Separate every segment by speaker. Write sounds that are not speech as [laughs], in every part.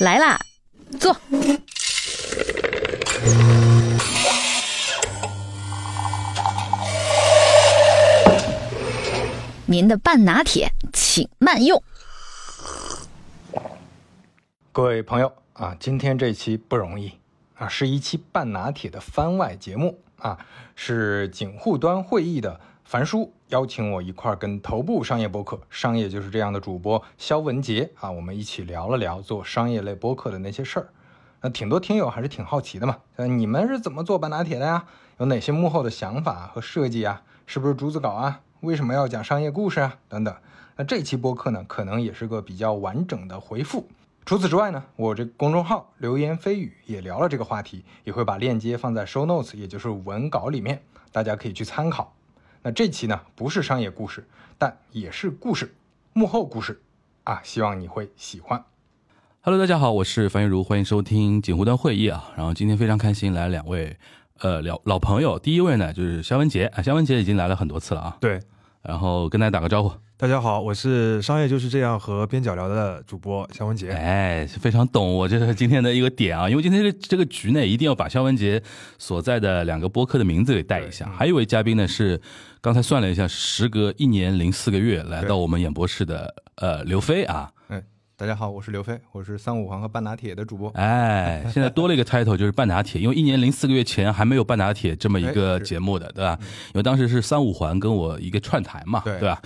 Speaker 1: 来啦，坐。您的半拿铁，请慢用。
Speaker 2: 各位朋友啊，今天这期不容易啊，是一期半拿铁的番外节目啊，是警户端会议的樊叔邀请我一块儿跟头部商业播客《商业就是这样》的主播肖文杰啊，我们一起聊了聊做商业类播客的那些事儿。那挺多听友还是挺好奇的嘛，呃，你们是怎么做半拿铁的呀？有哪些幕后的想法和设计啊？是不是竹子稿啊？为什么要讲商业故事啊？等等。那这期播客呢，可能也是个比较完整的回复。除此之外呢，我这公众号“流言蜚语”也聊了这个话题，也会把链接放在 show notes，也就是文稿里面，大家可以去参考。那这期呢，不是商业故事，但也是故事，幕后故事啊，希望你会喜欢。
Speaker 3: Hello，大家好，我是樊玉茹，欢迎收听锦湖端会议啊。然后今天非常开心来了两位，呃，老老朋友。第一位呢就是肖文杰啊，肖文杰已经来了很多次了啊。
Speaker 4: 对，
Speaker 3: 然后跟大家打个招呼，
Speaker 4: 大家好，我是商业就是这样和边角聊的主播肖文杰。
Speaker 3: 哎，非常懂我这是今天的一个点啊，因为今天这这个局呢，一定要把肖文杰所在的两个播客的名字给带一下。还有一位嘉宾呢是刚才算了一下，时隔一年零四个月来到我们演播室的呃刘飞啊，
Speaker 2: 大家好，我是刘飞，我是三五环和半拿铁的主播。
Speaker 3: 哎，现在多了一个 title 就是半打铁，因为一年零四个月前还没有半打铁这么一
Speaker 2: 哎
Speaker 3: 个
Speaker 2: 是
Speaker 3: 节目的，对吧？因为当时是三五环跟我一个串台嘛，
Speaker 2: 对
Speaker 3: 对吧？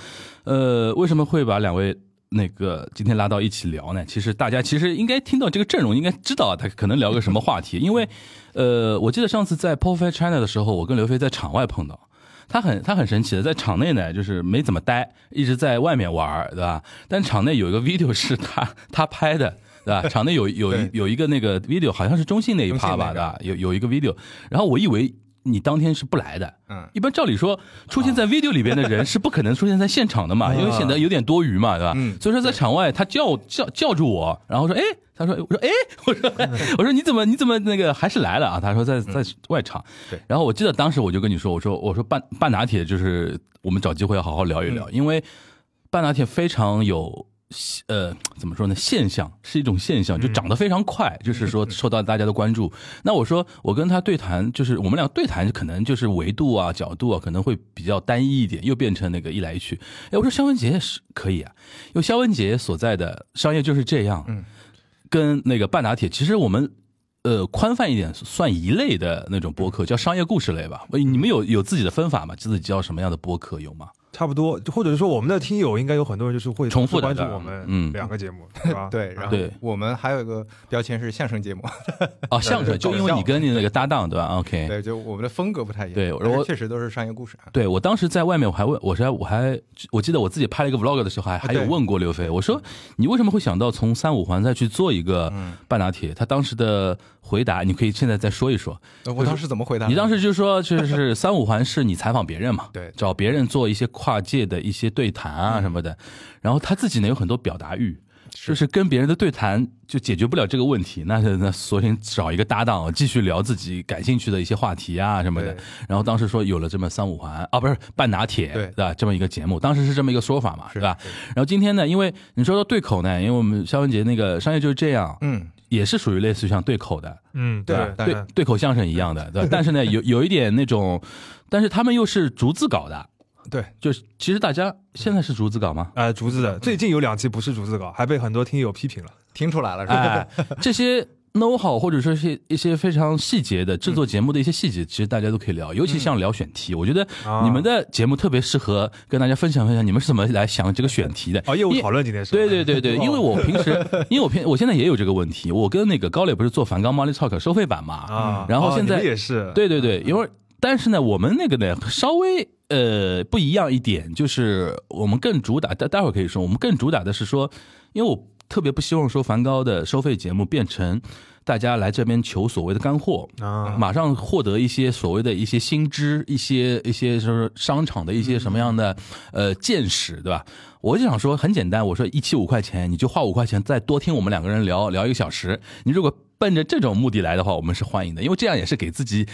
Speaker 3: 呃，为什么会把两位？那个今天拉到一起聊呢，其实大家其实应该听到这个阵容，应该知道他可能聊个什么话题，因为，呃，我记得上次在 p o f i China 的时候，我跟刘飞在场外碰到，他很他很神奇的，在场内呢就是没怎么待，一直在外面玩儿，对吧？但场内有一个 [laughs] video 是他他拍的，对
Speaker 2: [laughs]
Speaker 3: 吧？场内有有一有一个那个 video，好像是中信那一趴
Speaker 2: 中信那
Speaker 3: 吧，
Speaker 2: 个
Speaker 3: 对吧？有有一个 video，然后我以为你当天是不来的，
Speaker 2: 嗯，啊
Speaker 3: 一般照理说，出现在 video 里边的
Speaker 2: [laughs]
Speaker 3: 人是不可能出现在现场的嘛，因为显得有点多余嘛，对吧？
Speaker 2: 嗯
Speaker 3: 所以说在场外，他叫叫叫住我，然后说，哎，他说，我说，哎，我说，我说你怎么你怎么那个还是来了啊？他说
Speaker 2: 嗯
Speaker 3: 在在外场，
Speaker 2: 对
Speaker 3: 然后我记得当时我就跟你说，我说我说半半拿铁就是我们找机会要好好聊一聊，因为半拿铁非常有。呃，怎么说呢？现象是一种现象，就涨得非常快，就是说受到大家的关注。那我说，我跟他对谈，就是我们俩对谈，可能就是维度啊、角度啊，可能会比较单一一点，又变成那个一来一去。哎，我说肖文杰是可以啊，因为肖文杰所在的商业就是这样，
Speaker 2: 嗯，
Speaker 3: 跟那个半打铁，其实我们呃宽泛一点算一类的那种播客，叫商业故事类吧。喂你们有有自己的分法吗？自己叫什么样的播客有吗？
Speaker 4: 差不多，或者说我们的听友应该有很多人就是会
Speaker 3: 重复的
Speaker 4: 关注
Speaker 3: 对吧
Speaker 4: 我们
Speaker 3: 嗯
Speaker 4: 两个
Speaker 3: [laughs]
Speaker 4: 节目，对吧？
Speaker 2: 啊对，然后
Speaker 3: 对
Speaker 2: 我们还有一个标签是相声节目，
Speaker 3: 哦，相声，就因为你跟你那个搭档对吧？OK，
Speaker 2: 对，就我们的风格不太一样，
Speaker 3: 哎对我
Speaker 2: 但是确实都是商业故事啊。
Speaker 3: 对我当时在外面，我还问，我是我还我记得我自己拍了一个 vlog 的时候，还还有
Speaker 2: 对
Speaker 3: 问过刘飞，我说你为什么会想到从三五环再去做一个半打铁？他当时的回答，你可以现在再说一说。
Speaker 2: 呃我当时怎么回答的？
Speaker 3: 你当时就说，就是三五环是你采访别人嘛，
Speaker 2: [laughs] 对嗯
Speaker 3: 找别人做一些跨界的一些对谈啊什么的，然后他自己呢有很多表达欲。就是跟别人的对谈就解决不了这个问题，那那索性找一个搭档继续聊自己感兴趣的一些话题啊什么的
Speaker 2: 对。
Speaker 3: 然后当时说有了这么三五环啊，不是半拿铁，
Speaker 2: 对
Speaker 3: 吧？这么一个节目，当时是这么一个说法嘛，
Speaker 2: 是
Speaker 3: 对吧？然后今天呢，因为你说到对口呢，因为我们肖文杰那个商业就是这样，
Speaker 2: 嗯，
Speaker 3: 也是属于类似于像对口的，
Speaker 4: 嗯，
Speaker 2: 对
Speaker 4: 对
Speaker 2: 吧，
Speaker 4: 当
Speaker 3: 对
Speaker 4: 然
Speaker 3: 对口相声一样的，对吧。但是呢，有 [laughs] 有一点那种，但是他们又是逐字稿
Speaker 4: [laughs]
Speaker 3: 的，
Speaker 2: 对，
Speaker 3: 就是其实大家现在是逐字稿吗？
Speaker 4: 呃，竹子的最近有两期不是竹子稿，还被很多听友批评了。
Speaker 2: 听出来了是吧？
Speaker 3: 哎，这些 know how 或者说是一些非常细节的
Speaker 4: 嗯
Speaker 3: 制作节目的一些细节，其实大家都可以聊，尤其像聊选题，我觉得
Speaker 4: 啊
Speaker 3: 你们的节目特别适合跟大家分享分享你们是怎么来想这个选题的。
Speaker 4: 哦，业务
Speaker 3: 因
Speaker 4: 讨论今天是吧？
Speaker 3: 对对对对，
Speaker 4: 哦
Speaker 3: 因为我平时，
Speaker 4: [laughs]
Speaker 3: 因为我平我现在也有这个问题，我跟那个高磊不是做梵高 Money Talk 收费版嘛，嗯
Speaker 4: 啊，
Speaker 3: 然后
Speaker 4: 哦
Speaker 3: 现
Speaker 4: 你们
Speaker 3: 在
Speaker 4: 也是
Speaker 3: 对对对，因为但是呢，我们那个呢稍微呃不一样一点，就是我们更主打，待待会儿可以说，我们更主打的是说，因为我特别不希望说梵高的收费节目变成大家来这边求所谓的干货。
Speaker 4: 啊，
Speaker 3: 马上获得一些所谓的一些新知，一些一些就是商场的一些什么样的呃见识，对吧？我就想说很简单，我说一期五块钱，你就花五块钱再多听我们两个人聊聊一个小时。你如果奔着这种目的来的话，我们是欢迎的，因为这样也是给自己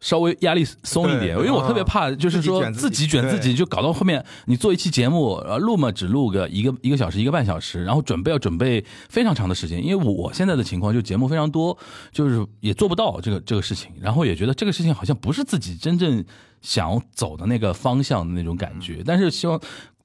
Speaker 3: 稍微压力松一
Speaker 2: 对
Speaker 3: 点。因为我特别怕，就是说
Speaker 2: 自
Speaker 3: 自
Speaker 2: 己
Speaker 3: 己
Speaker 2: 卷
Speaker 3: 卷
Speaker 2: 自己
Speaker 3: 自己，
Speaker 2: 对
Speaker 3: 就搞到后面你做一期节目，呃，录嘛只录个一个一个小时一个半小时，然后准备要准备非常长的时间，因为我现在的情况就节目非常多，就是也做不到这个这个事情，然后也觉得这个事情好像不是自己真正想走的那个方向的那种感
Speaker 2: 嗯
Speaker 3: 觉，但是希望。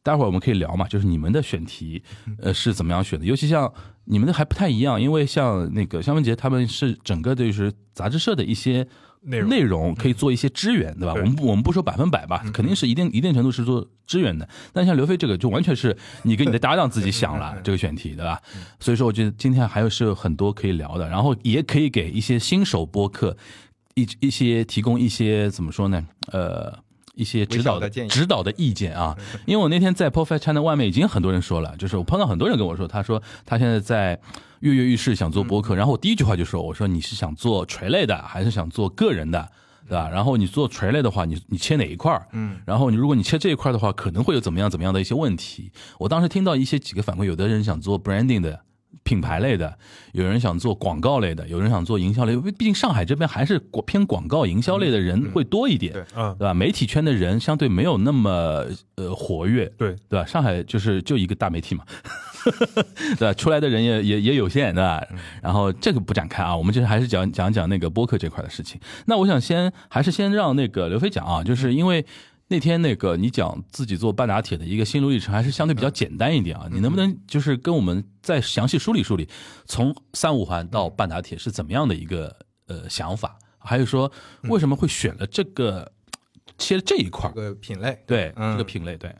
Speaker 3: 待会儿我们可以聊嘛，就是你们的选题，
Speaker 2: 嗯
Speaker 3: 呃，是怎么样选的？尤其像你们的还不太一样，因为像那个肖文杰他们是整个就是杂志社的一些
Speaker 4: 内容嗯
Speaker 3: 内容可以做一些支援，对吧？
Speaker 4: 对嗯
Speaker 3: 我们不我们不说百分百吧，肯定是一定一定程度是做支援的。但像刘飞这个，就完全是你跟你的搭档自己想了
Speaker 4: 嗯
Speaker 3: 这个选题，对吧？所以说，我觉得今天还有是有很多可以聊的，然后也可以给一些新手播客一一些提供一些怎么说呢？呃。一些指导
Speaker 2: 微小的建议嗯
Speaker 3: 指导的意见啊，因为我那天在 Perfect China 外面已经很多人说了，就是我碰到很多人跟我说，他说他现在在跃跃欲试想做
Speaker 2: 嗯
Speaker 3: 播客，然后我第一句话就说，我说你是想做垂类的还是想做个人的，对吧？然后你做垂类的话，你你切哪一块儿？嗯，然后你如果你切这一块儿的话，可能会有怎么样怎么样的一些问题。我当时听到一些几个反馈，有的人想做 branding 的。品牌类的，有人想做广告类的，有人想做营销类，毕竟上海这边还是广偏广告营销类的人会多一点。
Speaker 2: 对
Speaker 4: 嗯，
Speaker 3: 对吧？媒体圈的人相对没有那么呃活跃，
Speaker 4: 对，
Speaker 3: 对吧？上海就是就一个大媒体嘛， [laughs] 对吧？出来的人也也也有限，对吧？
Speaker 2: 嗯
Speaker 3: 然后这个不展开啊，我们就是还是讲讲讲那个播客这块的事情。那我想先还是先让那个刘飞讲啊，就是因为那天那个你讲自己做半打铁的一个心路历程，还是相对比较
Speaker 2: 嗯
Speaker 3: 简单一点啊。你能不能就是跟我们再详细梳理梳理，从三五环
Speaker 2: 嗯
Speaker 3: 到半打铁是怎么样的一个呃想法？还有说为什么会选了这个切了这一块儿
Speaker 2: [laughs] 嗯这？个品类。
Speaker 3: 对，
Speaker 2: 嗯
Speaker 3: 这个品类，对，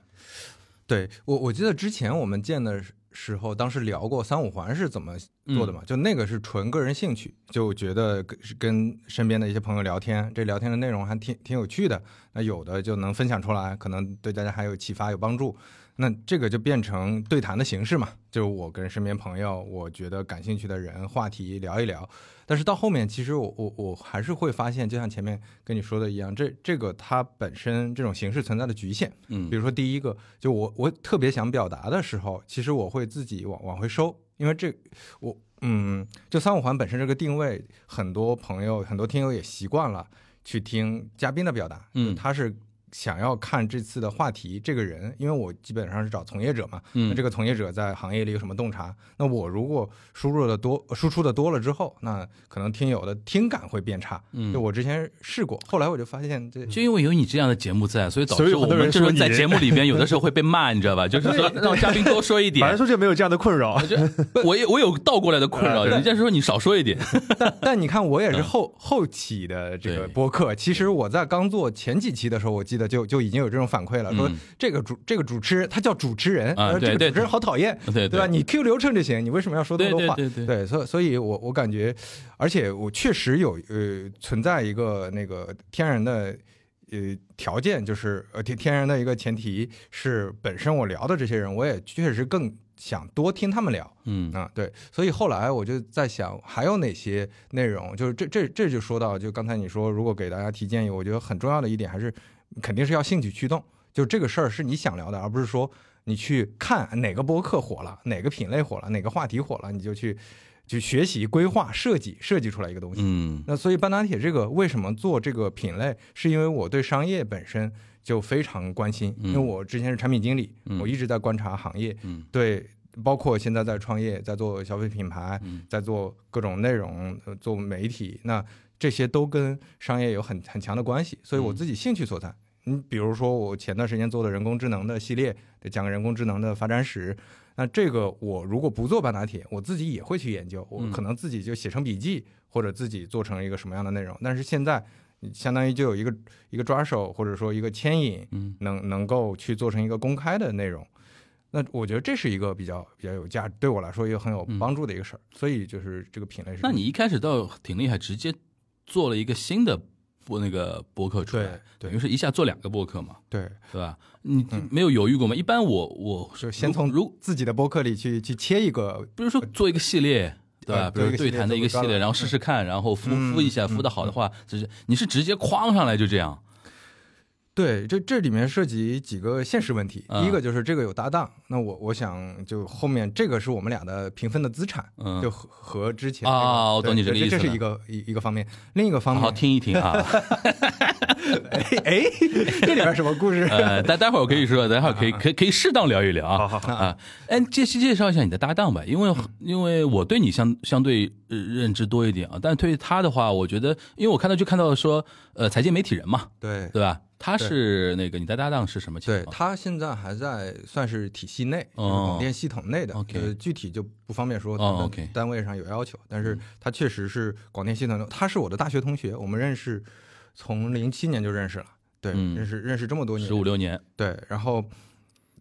Speaker 2: 对我，我记得之前我们见的时时候，当时聊过三五环是怎么做的嘛，就那个是纯个人兴趣，就觉得跟跟身边的一些朋友聊天，这聊天的内容还挺挺有趣的，那有的就能分享出来，可能对大家还有启发、有帮助。那这个就变成对谈的形式嘛，就我跟身边朋友，我觉得感兴趣的人话题聊一聊。但是到后面，其实我我我还是会发现，就像前面跟你说的一样，这这个它本身这种形式存在的局限，
Speaker 3: 嗯
Speaker 2: 比如说第一个，就我我特别想表达的时候，其实我会自己往往回收，因为这我嗯，就三五环本身这个定位，很多朋友很多听友也习惯了去听嘉宾的表达，
Speaker 3: 嗯
Speaker 2: 他是想要看这次的话题，这个人，因为我基本上是找从业者嘛，那
Speaker 3: 嗯
Speaker 2: 这个从业者在行业里有什么洞察？那我如果输入的多，输出的多了之后，那可能听友的听感会变差。就
Speaker 3: 嗯，
Speaker 2: 我之前试过，后来我就发现这
Speaker 3: 就因为有你这样的节目在，所以导
Speaker 4: 所以
Speaker 3: 致
Speaker 4: 有
Speaker 3: 我
Speaker 4: 很多
Speaker 3: 们
Speaker 4: 人
Speaker 3: 就是
Speaker 4: 说你
Speaker 3: 在节目里边有的时候会被骂，你知道吧？就是说让嘉宾多说一
Speaker 4: 反
Speaker 3: 点
Speaker 4: 正。说就没有这样的
Speaker 3: [laughs]
Speaker 4: 困扰。
Speaker 3: 我就我也我有倒过来的困扰，
Speaker 4: 哎对
Speaker 3: 人家说你少说一点， [laughs]
Speaker 2: 但你看，我也是后、后期的这个
Speaker 3: 嗯对
Speaker 2: 播客。其实我在刚做前几期的时候，我记得就就已经有这种反馈了，说
Speaker 3: 嗯
Speaker 2: 这个主这个主持他叫主持人，
Speaker 3: 啊
Speaker 2: 呃
Speaker 3: 对
Speaker 2: 这个
Speaker 3: 对
Speaker 2: 主持人好讨厌，
Speaker 3: 对
Speaker 2: 对吧？啊你 Q 流程就行，你为什么要说那
Speaker 3: 对
Speaker 2: 么多
Speaker 3: 对
Speaker 2: 话？
Speaker 3: 对对
Speaker 2: 对，所以所以我我感觉，而且我确实有呃存在一个那个天然的呃条件，就是呃天天然的一个前提是本身我聊的这些人，我也确实更想多听他们聊。
Speaker 3: 嗯
Speaker 2: 啊，对，所以后来我就在想，还有哪些内容？就是这这这就说到，就刚才你说，如果给大家提建议，我觉得很重要的一点还是，肯定是要兴趣驱动，就这个事儿是你想聊的，而不是说你去看哪个播客火了，哪个品类火了，哪个话题火了，你就去去学习、规划、设计，设计出来一个东西。
Speaker 3: 嗯
Speaker 2: 那所以半打铁这个为什么做这个品类，是因为我对商业本身就非常关心，
Speaker 3: 嗯
Speaker 2: 因为我之前是产品经理，
Speaker 3: 嗯
Speaker 2: 我一直在观察行业，
Speaker 3: 嗯
Speaker 2: 对，包括现在在创业，在做消费品牌，
Speaker 3: 嗯
Speaker 2: 在做各种内容，呃做媒体，那这些都跟商业有很很强的关系，所以我
Speaker 3: 嗯
Speaker 2: 自己兴趣所在。你比如说，我前段时间做的人工智能的系列，讲人工智能的发展史。那这个我如果不做半打铁，我自己也会去研究，我
Speaker 3: 嗯
Speaker 2: 可能自己就写成笔记，或者自己做成一个什么样的内容。但是现在，相当于就有一个一个抓手，或者说一个牵引，
Speaker 3: 嗯
Speaker 2: 能能够去做成一个公开的内容。那我觉得这是一个比较比较有价，对我来说也很有帮助的一个事儿。所以就是这个品类是，
Speaker 3: 嗯那你一开始倒挺厉害，直接做了一个新的播那个播客出来
Speaker 2: 对，对
Speaker 3: 等于是一下做两个播客嘛，
Speaker 2: 对，
Speaker 3: 对吧？你没有犹豫过吗？一般我我
Speaker 2: 就先从
Speaker 3: 如如
Speaker 2: 自己的播客里去去切一个，
Speaker 3: 比如说做一个系列，对吧？比
Speaker 2: 对
Speaker 3: 如对谈的一个系
Speaker 2: 做一个系列
Speaker 3: 列，然后试试看，然后敷
Speaker 2: 嗯
Speaker 3: 敷一下，
Speaker 2: 嗯
Speaker 3: 敷的好的话，直接你是直接框上来就这样，
Speaker 2: 对，这这里面涉及几个现实问题。
Speaker 3: 啊
Speaker 2: 第一个就是这个有搭档，那我我想就后面这个是我们俩的平分的资产，
Speaker 3: 嗯
Speaker 2: 就和和之前那个
Speaker 3: 啊我
Speaker 2: 对
Speaker 3: 懂你这个
Speaker 2: 对
Speaker 3: 意思
Speaker 2: 这是
Speaker 3: 了
Speaker 2: 一个一一个方面，另一个方
Speaker 3: 好
Speaker 2: 面，
Speaker 3: 好听一听
Speaker 4: [laughs]
Speaker 3: 啊。
Speaker 2: 哎 [laughs] 哎，这里边什么故事？
Speaker 3: 呃，待待会儿可以说，待会儿可以可以可以适当聊一聊啊。
Speaker 4: 好好好
Speaker 3: 啊，哎，介介绍一下你的搭档吧，因为因为我对你相相对呃认知多一点啊，但对于他的话，我觉得，因为我看到就看到说，呃，财经媒体人嘛，
Speaker 2: [laughs] 对
Speaker 3: 对吧？他是那个你的搭档是什么情
Speaker 2: 对，
Speaker 3: 况？
Speaker 2: 他现在还在算是体系内，就是
Speaker 3: 哦
Speaker 2: 广电系统内的，
Speaker 3: OK
Speaker 2: 呃，具体就不方便说。
Speaker 3: 哦
Speaker 2: 但
Speaker 3: OK 嗯
Speaker 2: 单位上有要求，但是他确实是广电系统内，他是我的大学同学，我们认识，从零七年就认识了，对，
Speaker 3: 嗯
Speaker 2: 认识认识这么多年，
Speaker 3: 十五六年
Speaker 2: 对，然后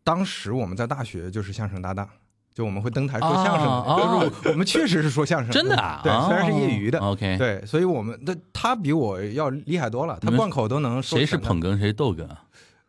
Speaker 2: 当时我们在大学就是相声搭档，就我们会登台说
Speaker 3: 啊
Speaker 2: 相声的，
Speaker 3: 啊
Speaker 2: 就是我我们确实是说相声的，
Speaker 3: 真的啊，
Speaker 2: 对，虽然是业余的，
Speaker 3: 哦 OK，
Speaker 2: 对，所以我们那他比我要厉害多了，他
Speaker 3: 你们
Speaker 2: 贯口都能说。
Speaker 3: 谁是？捧哏，谁是逗哏啊？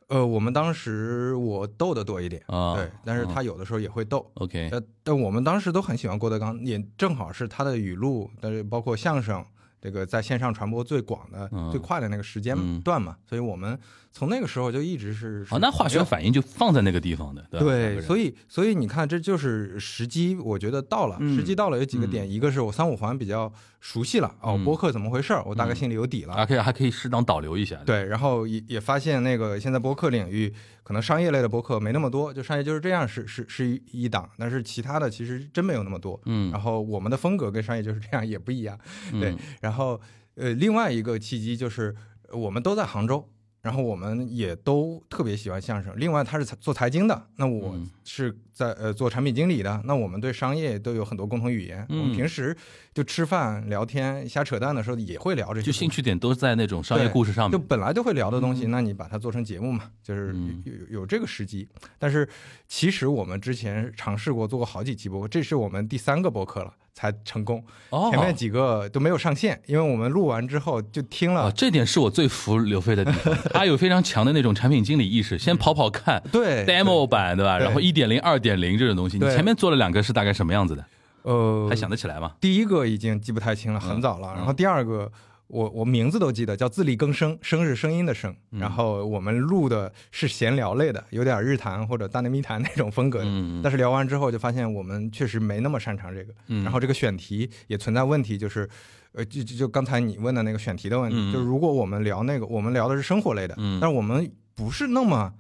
Speaker 2: 呃，我们当时我逗的多一点，
Speaker 3: 啊哎
Speaker 2: 对，但是他有的时候也会逗。
Speaker 3: OK，
Speaker 2: 呃，但我们当时都很喜欢郭德纲，也正好是他的语录，但是包括相声这个在线上传播最广的、
Speaker 3: 嗯
Speaker 2: 最快的那个时间
Speaker 3: 嗯哦
Speaker 2: 段嘛，所以我们从那个时候就一直是。
Speaker 3: 好，那化学反应就放在那个地方的，
Speaker 2: 对，
Speaker 3: 对吧，
Speaker 2: 所
Speaker 3: 以
Speaker 2: 以所以你看，这就是时机，我觉得到了，
Speaker 3: 嗯
Speaker 2: 时机到了有几个点，一个是我三五环比较熟悉了，哦
Speaker 3: 嗯，
Speaker 2: 播客怎么回事儿，我大概心里有底了。
Speaker 3: 还可以还可以适当导流一下，，
Speaker 2: 对，然后也也发现那个现在播客领域，可能商业类的播客没那么多，就商业就是这样是是是一档，但是其他的其实真没有那么多。
Speaker 3: 嗯
Speaker 2: 然后我们的风格跟商业就是这样也不一样，对。
Speaker 3: 嗯
Speaker 2: 然后呃，另外一个契机就是呃我们都在杭州，然后我们也都特别喜欢相声。另外他是财做财经的，那我
Speaker 3: 嗯
Speaker 2: 是在呃做产品经理的，那我们对商业都有很多共同语言。我
Speaker 3: 嗯
Speaker 2: 们平时就吃饭聊天瞎扯淡的时候也会聊这些
Speaker 3: 就
Speaker 2: 东西，
Speaker 3: 兴趣点都在那种商业
Speaker 2: 对
Speaker 3: 故事上
Speaker 2: 就
Speaker 3: 面，
Speaker 2: 本来就会聊的东西，那你把它做成节目嘛，就是
Speaker 3: 嗯
Speaker 2: 有有有这个时机。但是其实我们之前尝试过做过好几期播客，这是我们第三个播客了才成功，
Speaker 3: 哦，
Speaker 2: 前面几个都没有上线，因为我们录完之后就听
Speaker 3: 啊，
Speaker 2: 了。
Speaker 3: 这点是我最服刘飞的地方，他有非常强的那种产品经理意识，先跑跑看
Speaker 2: 嗯对
Speaker 3: demo 版，对吧？
Speaker 2: 对
Speaker 3: 然后一点零、二点零这种东西，你
Speaker 2: 对
Speaker 3: 前面做了两个是大概什么样子的？
Speaker 2: 呃
Speaker 3: 还，想嗯得起来吗？
Speaker 2: 第一个已经记不太清了，很早了。然后第二个，我我名字都记得，叫自力更生，生是声音的生。
Speaker 3: 嗯
Speaker 2: 然后我们录的是闲聊类的，有点日谈或者大内密谈那种风格的。
Speaker 3: 嗯
Speaker 2: 但是聊完之后就发现我们确实没那么擅长这个，
Speaker 3: 嗯
Speaker 2: 然后这个选题也存在问题，就是。呃，就就就刚才你问的那个选题的问题，
Speaker 3: 嗯
Speaker 2: 就是如果我们聊那个，我们聊的是生活类的，
Speaker 3: 嗯
Speaker 2: 但是我们不是那么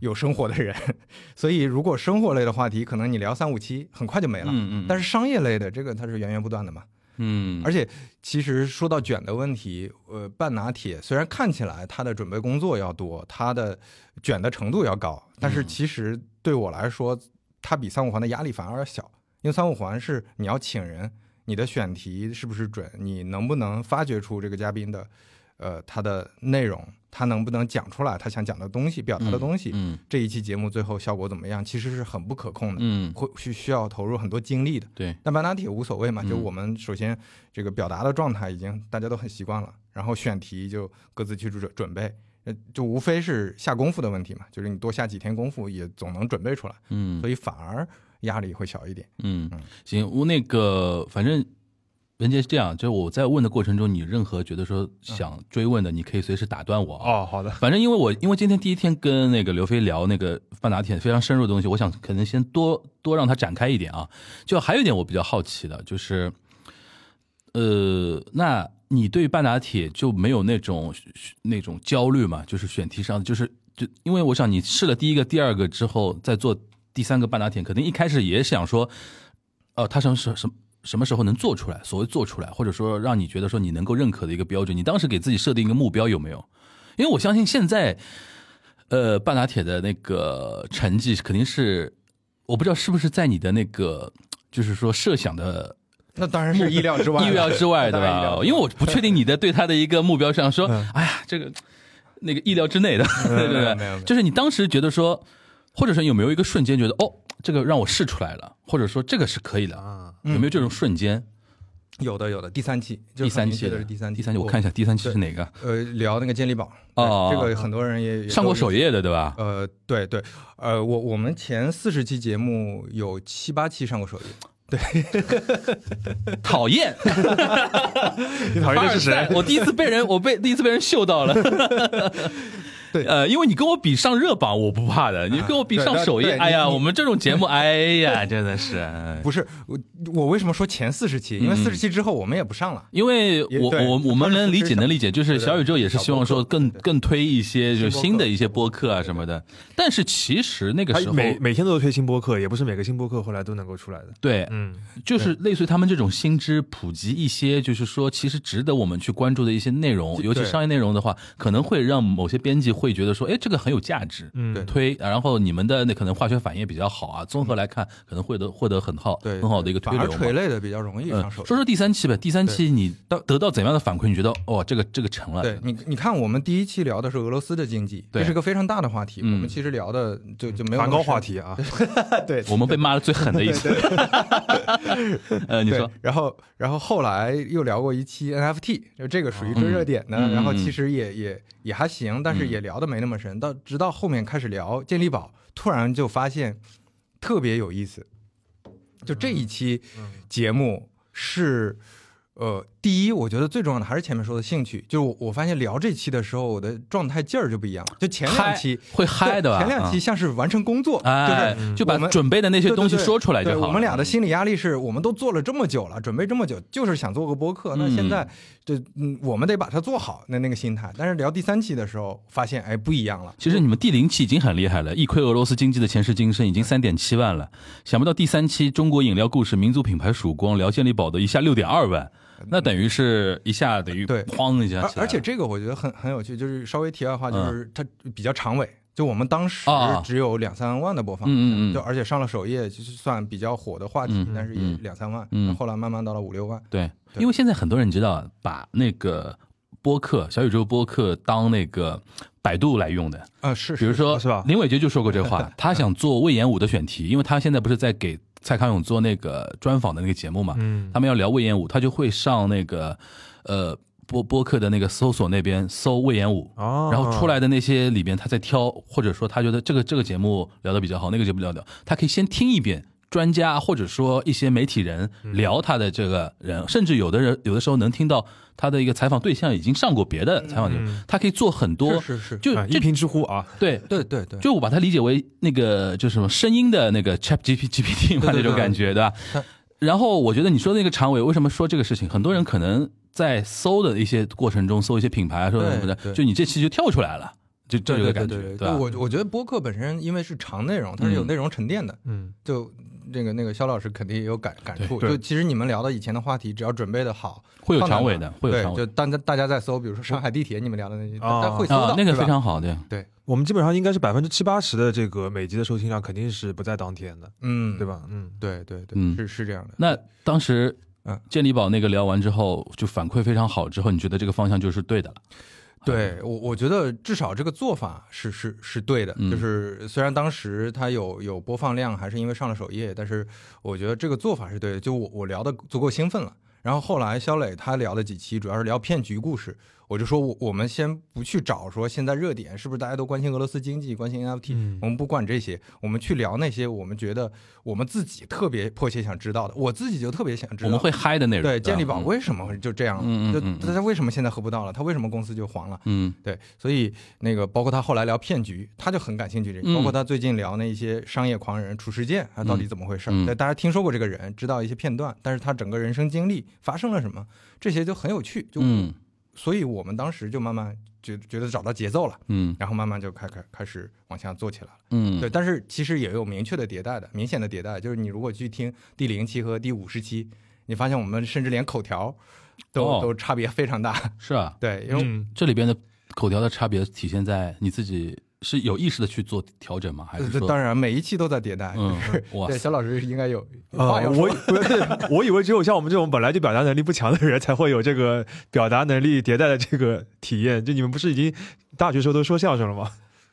Speaker 2: 有生活的人， [laughs] 所以如果生活类的话题，可能你聊三五期很快就没了。
Speaker 3: 嗯嗯
Speaker 2: 但是商业类的这个它是源源不断的嘛，
Speaker 3: 嗯，
Speaker 2: 而且其实说到卷的问题，呃，半拿铁虽然看起来它的准备工作要多，它的卷的程度要高，但是
Speaker 3: 嗯
Speaker 2: 其实对我来说，它比三五环的压力反而要小，因为三五环是你要请人，你的选题是不是准，你能不能发掘出这个嘉宾的，呃，他的内容，他能不能讲出来他想讲的东西，表达的东西，
Speaker 3: 嗯
Speaker 2: 这一期节目最后效果怎么样，其实是很不可控的，
Speaker 3: 嗯，
Speaker 2: 会需需要投入很多精力的。
Speaker 3: 对，
Speaker 2: 但半拿铁无所谓嘛，就
Speaker 3: 嗯
Speaker 2: 我们首先这个表达的状态已经大家都很习惯了，然后选题就各自去准准备，呃，就无非是下功夫的问题嘛，就是你多下几天功夫也总能准备出来，
Speaker 3: 嗯
Speaker 2: 所以反而压力会小一点。
Speaker 3: 嗯
Speaker 2: 嗯，
Speaker 3: 行，我那个反正。文杰是这样，就是我在问的过程中，你任何觉得说
Speaker 2: 嗯
Speaker 3: 想追问的，你可以随时打断我啊。
Speaker 4: 哦，好的，
Speaker 3: 反正因为我因为今天第一天跟那个刘飞聊那个半拿铁非常深入的东西，我想可能先多多让他展开一点啊。就还有一点我比较好奇的，就是，呃，那你对半拿铁就没有那种那种焦虑嘛？就是选题上，就是就因为我想你试了第一个、第二个之后，再做第三个半拿铁，肯定一开始也想说，呃，他想什什么什么时候能做出来？所谓做出来，或者说让你觉得说你能够认可的一个标准，你当时给自己设定一个目标有没有？因为我相信现在，呃，半拿铁的那个成绩肯定是，我不知道是不是在你的那个，就是说设想的
Speaker 2: 那当然是意料之外，
Speaker 3: 意料之外，对
Speaker 2: 当然意料
Speaker 3: 吧
Speaker 2: 之？外嗯
Speaker 3: 因为我不确定你的对他的一个目标上说，哎呀，这个那个意料之内的， [laughs] 对
Speaker 2: 没有
Speaker 3: 对
Speaker 2: 没有没
Speaker 3: 对，
Speaker 2: 有
Speaker 3: 就是你当时觉得说，或者说有没有一个瞬间觉得，哦，这个让我试出来了，或者说这个是可以的，
Speaker 4: 啊，
Speaker 3: 有没有这
Speaker 2: 嗯
Speaker 3: 种瞬间？
Speaker 2: 有的有的，第三期，就
Speaker 3: 第三
Speaker 2: 很明
Speaker 3: 期
Speaker 2: 确的
Speaker 3: 的
Speaker 2: 是第三期，
Speaker 3: 第三期，我看一下第三期是哪个？
Speaker 2: 呃聊那个健力宝，对
Speaker 3: 哦
Speaker 2: 这个很多人也也
Speaker 3: 上过首
Speaker 2: 页。
Speaker 3: 页的，对吧？
Speaker 2: 呃，对对，呃，我我们前四十期节目有七八期上过首页，[laughs]
Speaker 3: 讨厌，
Speaker 4: 你讨厌的是
Speaker 3: [laughs] 凡尔
Speaker 4: 谁
Speaker 2: [laughs]
Speaker 3: 赛？我第一次被人，我被第一次被人嗅到了。
Speaker 4: 对
Speaker 3: [laughs] 呃，因为你跟我比上热榜我不怕的，你跟我比
Speaker 2: 对
Speaker 3: 上
Speaker 2: 那
Speaker 3: 首页，
Speaker 2: 对
Speaker 3: 哎呀，
Speaker 2: 你
Speaker 3: 我们这种
Speaker 2: [laughs]
Speaker 3: 节目，哎呀，真的是，哎
Speaker 2: 不是我，我为什么说前四十期？因为四十
Speaker 3: 嗯
Speaker 2: 期之后我们也不上了。
Speaker 3: 因为
Speaker 2: 也
Speaker 3: 我
Speaker 2: 对
Speaker 3: 我我们能理解能理解，就
Speaker 2: [laughs]
Speaker 3: 是
Speaker 2: 对
Speaker 3: 小宇宙也是希望说更
Speaker 2: 小播客
Speaker 3: 更推一些就
Speaker 2: 新
Speaker 3: 是
Speaker 2: 播客
Speaker 3: 新的一些播客啊什么的，但是其实那个时
Speaker 4: 他
Speaker 2: 哎
Speaker 3: 候
Speaker 4: 每每天都推新播客，也不是每个新播客后来都能够出来的。
Speaker 3: 对，
Speaker 4: 嗯，
Speaker 3: 就是类似于他们这种新知普及一些，就是说其实值得我们去关注的一些内容，
Speaker 2: 对
Speaker 3: 尤其商业内容的话，可能会让某些编辑会觉得说，哎，这个很有价值，
Speaker 4: 嗯
Speaker 2: 对
Speaker 3: 推，啊然后你们的那可能化学反应也比较好啊，综合来看，可能会得获得很好
Speaker 2: 对，
Speaker 3: 很好的一个推
Speaker 2: 反而
Speaker 3: 流嘛
Speaker 2: 垂。泪的比较容易
Speaker 3: 嗯
Speaker 2: 上手。
Speaker 3: 说说第三期吧，第三期你到得到怎样的反馈？你觉得哦，这个这个成了，
Speaker 2: 对你，你看我们第一期聊的是俄罗斯的经济，
Speaker 3: 对
Speaker 2: 这是个非常大的话题。
Speaker 3: 嗯
Speaker 2: 我们其实聊的就就没有那
Speaker 4: 梵
Speaker 2: 么
Speaker 4: 高
Speaker 2: 深
Speaker 4: 话。
Speaker 3: [laughs]
Speaker 4: 题啊，
Speaker 2: 对，
Speaker 3: 我们被骂的最狠的一次。 [laughs] 呃，你
Speaker 2: 对
Speaker 3: 说，
Speaker 2: 然后，然后后来又聊过一期 NFT，就这个属于追热点的。
Speaker 3: 嗯嗯
Speaker 2: 然后
Speaker 3: 嗯
Speaker 2: 其实也也也还行，但是也聊的没那么深。到直到后面开始聊健力宝，突然就发现特别有意思。就这
Speaker 3: 嗯
Speaker 2: 一期节目是，呃，第一，我觉得最重要的还是前面说的兴趣。就是我我发现聊这期的时候，我的状态劲儿就不一样。就前两
Speaker 3: 嗨
Speaker 2: 期
Speaker 3: 会嗨的吧？
Speaker 2: 前两期像是完成工作，
Speaker 3: 嗯，哎
Speaker 2: 就是，
Speaker 3: 就
Speaker 2: 我
Speaker 3: 把
Speaker 2: 们
Speaker 3: 准备的那些
Speaker 2: 对对
Speaker 3: 东西
Speaker 2: 对
Speaker 3: 说出来就
Speaker 2: 对
Speaker 3: 好了。嗯
Speaker 2: 我们俩的心理压力是我们都做了这么久了，准备这么久，就是想做个播客。那
Speaker 3: 嗯
Speaker 2: 现在就嗯，我们得把它做好，那那个心态。但是聊第三期的时候，发现哎不一样了。
Speaker 3: 其实你们第零期已经很厉害了，一窥俄罗斯经济的前世今生
Speaker 2: 嗯
Speaker 3: 已经三点七万了，想不到第三期中国饮料故事、民族品牌曙光、聊健力宝的一下六点二万，那等于是一下等于
Speaker 2: 嗯对
Speaker 3: 哐一下
Speaker 2: 而
Speaker 3: 起来了，
Speaker 2: 而且这个我觉得很很有趣，就是稍微题外话，
Speaker 3: 嗯
Speaker 2: 就是它比较长尾，就我们当时
Speaker 3: 啊
Speaker 2: 只有两三万的播放。
Speaker 3: 嗯嗯
Speaker 2: 就
Speaker 3: 嗯，
Speaker 2: 而且上了首页，就是算比较火的话题，
Speaker 3: 嗯
Speaker 2: 但是也
Speaker 3: 嗯
Speaker 2: 两三万，
Speaker 3: 嗯
Speaker 2: 后来慢慢到了五六万，
Speaker 3: 对，
Speaker 2: 对
Speaker 3: 因为现在很多人你知道把那个播客小宇宙播客当那个百度来用的，
Speaker 2: 啊、是，
Speaker 3: 比如说
Speaker 4: 是吧
Speaker 3: 林伟杰就说过这
Speaker 4: [laughs]
Speaker 3: 话，他想做魏延武的选题，因为他现在不是在给蔡康永做那个专访的那个节目嘛，
Speaker 4: 嗯，
Speaker 3: 他们要聊魏延武，他就会上那个呃播播客的那个搜索那边搜魏延武。
Speaker 4: 哦，
Speaker 3: 然后出来的那些里边，他在挑，或者说他觉得这个这个节目聊的比较好，那个节目聊的，他可以先听一遍专家或者说一些媒体人
Speaker 4: 嗯
Speaker 3: 聊他的这个人，甚至有的人有的时候能听到他的一个采访对象已经上过别
Speaker 4: 嗯
Speaker 3: 的采访节目，他可以做很多，
Speaker 2: 是是是
Speaker 3: 就
Speaker 4: 啊一
Speaker 3: 就
Speaker 4: 评之乎啊，
Speaker 3: 对
Speaker 2: 对对对，
Speaker 3: 就我把它理解为那个就是什么声音的那个 Chat G P G P T [laughs] 嘛
Speaker 2: 对对
Speaker 3: 那种感觉，对吧
Speaker 2: 它？
Speaker 3: 然后我觉得你说的那个长尾为什么说这个事情，很多人可能在搜的一些过程中搜一些品牌啊，搜什么
Speaker 2: 对对
Speaker 3: 的，就你这期就跳出来了，就就有
Speaker 2: 对
Speaker 3: 个
Speaker 2: 对
Speaker 3: 感觉
Speaker 2: 对，对
Speaker 3: 吧？
Speaker 2: 我我觉得播客本身因为是长内容，它是有内容沉淀的，
Speaker 4: 嗯，
Speaker 2: 就那个那个肖老师肯定也有感感触，
Speaker 4: 对
Speaker 2: 就其实你们聊的以前的话题，只要准备的好，
Speaker 3: 会有
Speaker 2: 放在
Speaker 3: 长尾
Speaker 2: 哪
Speaker 3: 的会有
Speaker 2: 对
Speaker 3: 长尾
Speaker 2: 就大家大家在搜，比如说上海地铁，你们聊的那些，
Speaker 4: 啊
Speaker 2: 大家会搜
Speaker 3: 啊
Speaker 2: 到，
Speaker 3: 那个
Speaker 2: 是吧
Speaker 3: 非常好，对，
Speaker 4: 我们基本上应该是百分之七八十的这个每集的收听量肯定是不在当天的，
Speaker 2: 嗯，
Speaker 4: 对？吧？嗯，
Speaker 2: 对对对，
Speaker 3: 嗯
Speaker 2: 是是这样的。
Speaker 3: 那当时
Speaker 2: 嗯。
Speaker 3: 健力宝那个聊完之后，就反馈非常好，之后你觉得这个方向就是对的了？啊
Speaker 2: 对我，我觉得至少这个做法是是是对的。
Speaker 3: 嗯
Speaker 2: 就是虽然当时它有有播放量，还是因为上了首页，但是我觉得这个做法是对的。就我我聊的足够兴奋了。然后后来肖磊他聊的几期，主要是聊骗局故事，我就说我我们先不去找说现在热点是不是大家都关心俄罗斯经济、关心 NFT，、我
Speaker 3: 嗯
Speaker 4: 嗯
Speaker 2: 们不管这些，我们去聊那些我们觉得我们自己特别迫切想知道的。我自己就特别想知道，
Speaker 3: 我们会嗨的内容。
Speaker 2: 对健力
Speaker 3: 吧嗯
Speaker 2: 宝为什么会就这样了？
Speaker 3: 嗯嗯嗯
Speaker 2: 就大家为什么现在喝不到了？他为什么公司就黄了？
Speaker 3: 嗯，
Speaker 2: 对，所以那个包括他后来聊骗局，他就很感兴趣这个，
Speaker 3: 嗯
Speaker 2: 包括他最近聊那一些商业狂人褚时健，他到底怎么回事儿？
Speaker 3: 嗯
Speaker 2: 对，大家听说过这个人，知道一些片段，但是他整个人生经历发生了什么，这些就很有趣。就，
Speaker 3: 嗯
Speaker 2: 所以我们当时就慢慢觉觉得找到节奏了，
Speaker 3: 嗯
Speaker 2: 然后慢慢就开开开始往下做起来了。
Speaker 3: 嗯，
Speaker 2: 对，但是其实也有明确的迭代的，明显的迭代，就是你如果去听第零期和第五十期，你发现我们甚至连口条都、
Speaker 3: 哦
Speaker 2: 都差别非常大。
Speaker 3: 是啊，
Speaker 2: 对，因为
Speaker 4: 嗯，
Speaker 3: 这里边的口条的差别体现在你自己是有意识的去做调整吗？还是
Speaker 2: 这
Speaker 3: 说，
Speaker 2: 呃当然，每一期都在迭代。
Speaker 3: 嗯，哇
Speaker 2: [laughs] 对，，肖老师应该有话
Speaker 4: 呃，
Speaker 2: 要
Speaker 4: 我
Speaker 2: 说。 [laughs]
Speaker 4: 以我以为 [laughs] 只有像我们这种本来就表达能力不强的人才会有这个表达能力迭代的这个体验，就你们不是已经大学时候都说相声了吗？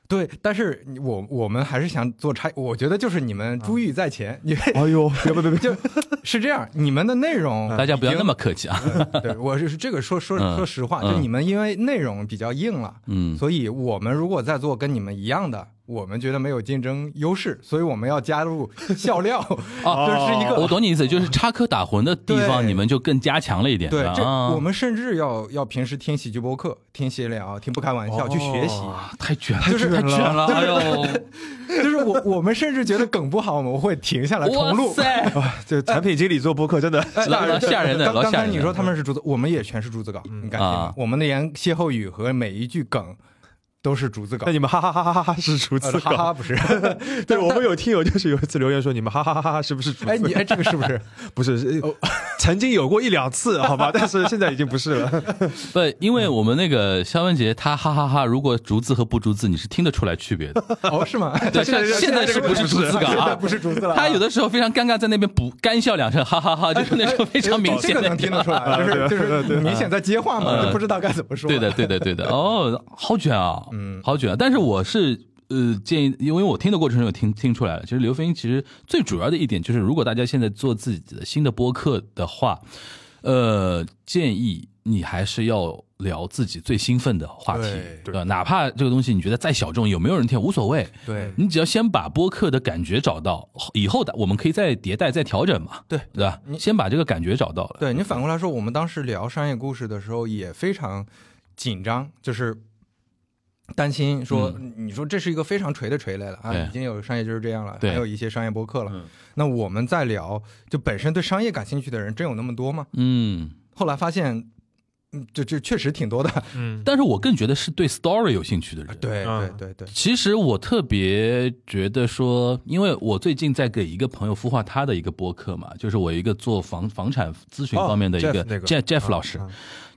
Speaker 2: 对，但是你我我们还是想做差，我觉得就是你们珠玉在前，因为 [laughs]
Speaker 4: 哎呦，别别别 [laughs] 别，
Speaker 2: 是这样，你们的内容
Speaker 3: 大家不要
Speaker 2: 已
Speaker 3: 那
Speaker 2: 经
Speaker 3: 么客气啊，
Speaker 2: 对，我是这个说说
Speaker 3: 嗯
Speaker 2: 说实话，就
Speaker 3: 嗯
Speaker 2: 你们因为内容比较硬了，
Speaker 3: 嗯
Speaker 2: 所以我们如果再做跟你们一样的，我们觉得没有竞争优势，所以我们要加 [laughs] 入笑料，
Speaker 3: 哦
Speaker 2: 这是一个
Speaker 3: 我懂你意思，就是插科打诨的地方，
Speaker 2: 对
Speaker 3: 你们就更加强了一点。
Speaker 2: 对
Speaker 3: 是吧，
Speaker 2: 这
Speaker 3: 啊
Speaker 2: 我们甚至要要平时听喜剧播客、听闲聊、听不开玩笑、去学习。
Speaker 3: 哇啊太卷了，
Speaker 2: 就是
Speaker 3: 太卷了，哎呦，
Speaker 2: 就是我我们甚至觉得梗不好，我们会停下来重录
Speaker 3: 哎哇。塞，
Speaker 4: 就产品经理做播客真的，
Speaker 2: [laughs] 哎
Speaker 3: 老老吓人的
Speaker 2: 刚
Speaker 3: 老
Speaker 2: 刚
Speaker 3: 吓
Speaker 2: 才
Speaker 3: 人的嗯
Speaker 2: 你说他们是逐字，我们也全是逐字稿，你敢信吗
Speaker 3: 啊？
Speaker 2: 我们的言歇后语和每一句梗都是逐字稿
Speaker 4: [laughs] 那。你们哈哈哈哈哈哈是逐
Speaker 2: 呃
Speaker 4: 字
Speaker 2: 哈哈，
Speaker 4: 稿？
Speaker 2: 不
Speaker 3: [laughs]
Speaker 2: 是？
Speaker 4: 对，我们有听友就是有一次留言说你们哈哈哈哈哈是不是逐字稿？
Speaker 2: 哎，你哎，这个是不是？
Speaker 4: [laughs] 不是，是
Speaker 2: 哦
Speaker 4: 曾经有过一两次，好吧，但是现在已经不是了。
Speaker 3: 不，
Speaker 2: 嗯
Speaker 3: 因为我们那个肖文杰他哈哈哈，如果逐字和不逐字，你是听得出来区别的。
Speaker 2: [laughs] 哦，是吗？
Speaker 3: 对，像现在是不是逐字稿
Speaker 2: 现在
Speaker 3: 啊？
Speaker 2: 不是竹
Speaker 3: [laughs]
Speaker 2: 子了啊。
Speaker 3: 他有的时候非常尴尬，在那边补干笑两声，哈哈哈，就是那种非常明显
Speaker 2: 哦这个
Speaker 3: 的啊
Speaker 2: 能。听得出来，
Speaker 3: [laughs]
Speaker 2: 就是就是明显在接话嘛，就不知道该怎么说。
Speaker 3: 嗯对的，，对的，对的。哦，好卷啊，嗯，好卷啊。但是我是呃建议，因为我听的过程中有听听出来了，其实刘飞鹰其实最主要的一点就是，如果大家现在做自己的新的播客的话，呃，建议你还是要聊自己最兴奋的话题
Speaker 2: 对，
Speaker 3: 对吧？哪怕这个东西你觉得再小众，有没有人听无所谓，
Speaker 2: 对
Speaker 3: 你只要先把播客的感觉找到，以后的我们可以再迭代、再调整嘛，
Speaker 2: 对
Speaker 3: 对吧？先把这个感觉找到了，
Speaker 2: 对你反过来说，我们当时聊商业故事的时候也非常紧张，就是担心说，你说这是一个非常锤的锤类了啊，
Speaker 3: 嗯对
Speaker 2: 已经有商业就是这样了，
Speaker 3: 对嗯
Speaker 2: 还有一些商业播客了。那我们在聊，就本身对商业感兴趣的人真有那么多吗？
Speaker 3: 嗯。
Speaker 2: 后来发现，嗯，就就确实挺多的。
Speaker 4: 嗯，
Speaker 3: 但是我更觉得是对 story 有兴趣的人。
Speaker 2: 啊 [laughs] 对对
Speaker 4: 嗯
Speaker 2: 对对，
Speaker 3: 其实我特别觉得说，因为我最近在给一个朋友孵化他的一个播客嘛，就是我一个做房房产咨询方面的一个
Speaker 4: 哦，Jeff 那个啊
Speaker 3: Jeff Jeff 老师，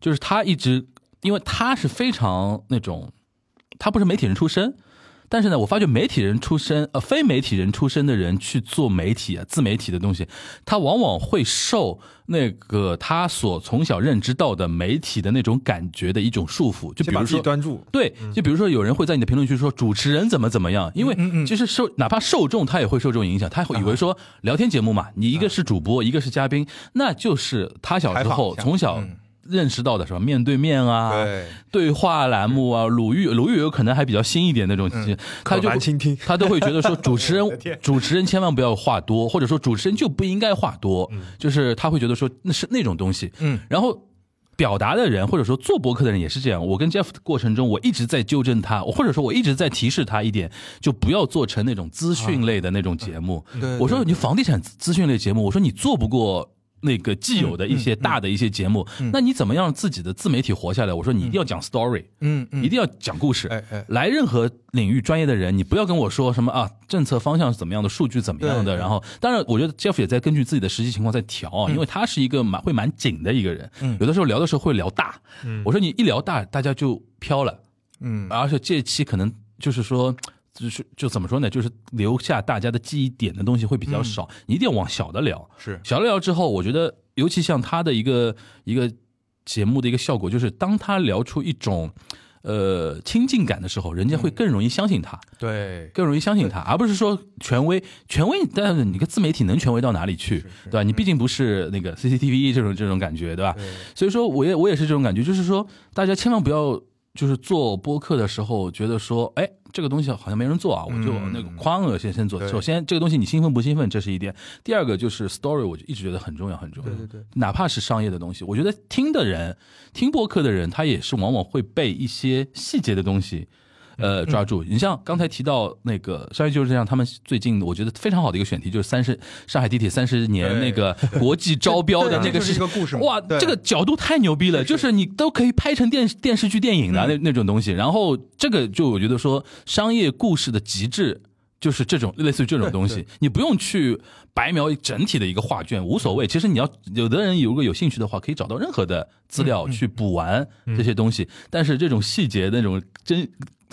Speaker 3: 就是他一直，因为他是非常那种，他不是媒体人出身。但是呢，我发觉媒体人出身，呃，非媒体人出身的人去做媒体、啊、自媒体的东西，他往往会受那个他所从小认知到的媒体的那种感觉的一种束缚。就比
Speaker 4: 先把
Speaker 3: 如
Speaker 4: 自己
Speaker 3: 说，
Speaker 4: 端住。
Speaker 3: 对，就比如说有人会在你的评论区说主持人怎么怎么样，因
Speaker 2: 嗯
Speaker 3: 为其实受哪怕受众他也会受众影响，他会以
Speaker 2: 啊
Speaker 3: 为说聊天节目嘛，你一个是主播，一个是嘉宾，那就是他小时候
Speaker 2: 嗯采访一下
Speaker 3: 从小
Speaker 2: 嗯
Speaker 3: 认识到的什么面对面啊，
Speaker 2: 对
Speaker 3: [laughs] 对话栏目
Speaker 4: 嗯
Speaker 3: 啊，鲁豫鲁豫有可能还比较新一点那种，他就
Speaker 4: 可
Speaker 3: 会
Speaker 4: 玩嗯倾听
Speaker 3: [laughs] 他都会觉得说主持
Speaker 4: [laughs]
Speaker 3: 人主持人千万不要话多，或者说主持人就不应该话多，
Speaker 4: 嗯
Speaker 3: 就是他会觉得说那是那种东西，
Speaker 2: 嗯，
Speaker 3: 然后。表达的人，或者说做播客的人也是这样。我跟 Jeff 的过程中，我一直在纠正他，或者说我一直在提示他一点，就不要做成那种资讯类的那种节目。
Speaker 4: 嗯
Speaker 2: 对
Speaker 3: 我说
Speaker 2: 对
Speaker 3: 你房地产资讯类节目，我说你做不过那个既有
Speaker 2: 嗯
Speaker 3: 的一些大的一些节目，那你怎么样自己的自媒体活下来？我说你一定要讲 story，
Speaker 2: 嗯嗯
Speaker 3: 一定要讲故事。
Speaker 2: 哎哎
Speaker 3: 来任何领域专业的人，你不要跟我说什么啊，政策方向是怎么样的，数据怎么样
Speaker 2: 对
Speaker 3: 的。
Speaker 2: 嗯
Speaker 3: 然后，当然，我觉得 Jeff 也在根据自己的实际情况在调啊，因为他是一个蛮会蛮紧的一个人，有的时候聊的时候会聊大。我说你一聊大，大家就飘了，
Speaker 2: 嗯
Speaker 3: 而且这一期可能就是说。就是就怎么说呢？就是留下大家的记忆点的东西会比
Speaker 2: 嗯
Speaker 3: 较少，你一定要往小的聊。
Speaker 2: 是
Speaker 3: 小了聊之后，我觉得尤其像他的一个一个节目的一个效果，就是当他聊出一种呃亲近感的时候，人家会更容易相信他，
Speaker 2: 对
Speaker 3: 更容易相信他，而不是说权威。权威，但是你个自媒体能权威到哪里去，对吧？你毕竟不是那个 CCTV 这种这种感觉，对吧？所以说，我也我也是这种感觉，就是说，大家千万不要就是做播客的时候觉得说，哎，这个东西好像没人做啊，我就那个框了先先做。
Speaker 2: 对
Speaker 3: 首先，这个东西你兴奋不兴奋，这是一点；第二个就是 story，我就一直觉得很重要，很重要。
Speaker 2: 对对对，
Speaker 3: 哪怕是商业的东西，我觉得听的人、听播客的人，他也是往往会被一些细节的东西。
Speaker 2: 嗯
Speaker 3: 呃，抓住你像刚才提到那个商业就是这样，他们最近我觉得非常好的一个选题就是三十上海地铁三十年
Speaker 2: 对
Speaker 3: 那个国际招标的
Speaker 2: 对
Speaker 3: 那
Speaker 2: 这
Speaker 3: 个
Speaker 2: 就是
Speaker 3: 事
Speaker 2: 一个故事嘛
Speaker 3: 哇，
Speaker 2: 对
Speaker 3: 这个角度太牛逼了，就是你都可以拍成电视电视剧、电影的那那种东西。然后这个就我觉得说商业故事的极致。就是这种类似于这种东西，你不用去白描整体的一个画卷，无所谓。其实你要有的人如果有兴趣的话，可以找到任何的资料去补完这些东西。但是这种细节那种真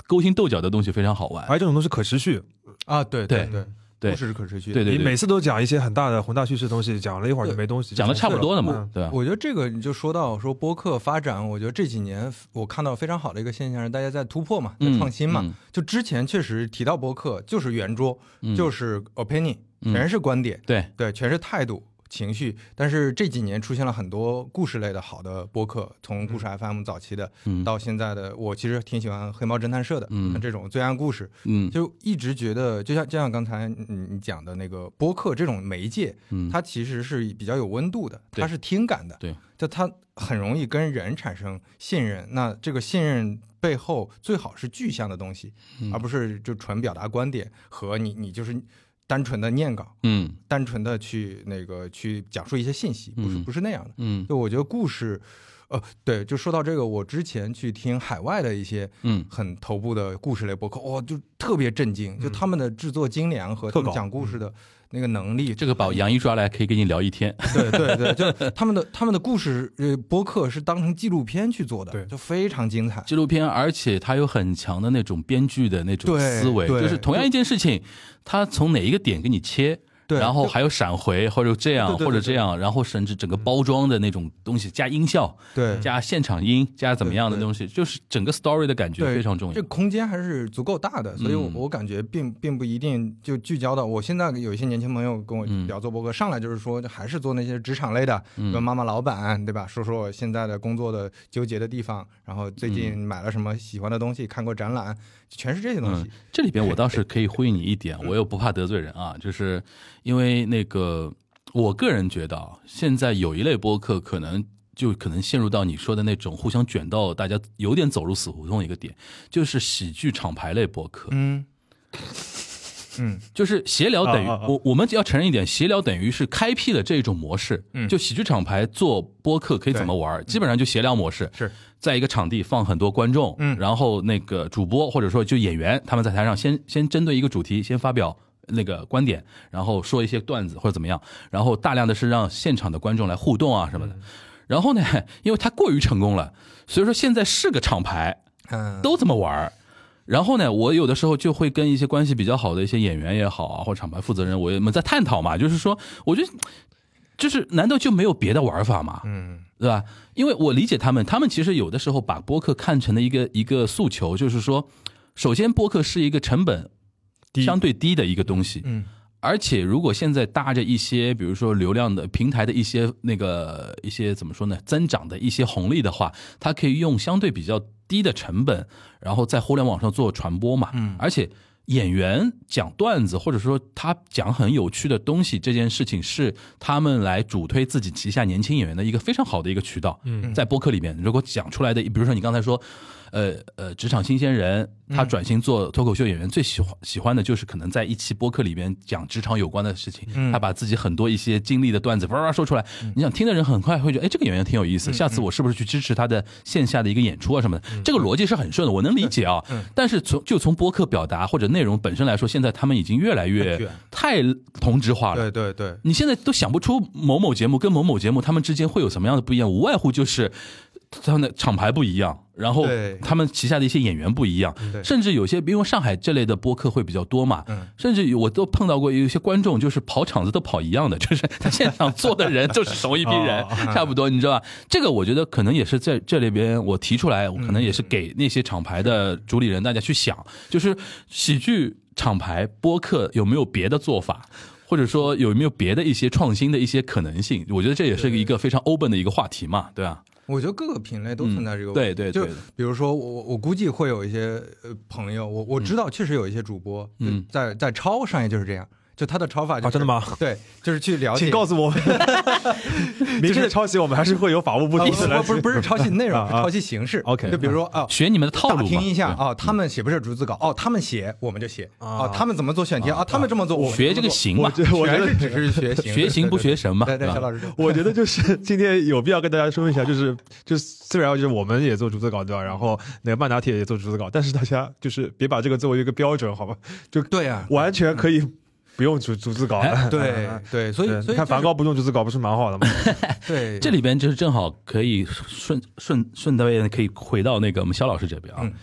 Speaker 3: 勾心斗角的东西非常好玩。
Speaker 4: 而这种东西可持续，
Speaker 2: 啊，对
Speaker 3: 对
Speaker 2: 对，
Speaker 3: 对
Speaker 2: 故事是可持续的。
Speaker 3: 对对
Speaker 4: 你
Speaker 3: 对，
Speaker 4: 每次都讲一些很大的宏大叙事的东西，讲了一会儿就
Speaker 2: 对
Speaker 4: 没东西，
Speaker 3: 讲的差不多了
Speaker 4: 了嗯
Speaker 3: 嘛，。对吧？
Speaker 2: 我觉得这个你就说到说播客发展，我觉得这几年我看到非常好的一个现象是大家在突破嘛，在
Speaker 3: 嗯
Speaker 2: 创新嘛。
Speaker 3: 嗯
Speaker 2: 就之前确实提
Speaker 3: 嗯
Speaker 2: 到播客就是圆桌，就是 opinion，全是观点，
Speaker 3: 对
Speaker 2: 对，全是态度。情绪。但是这几年出现了很多故事类的好的播客，从故事 FM 早期的、
Speaker 3: 嗯
Speaker 2: 到现在的，我其实挺喜欢黑猫侦探社的，
Speaker 3: 嗯
Speaker 2: 像这种罪案故事，
Speaker 3: 嗯
Speaker 2: 就一直觉得，就像就像刚才你你讲的那个播客这种媒介，
Speaker 3: 嗯，
Speaker 2: 它其实是比较有温度的，
Speaker 3: 对
Speaker 2: 它是听感的，
Speaker 3: 对，
Speaker 2: 就它很容易跟人产生信任。那这个信任背后最好是具象的东西，
Speaker 3: 嗯
Speaker 2: 而不是就纯表达观点和你你就是单纯的念稿，
Speaker 3: 嗯
Speaker 2: 单纯的去那个去讲述一些信息，不是
Speaker 3: 嗯
Speaker 2: 不是那样的。
Speaker 3: 嗯
Speaker 2: 就我觉得故事，呃，对，就说到这个，我之前去听海外的一些
Speaker 3: 嗯
Speaker 2: 很头部的故事类博客，哇、就特别震惊，就他们的制作精良和他
Speaker 4: 特
Speaker 2: 们
Speaker 4: 高
Speaker 2: 讲故事的那个能力，
Speaker 3: 嗯这个把杨一抓来可以跟你聊一
Speaker 2: [laughs]
Speaker 3: 天，
Speaker 2: 对对对，就他们的他们的故事呃播客是当成纪录片去做的，
Speaker 4: 对
Speaker 2: 就非常精彩。
Speaker 3: 纪录片，而且它有很强的那种编剧的那种
Speaker 2: 对
Speaker 3: 思维，
Speaker 2: 对
Speaker 3: 就是同样一件事情，它从哪一个点给你切，
Speaker 2: 对，
Speaker 3: 然后
Speaker 2: 就
Speaker 3: 还有闪回或者这样
Speaker 2: 对对对
Speaker 3: 或者这样，然后甚至整个包装的那种东西，加音效、
Speaker 2: 对
Speaker 3: 加现场音、加怎么样的
Speaker 2: 对对
Speaker 3: 东西，就是整个 story 的感觉
Speaker 2: 对
Speaker 3: 非常重
Speaker 2: 这
Speaker 3: 要。
Speaker 2: 空间还是足够大的，所以我
Speaker 3: 嗯
Speaker 2: 我感觉并并不一定就聚焦到。我现在有一些年轻朋友跟我
Speaker 3: 嗯
Speaker 2: 聊做播客，上来就是说还是做那些职场类的，
Speaker 3: 嗯
Speaker 2: 说妈妈老板对吧？说说我现在的工作的纠结的地方，然后最
Speaker 3: 嗯
Speaker 2: 近买了什么喜欢的东西，看过展览，全是这些东西
Speaker 3: 嗯。，这里边我倒是可以呼应你一点，我又不怕得罪人啊，就是因为那个，我个人觉得啊，现在有一类播客可能就可能陷入到你说的那种互相卷到大家有点走入死胡同一个点，就是喜剧厂牌类播客，
Speaker 2: 嗯嗯
Speaker 3: 就是闲聊等于
Speaker 4: 啊啊啊
Speaker 3: 我我们要承认一点，闲聊等于是开辟了这一种模式。
Speaker 2: 嗯
Speaker 3: 就喜剧厂牌做播客可以怎么玩儿，基本上就闲聊模式，
Speaker 2: 是
Speaker 3: 在一个场地放很多观众，
Speaker 2: 嗯
Speaker 3: 然后那个主播或者说就演员，他们在台上先先针对一个主题先发表。那个观点，然后说一些段子或者怎么样，然后大量的是让现场的观众来互动啊什么的。然后呢，因为他过于成功了，所以说现在是个厂牌，
Speaker 2: 嗯，
Speaker 3: 都这么玩儿。然后呢，我有的时候就会跟一些关系比较好的一些演员也好啊，或者厂牌负责人，我们在探讨嘛，就是说，我觉得，就是难道就没有别的玩法吗？
Speaker 2: 嗯
Speaker 3: 对吧？因为我理解他们，他们其实有的时候把播客看成了一个一个诉求，就是说，首先播客是一个成本
Speaker 4: 低
Speaker 3: 相对低的一个东西，
Speaker 2: 嗯
Speaker 3: 而且如果现在搭着一些，比如说流量的平台的一些那个一些怎么说呢，增长的一些红利的话，它可以用相对比较低的成本，然后在互联网上做传播嘛。
Speaker 2: 嗯
Speaker 3: 而且演员讲段子，或者说他讲很有趣的东西，这件事情是他们来主推自己旗下年轻演员的一个非常好的一个渠道。
Speaker 4: 嗯
Speaker 3: 在播客里面，如果讲出来的，比如说你刚才说，呃呃，职场新鲜人，他
Speaker 2: 嗯
Speaker 3: 转型做脱口秀演员，最喜欢喜欢的就是可能在一期播客里面讲职场有关的事情，
Speaker 2: 嗯
Speaker 3: 他把自己很多一些经历的段子叭叭说出来，你想听的人很快会觉得，哎，这个演员挺有意
Speaker 2: 嗯
Speaker 3: 思，下次我是不是去支持他的线下的一个演出啊什么的？这
Speaker 2: 嗯
Speaker 3: 个逻辑是很顺的，我能理解啊。但是从就从播客表达或者内容本身来说，现在他们已经越来
Speaker 2: 太
Speaker 3: 越
Speaker 2: 卷
Speaker 3: 太同质化了。
Speaker 2: 对对对，
Speaker 3: 你现在都想不出某某节目跟某某节目他们之间会有什么样的不一样，无外乎就是他们的厂牌不一样，然后
Speaker 2: 对嗯
Speaker 3: 他们旗下的一些演员不一样
Speaker 2: 对，
Speaker 3: 甚至有些因为上海这类的播客会比较多嘛，
Speaker 2: 嗯
Speaker 3: 甚至我都碰到过有一些观众就是跑场子都跑一样的，就是他现场做的人就是同一批人 [laughs]
Speaker 4: 哦，
Speaker 2: 嗯
Speaker 3: 差不多，你知道吧？这个我觉得可能也是在这里边我提出来，我可能也是
Speaker 2: 嗯
Speaker 3: 给那些厂牌的主理人大家去想，就是喜剧厂牌播客有没有别的做法？或者说有没有别的一些创新的一些可能性？我觉得这也是一个非常 open 的一个话题嘛，对吧？
Speaker 2: 我觉得各个品类都
Speaker 3: 嗯
Speaker 2: 存在这个问题。
Speaker 3: 对对
Speaker 2: 就
Speaker 3: 对的
Speaker 2: 比如说我我我估计会有一些呃朋友，我我知道确实有一些主播，
Speaker 3: 嗯
Speaker 2: 就在在抄商业就是这样，就他的抄法就是、
Speaker 4: 啊真的吗？
Speaker 2: [laughs] 对，就是去了解，
Speaker 4: 请告
Speaker 3: [laughs]
Speaker 4: 诉我们，明天的抄袭我们还是会有法务部
Speaker 2: 啊
Speaker 4: 的意思来
Speaker 2: 不不不不是抄袭内容，
Speaker 4: 啊
Speaker 2: 是
Speaker 4: 啊
Speaker 2: 抄袭形式。
Speaker 4: OK
Speaker 2: 就比如说啊。
Speaker 3: 学你们的套
Speaker 2: 打
Speaker 3: 路嘛。嗯
Speaker 2: 听一下
Speaker 3: 对
Speaker 2: 啊，他们写不是逐字稿哦，他们写我们就写
Speaker 4: 啊
Speaker 2: 啊，他们怎么做选题啊，他们这么做，我们
Speaker 3: 学
Speaker 2: 么
Speaker 3: 这个
Speaker 2: 做
Speaker 3: 行嘛，
Speaker 4: 我觉
Speaker 2: 全
Speaker 4: 得
Speaker 2: 是只是学形式，
Speaker 3: 学 [laughs] 行不
Speaker 2: 对对
Speaker 3: 学神嘛
Speaker 2: 对对，
Speaker 3: 啊
Speaker 2: 小老师说，
Speaker 4: 我觉得就是今天有必要跟大家说一下，就是就是虽然就是我们也做逐字稿对吧，然后那个曼达铁也做逐字稿，但是大家就是别把这个作为一个标准好吗？
Speaker 3: [laughs]
Speaker 4: 就
Speaker 2: 对啊，
Speaker 4: 完全可以不用逐逐字稿
Speaker 3: 哎
Speaker 4: [laughs] 了。
Speaker 2: 对对，所以
Speaker 4: 对
Speaker 2: 所以
Speaker 4: 你看
Speaker 2: 就是
Speaker 4: 梵高不用逐字稿不是蛮好
Speaker 3: [laughs]
Speaker 4: 的吗？
Speaker 2: 对
Speaker 3: 这里边就是正好可以顺顺顺带可以回到那个我们肖老师这边啊。
Speaker 2: 嗯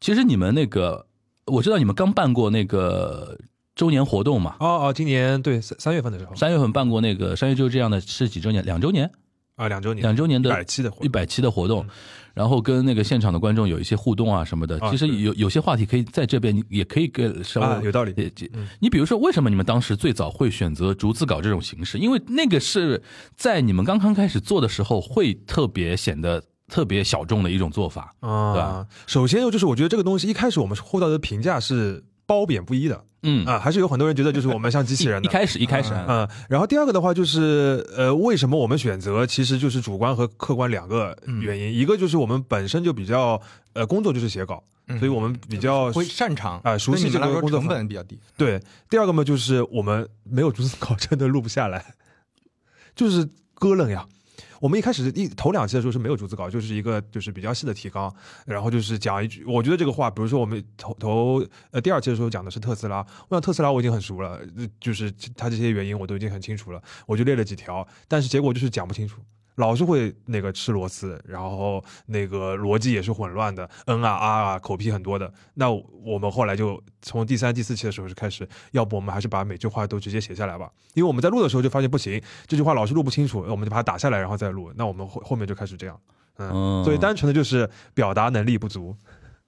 Speaker 3: 其实你们那个，我知道你们刚办过那个周年活动嘛，
Speaker 4: 哦哦，今年对三三月份的时候
Speaker 3: 三月份办过那个《商业周》这样的是几周年？两周年？
Speaker 4: 啊，两周年，
Speaker 3: 两周年的
Speaker 4: 百期的活动嗯
Speaker 3: 一百期的活动，然后跟那个现场的观众有一些互动啊什么的。
Speaker 4: 啊
Speaker 3: 其实
Speaker 4: 是
Speaker 3: 有有些话题可以在这边也可以给稍
Speaker 4: 啊
Speaker 3: 微
Speaker 4: 有道理
Speaker 3: 也也你比如说，为什么你们当时最早会选择逐字稿这种形式？因为那个是在你们刚刚开始做的时候，会特别显得特别小众的一种做法。对
Speaker 4: 啊
Speaker 3: 吧。
Speaker 4: 首先就是我觉得这个东西一开始我们获到的评价是褒贬不一的
Speaker 3: 嗯，
Speaker 4: 啊，还是有很多人觉得就是我们像机器人
Speaker 3: 一
Speaker 4: 的。
Speaker 3: 开始一开始，嗯
Speaker 4: 嗯，然后第二个的话就是，呃，为什么我们选择其实就是主观和客观两个
Speaker 3: 嗯
Speaker 4: 原因，一个就是我们本身就比较，呃，工作就是写稿，
Speaker 3: 嗯
Speaker 4: 所以我们比较
Speaker 2: 会擅长
Speaker 4: 啊熟悉
Speaker 2: 对你们
Speaker 4: 这个
Speaker 2: 来说
Speaker 4: 工作
Speaker 2: 成
Speaker 4: 方
Speaker 2: 本比较低。
Speaker 4: 对，第二个嘛，就是我们没有逐字稿，真的录不下来，就是割楞呀。我们一开始一头两期的时候是没有逐字稿，就是一个就是比较细的提纲，然后就是讲一句，我觉得这个话，比如说我们头头呃第二期的时候讲的是特斯拉，我想特斯拉我已经很熟了，呃就是它这些原因我都已经很清楚了，我就列了几条，但是结果就是讲不清楚。老是会那个吃螺丝，然后那个逻辑也是混乱的，嗯啊啊啊，口癖很多的。那我们后来就从第三、第四期的时候就开始，要不我们还是把每句话都直接写下来吧，因为我们在录的时候就发现不行，这句话老是录不清楚，我们就把它打下来然后再录。那我们后后面就开始这样，嗯，
Speaker 3: 嗯
Speaker 4: 所以单纯的就是表达能力不足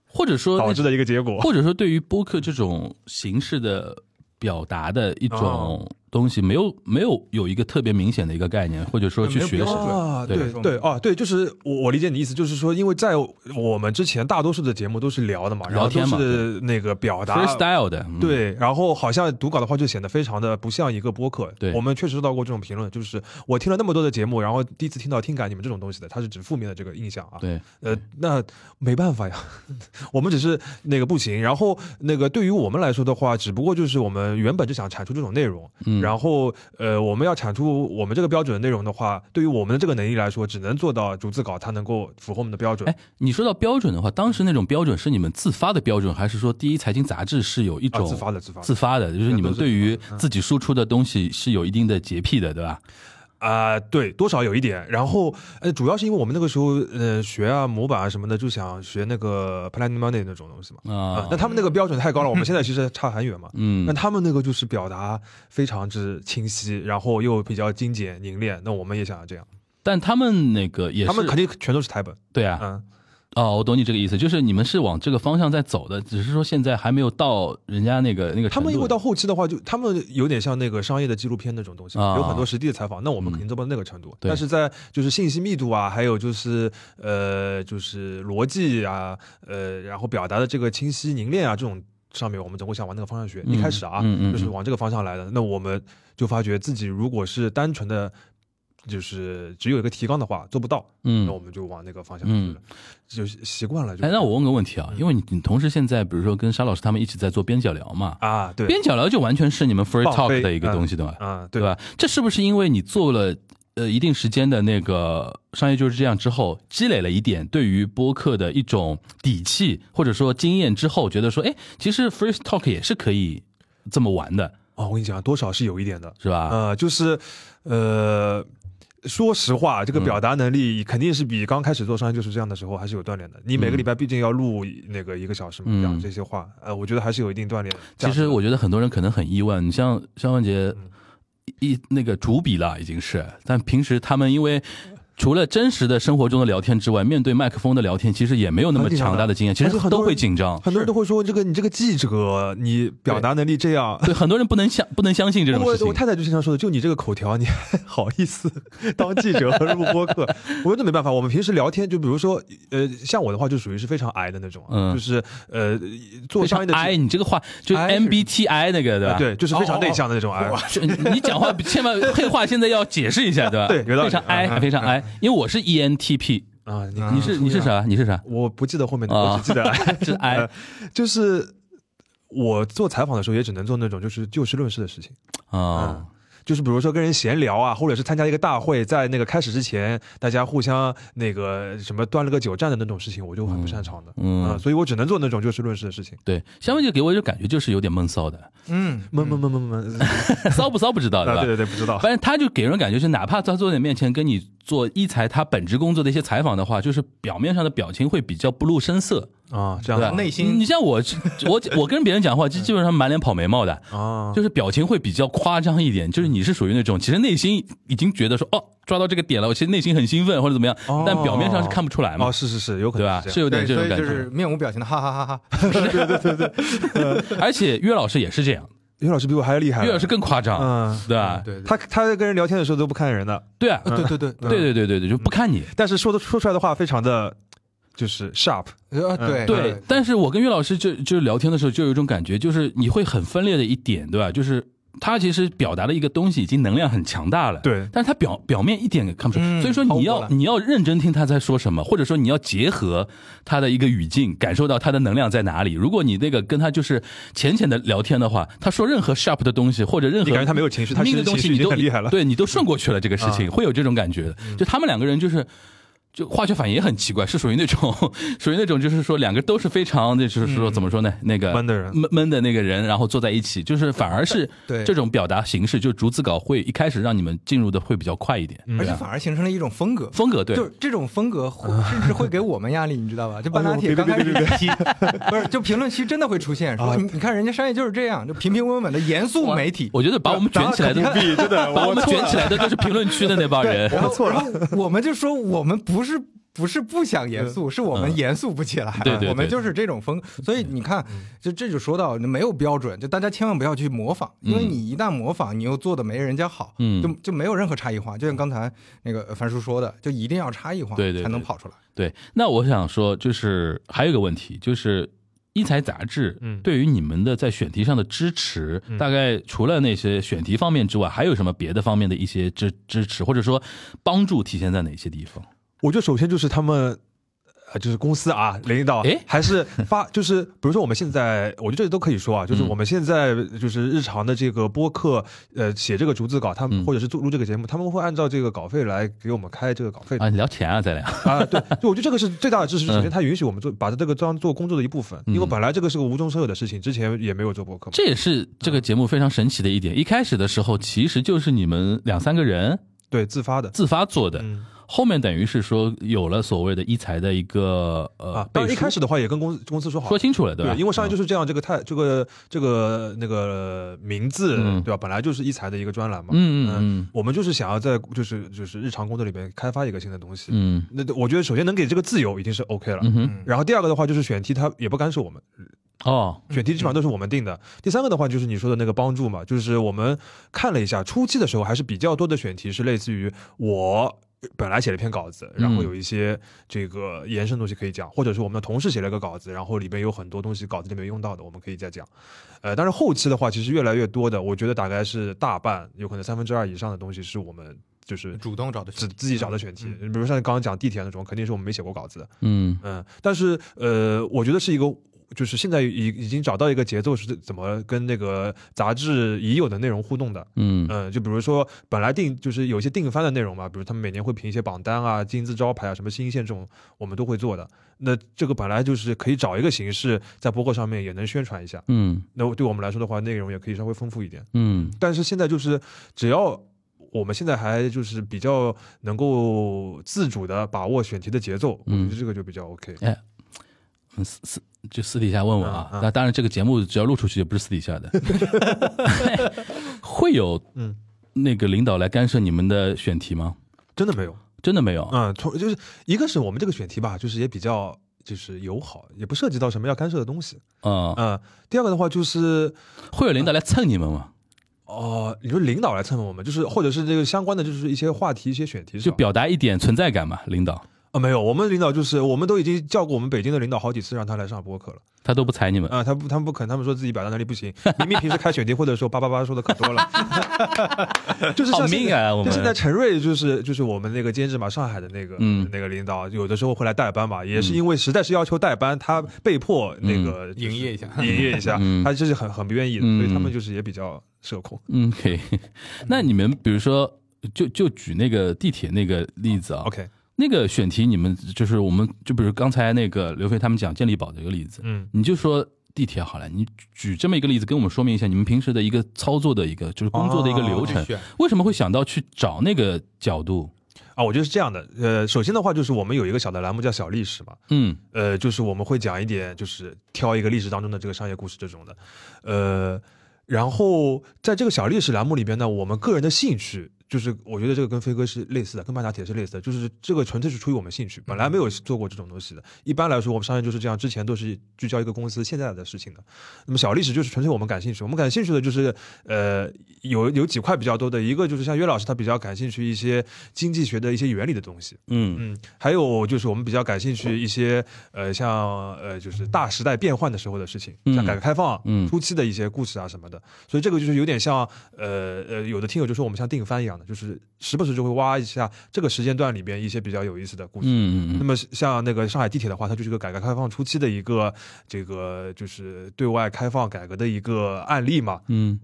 Speaker 3: 或者说哦
Speaker 4: 导
Speaker 3: 那
Speaker 4: 致的一个结果。
Speaker 3: 或者说对于播客这种形式的表达的一种
Speaker 4: 哦
Speaker 3: 东西，没有没有有一个特别明显的一个概念，或者说去
Speaker 2: 没有
Speaker 3: 学
Speaker 2: 标
Speaker 3: 习
Speaker 2: 准。
Speaker 4: 啊，
Speaker 3: 对
Speaker 4: 对对哦，对，就是我我理解你意思，就是说，因为在我们之前大多数的节目都是聊的嘛，然
Speaker 3: 聊
Speaker 4: 后都
Speaker 3: 天嘛
Speaker 4: 是那个表达
Speaker 3: freestyle 的，嗯，
Speaker 4: 对，然后好像读稿的话就显得非常的不像一个播客。
Speaker 3: 对
Speaker 4: 我们确实收到过这种评论，就是我听了那么多的节目，然后第一次听到听感你们这种东西的，它是指负面的这个印象啊。
Speaker 3: 对，
Speaker 4: 呃，那没办法呀， [laughs] 我们只是那个不行。然后那个对于我们来说的话，只不过就是我们原本就想产出这种内容，
Speaker 3: 嗯，
Speaker 4: 然后呃，我们要产出我们这个标准的内容的话，对于我们的这个能力来说，只能做到逐字稿它能够符合我们的标准。
Speaker 3: 哎，你说到标准的话，当时那种标准是你们自发的标准，还是说第一财经杂志是有一
Speaker 4: 啊，
Speaker 3: 种
Speaker 4: 自发的，自发的
Speaker 3: 自发的，就是你们
Speaker 4: 都是
Speaker 3: 对于
Speaker 4: 嗯
Speaker 3: 自己输出的东西是有一定的洁癖的，对吧？
Speaker 4: 啊、对，多少有一点。然后，呃，主要是因为我们那个时候，呃，学啊模板啊什么的，就想学那个 Planet Money 那种东西嘛。啊、
Speaker 3: 啊
Speaker 4: 那，他们那个标准太高了，我们现在其实差很
Speaker 3: [laughs]
Speaker 4: 远嘛。那
Speaker 3: 嗯，
Speaker 4: 他们那个就是表达非常之清晰，然后又比较精简凝练。那我们也想要这样，
Speaker 3: 但他们那个也是，
Speaker 4: 他们肯定全都是台本。
Speaker 3: 对啊，
Speaker 4: 嗯，
Speaker 3: 哦，我懂你这个意思，就是你们是往这个方向在走的，只是说现在还没有到人家那个那个程度。
Speaker 4: 他们因为到后期的话，就他们有点像那个商业的纪录片那种东西，
Speaker 3: 啊
Speaker 4: 有很多实地的采访。那我们
Speaker 3: 嗯
Speaker 4: 肯定做不到那个程度，
Speaker 3: 对
Speaker 4: 但是在就是信息密度啊，还有就是呃，就是逻辑啊，呃，然后表达的这个清晰凝练啊这种上面，我们总会想往那个方向学。
Speaker 3: 嗯
Speaker 4: 一开始啊，
Speaker 3: 嗯嗯
Speaker 4: 就是
Speaker 3: 嗯
Speaker 4: 往这个方向来的。那我们就发觉自己如果是单纯的。就是只有一个提纲的话做不到，
Speaker 3: 嗯
Speaker 4: 那我们就往那个方向去了，就是习惯了就。
Speaker 3: 哎，那我问个问题啊，
Speaker 4: 嗯
Speaker 3: 因为你你同时现在比如说跟沙老师他们一起在做边角聊嘛，
Speaker 4: 啊，对，
Speaker 3: 边角聊就完全是你们 free
Speaker 4: 放
Speaker 3: talk
Speaker 4: 飞
Speaker 3: 的一个东西，对吧？
Speaker 4: 啊，
Speaker 3: 对吧？这是不是因为你做了呃一定时间的那个商业就是这样之后，积累了一点对于播客的一种底气或者说经验之后，觉得说，哎，其实 free talk 也是可以这么玩的，
Speaker 4: 哦，我跟你讲，多少是有一点的，
Speaker 3: 是吧？
Speaker 4: 呃，就是，呃，说实话，这个表达能
Speaker 3: 嗯
Speaker 4: 力肯定是比刚开始做商业就是这样的时候还是有锻炼的。你每个礼拜毕竟要录那个一个小时嘛，
Speaker 3: 嗯
Speaker 4: 讲这些话，呃，我觉得还是有一定锻炼的价值的。
Speaker 3: 其实我觉得很多人可能很意外，你像
Speaker 4: 嗯
Speaker 3: 肖万杰一那个主笔了已经是，但平时他们因为。除了真实的生活中的聊天之外，面对麦克风的聊天，其实也没有那么
Speaker 4: 很紧张
Speaker 3: 强大的经验，其实
Speaker 4: 而且很多
Speaker 3: 都会
Speaker 4: 人
Speaker 3: 紧张。
Speaker 4: 很多人都会说，这个你这个记者，你表达能力这样。 [laughs]
Speaker 3: 对，很多人不能相不能相信这种
Speaker 4: 我
Speaker 3: 事情
Speaker 4: 我。太太就经常说的，就你这个口条，你还好意思 [laughs] 当记者和录播客？我说这没办法，我们平时聊天，就比如说，呃，像我的话就属于是非常矮的那种啊，
Speaker 3: 嗯
Speaker 4: 就是呃，做
Speaker 3: 非常
Speaker 4: 商业的呃
Speaker 3: 哀，你这个话就是
Speaker 2: I 是
Speaker 3: MBTI 那个对吧？
Speaker 4: 啊
Speaker 3: 哦
Speaker 4: 对，就是非常内向的那种啊。
Speaker 3: 你你讲话千万黑话现在要解释一下对吧？
Speaker 4: [laughs] 对有道
Speaker 3: 非
Speaker 4: 理
Speaker 3: 常 I 非常 I，因为我是 E ENTP，
Speaker 4: 啊，你
Speaker 3: 你是你是？啥？你是啥？
Speaker 4: 我不记得后面的，
Speaker 3: 嗯啊
Speaker 4: 我只记 [laughs] 得呃
Speaker 3: 是 I
Speaker 4: 就是我做采访的时候也只能做那种就是就事论事的事情，
Speaker 3: 啊，
Speaker 4: 就是比如说跟人闲聊啊，或者是参加一个大会，在那个开始之前大家互相那个什么端了个酒战的那种事情，我就很不擅长的，啊
Speaker 3: 嗯
Speaker 4: 所以我只能做那种就事论事的事情。
Speaker 3: 对，肖文就给我一种感觉就是有点闷骚
Speaker 4: [laughs]
Speaker 3: 的，
Speaker 2: 嗯，
Speaker 4: 闷闷闷闷闷，
Speaker 3: 嗯骚不骚不知道对
Speaker 4: 啊，
Speaker 3: 吧
Speaker 4: 对？对对，不
Speaker 3: [laughs]
Speaker 4: 知道。
Speaker 3: 反正他就给人感觉是，哪怕在坐在你面前跟你做一财他本职工作的一些采访的话，就是表面上的表情会比较不露声色，
Speaker 4: 啊，这
Speaker 3: 对吧
Speaker 4: 样
Speaker 2: 那内心
Speaker 3: 你像我，我我跟别人讲话，基基本上满脸跑眉毛的，
Speaker 4: 啊，
Speaker 3: 就是表情会比较夸张一点，就是你是属于那种其实内心已经觉得说哦抓到这个点了，我其实内心很兴奋或者怎么样
Speaker 4: 哦，
Speaker 3: 但表面上是看不出来嘛
Speaker 4: 哦，，是是是，有可
Speaker 3: 对
Speaker 4: 能
Speaker 3: 吧？
Speaker 4: 是
Speaker 3: 是
Speaker 4: 这样
Speaker 3: 有
Speaker 2: 对，
Speaker 3: 点这
Speaker 2: 所
Speaker 3: 种
Speaker 2: 以
Speaker 3: 感
Speaker 2: 就是
Speaker 3: 觉。
Speaker 2: 面无表情的哈哈哈哈。
Speaker 3: 而且岳老师也是这样，
Speaker 4: 岳老师比我还要厉害，
Speaker 3: 岳老师更夸张，
Speaker 4: 嗯，
Speaker 3: 对吧？
Speaker 2: 对对
Speaker 4: 他他跟人聊天的时候都不看人的，
Speaker 3: 对啊，
Speaker 2: 对对对对
Speaker 3: 对对对对对，就不看你。
Speaker 4: 但是说的说出来的话非常的就是 sharp，
Speaker 2: 呃对
Speaker 3: 对，嗯但是我跟岳老师就就聊天的时候，就有一种感觉，就是你会很分裂的一点，对吧？就是他其实表达的一个东西已经能量很强大了，
Speaker 4: 对
Speaker 3: 但是他表表面一点也看不出来，
Speaker 2: 嗯
Speaker 3: 所以说
Speaker 2: 透
Speaker 3: 你
Speaker 2: 过
Speaker 3: 要
Speaker 2: 了
Speaker 3: 你要认真听他在说什么，或者说你要结合他的一个语境，感受到他的能量在哪里。如果你那个跟他就是浅浅的聊天的话，他说任何 sharp 的东西或者任
Speaker 4: 你
Speaker 3: 何
Speaker 4: 感觉他没有情绪，他其
Speaker 3: 那个
Speaker 4: 实
Speaker 3: 东
Speaker 4: 情
Speaker 3: 西
Speaker 4: 绪
Speaker 3: 你
Speaker 4: 已经
Speaker 3: 都
Speaker 4: 很嗯厉害了，
Speaker 3: 对你都顺过去了这个事情，会有这种感觉的。就他们两个人就是。就化学反应也很奇怪，是属于那种， [laughs] 属于那种，就是说两个都是非常，那就是说怎么说呢？那个
Speaker 4: 嗯闷的人
Speaker 3: 闷闷的那个人，然后坐在一起，就是反而是
Speaker 2: 对
Speaker 3: 这种表达形式，就逐字稿会一开始让你们进入的会比较快一点，啊
Speaker 2: 而且反而形成了一种风格。
Speaker 3: 风格
Speaker 2: 嗯
Speaker 3: 对嗯
Speaker 2: 就，是这种风格会，甚至会给我们压力，你知
Speaker 3: [laughs]
Speaker 2: 道吧？就半
Speaker 4: 哎
Speaker 2: 打
Speaker 4: 呦
Speaker 2: 铁
Speaker 4: 别
Speaker 2: 刚
Speaker 4: 别
Speaker 2: 开始
Speaker 3: 哦
Speaker 4: 别
Speaker 2: 批， [laughs] 不是，就评论区真的会出现
Speaker 3: 啊
Speaker 2: 说，你你看人家商业就是这样，就平平稳稳的严肃媒体。
Speaker 3: 我觉得把我们卷起来
Speaker 2: [laughs]
Speaker 3: 的，
Speaker 4: 真的
Speaker 3: [laughs] 把我们卷起来的都是评论区的那帮人， [laughs]
Speaker 2: 然后然后我们就说我们不是不是不想严肃，是我们严肃不起来，
Speaker 3: 嗯对对对嗯
Speaker 2: 我们就是这种风。所以你看，就这就说到没有标准，就大家千万不要去模仿，因为你一旦模仿，你又做的没人家好，
Speaker 3: 嗯
Speaker 2: 就就没有任何差异化。就像刚才那个樊叔说的，就一定要差异化，
Speaker 3: 对对对
Speaker 2: 才能跑出来。
Speaker 3: 对，那我想说，就是还有一个问题，就是一财杂志
Speaker 4: 嗯
Speaker 3: 对于你们的在选题上的支持，
Speaker 2: 嗯
Speaker 3: 大概除了那些选题方面之外，还有什么别的方面的一些支支持，或者说帮助体现在哪些地方？
Speaker 4: 我觉得首先就是他们。呃，就是公司啊，领导
Speaker 3: 诶
Speaker 4: 还是发， [laughs] 就是比如说我们现在，我觉得这都可以说啊，就是
Speaker 3: 嗯
Speaker 4: 我们现在就是日常的这个播客，呃，写这个逐字稿，他们
Speaker 3: 嗯
Speaker 4: 或者是做录这个节目，他们会按照这个稿费来给我们开这个稿费的
Speaker 3: 啊，聊钱啊，咱俩，
Speaker 4: 啊，对，就我觉得这个是最大的支持。
Speaker 3: [laughs] 嗯
Speaker 4: 首先，它允许我们做把这个当做工作的一部分，因为本来这个是个无中生有的事情，之前也没有做博客嘛。
Speaker 3: 这也是这个节目非常神奇的一点。一开始的时候，其实就是你们两三个人
Speaker 4: 对，自发的。
Speaker 3: 自发做的，
Speaker 4: 嗯
Speaker 3: 后面等于是说有了所谓的一财的一个呃
Speaker 4: 啊，当然
Speaker 3: 背
Speaker 4: 一
Speaker 3: 书
Speaker 4: 开始的话也跟公司公司说好
Speaker 3: 说，清楚了，吧？
Speaker 4: 对，因为商业
Speaker 3: 嗯
Speaker 4: 就是这样，这个态这个这个那个名字
Speaker 3: 嗯
Speaker 4: 对吧？本来就是一财的一个专栏嘛。
Speaker 3: 嗯嗯嗯
Speaker 4: 我们就是想要在就是就是日常工作里面开发一个新的东西。
Speaker 3: 嗯
Speaker 4: 那我觉得首先能给这个自由已经是 OK 了。
Speaker 3: 嗯哼
Speaker 4: 然后第二个的话就是选题，它也不干涉我们，
Speaker 3: 哦
Speaker 4: 选题基本上都是我们定的。第三个的话就是你说的那个帮助嘛，就是我们看了一下，初期的时候还是比较多的选题是类似于我。本来写了一篇稿子，然
Speaker 2: 嗯
Speaker 4: 后有一些这个延伸的东西可以讲，或者是我们的同事写了一个稿子，然后里面有很多东西稿子里面用到的，我们可以再讲。呃，但是后期的话，其实越来越多的，我觉得大概是大半，有可能三分之二以上的东西是我们就是
Speaker 2: 主动找的嗯
Speaker 4: 自自己找的选题，比如像刚刚讲地铁那种，肯定是我们没写过稿子的。
Speaker 3: 嗯
Speaker 4: 嗯，但是呃，我觉得是一个，就是现在已已经找到一个节奏是怎么跟那个杂志已有的内容互动的。
Speaker 3: 嗯
Speaker 4: 嗯，就比如说本来定就是有一些定番的内容嘛，比如他们每年会评一些榜单啊、金字招牌啊、什么新线这种，我们都会做的。那这个本来就是可以找一个形式在博客上面也能宣传一下。
Speaker 3: 嗯
Speaker 4: 那对我们来说的话，内容也可以稍微丰富一点。
Speaker 3: 嗯
Speaker 4: 但是现在就是只要我们现在还就是比较能够自主的把握选题的节奏，我觉
Speaker 3: 嗯
Speaker 4: 得这个就比较 OK。
Speaker 3: 嗯，私私就私底下问问啊。
Speaker 4: 嗯嗯
Speaker 3: 那当然，这个节目只要录出去，也不是私底下的，会有
Speaker 4: 嗯
Speaker 3: 那个领导来干涉你们的选题吗？
Speaker 4: 真的没有。
Speaker 3: 真的没有。
Speaker 4: 嗯，从就是一个是我们这个选题吧，就是也比较就是友好，也不涉及到什么要干涉的东西。
Speaker 3: 嗯，
Speaker 4: 嗯，第二个的话就是
Speaker 3: 会有领导来蹭你们吗？
Speaker 4: 哦、你说领导来蹭我们，就是或者是这个相关的就是一些话题、一些选题
Speaker 3: 就
Speaker 4: 上
Speaker 3: 表达一点存在感嘛，领导
Speaker 4: 啊、没有，我们领导就是我们都已经叫过我们北京的领导好几次让他来上播客了
Speaker 3: 他都不睬你们。
Speaker 4: 啊、他不他们不肯，他们说自己表达能力不行，明明平时开选题会的时候叭叭叭说的可多了， [laughs]
Speaker 3: [laughs]
Speaker 4: 就是
Speaker 3: 好
Speaker 4: 像现
Speaker 3: 敏
Speaker 4: 在
Speaker 3: 感啊，我
Speaker 4: 就
Speaker 3: 们
Speaker 4: 现在陈瑞就是就是我们那个监制嘛，上海的那个、
Speaker 3: 嗯
Speaker 4: 那个领导，有的时候会来代班嘛，也是因为实在是要求代班，他被迫那个、就是
Speaker 2: 营业一下
Speaker 4: 营业一下，
Speaker 3: [laughs] 嗯
Speaker 4: 他就是很很不愿意的，
Speaker 3: 嗯
Speaker 4: 所以他们就是也比较社恐。
Speaker 3: 嗯，可以。 [laughs] 那你们比如说，就就举那个地铁那个例子啊
Speaker 4: 哦 OK，
Speaker 3: 那个选题你们就是我们就比如刚才那个刘飞他们讲健力宝的一个例子，
Speaker 4: 嗯，
Speaker 3: 你就说地铁好了，你举举这么一个例子，跟我们说明一下你们平时的一
Speaker 4: 哦
Speaker 2: 哦
Speaker 3: 个操作的一个就是工作的一个流程，
Speaker 2: 去选
Speaker 3: 为什么会想到去找那个角度？
Speaker 4: 啊，我觉得是这样的。呃，首先的话就是我们有一个小的栏目叫小历史嘛，
Speaker 3: 嗯
Speaker 4: 呃，就是我们会讲一点，就是挑一个历史当中的这个商业故事这种的，呃，然后在这个小历史栏目里边呢，我们个人的兴趣，就是我觉得这个跟飞哥是类似的，跟半打铁是类似的，就是这个纯粹是出于我们兴趣，本来没有做过这种东西的。一般来说，我们商业就是这样，之前都是聚焦一个公司现在的事情的。那么小历史就是纯粹我们感兴趣，我们感兴趣的就是呃，有有几块比较多的，一个就是像岳老师他比较感兴趣一些经济学的一些原理的东西，
Speaker 3: 嗯
Speaker 4: 嗯，还有就是我们比较感兴趣一些呃，像呃，就是大时代变换的时候的事情，
Speaker 3: 嗯
Speaker 4: 像改革开放
Speaker 3: 嗯
Speaker 4: 初期的一些故事啊什么的。所以这个就是有点像呃呃，有的听友就说我们像定番一样的，就是时不时就会挖一下这个时间段里边一些比较有意思的故事。
Speaker 3: 嗯
Speaker 4: 那
Speaker 3: 嗯
Speaker 4: 么像那个上海地铁的话，它就是一个改革开放初期的一个这个就是对外开放改革的一个案例嘛，
Speaker 3: 嗯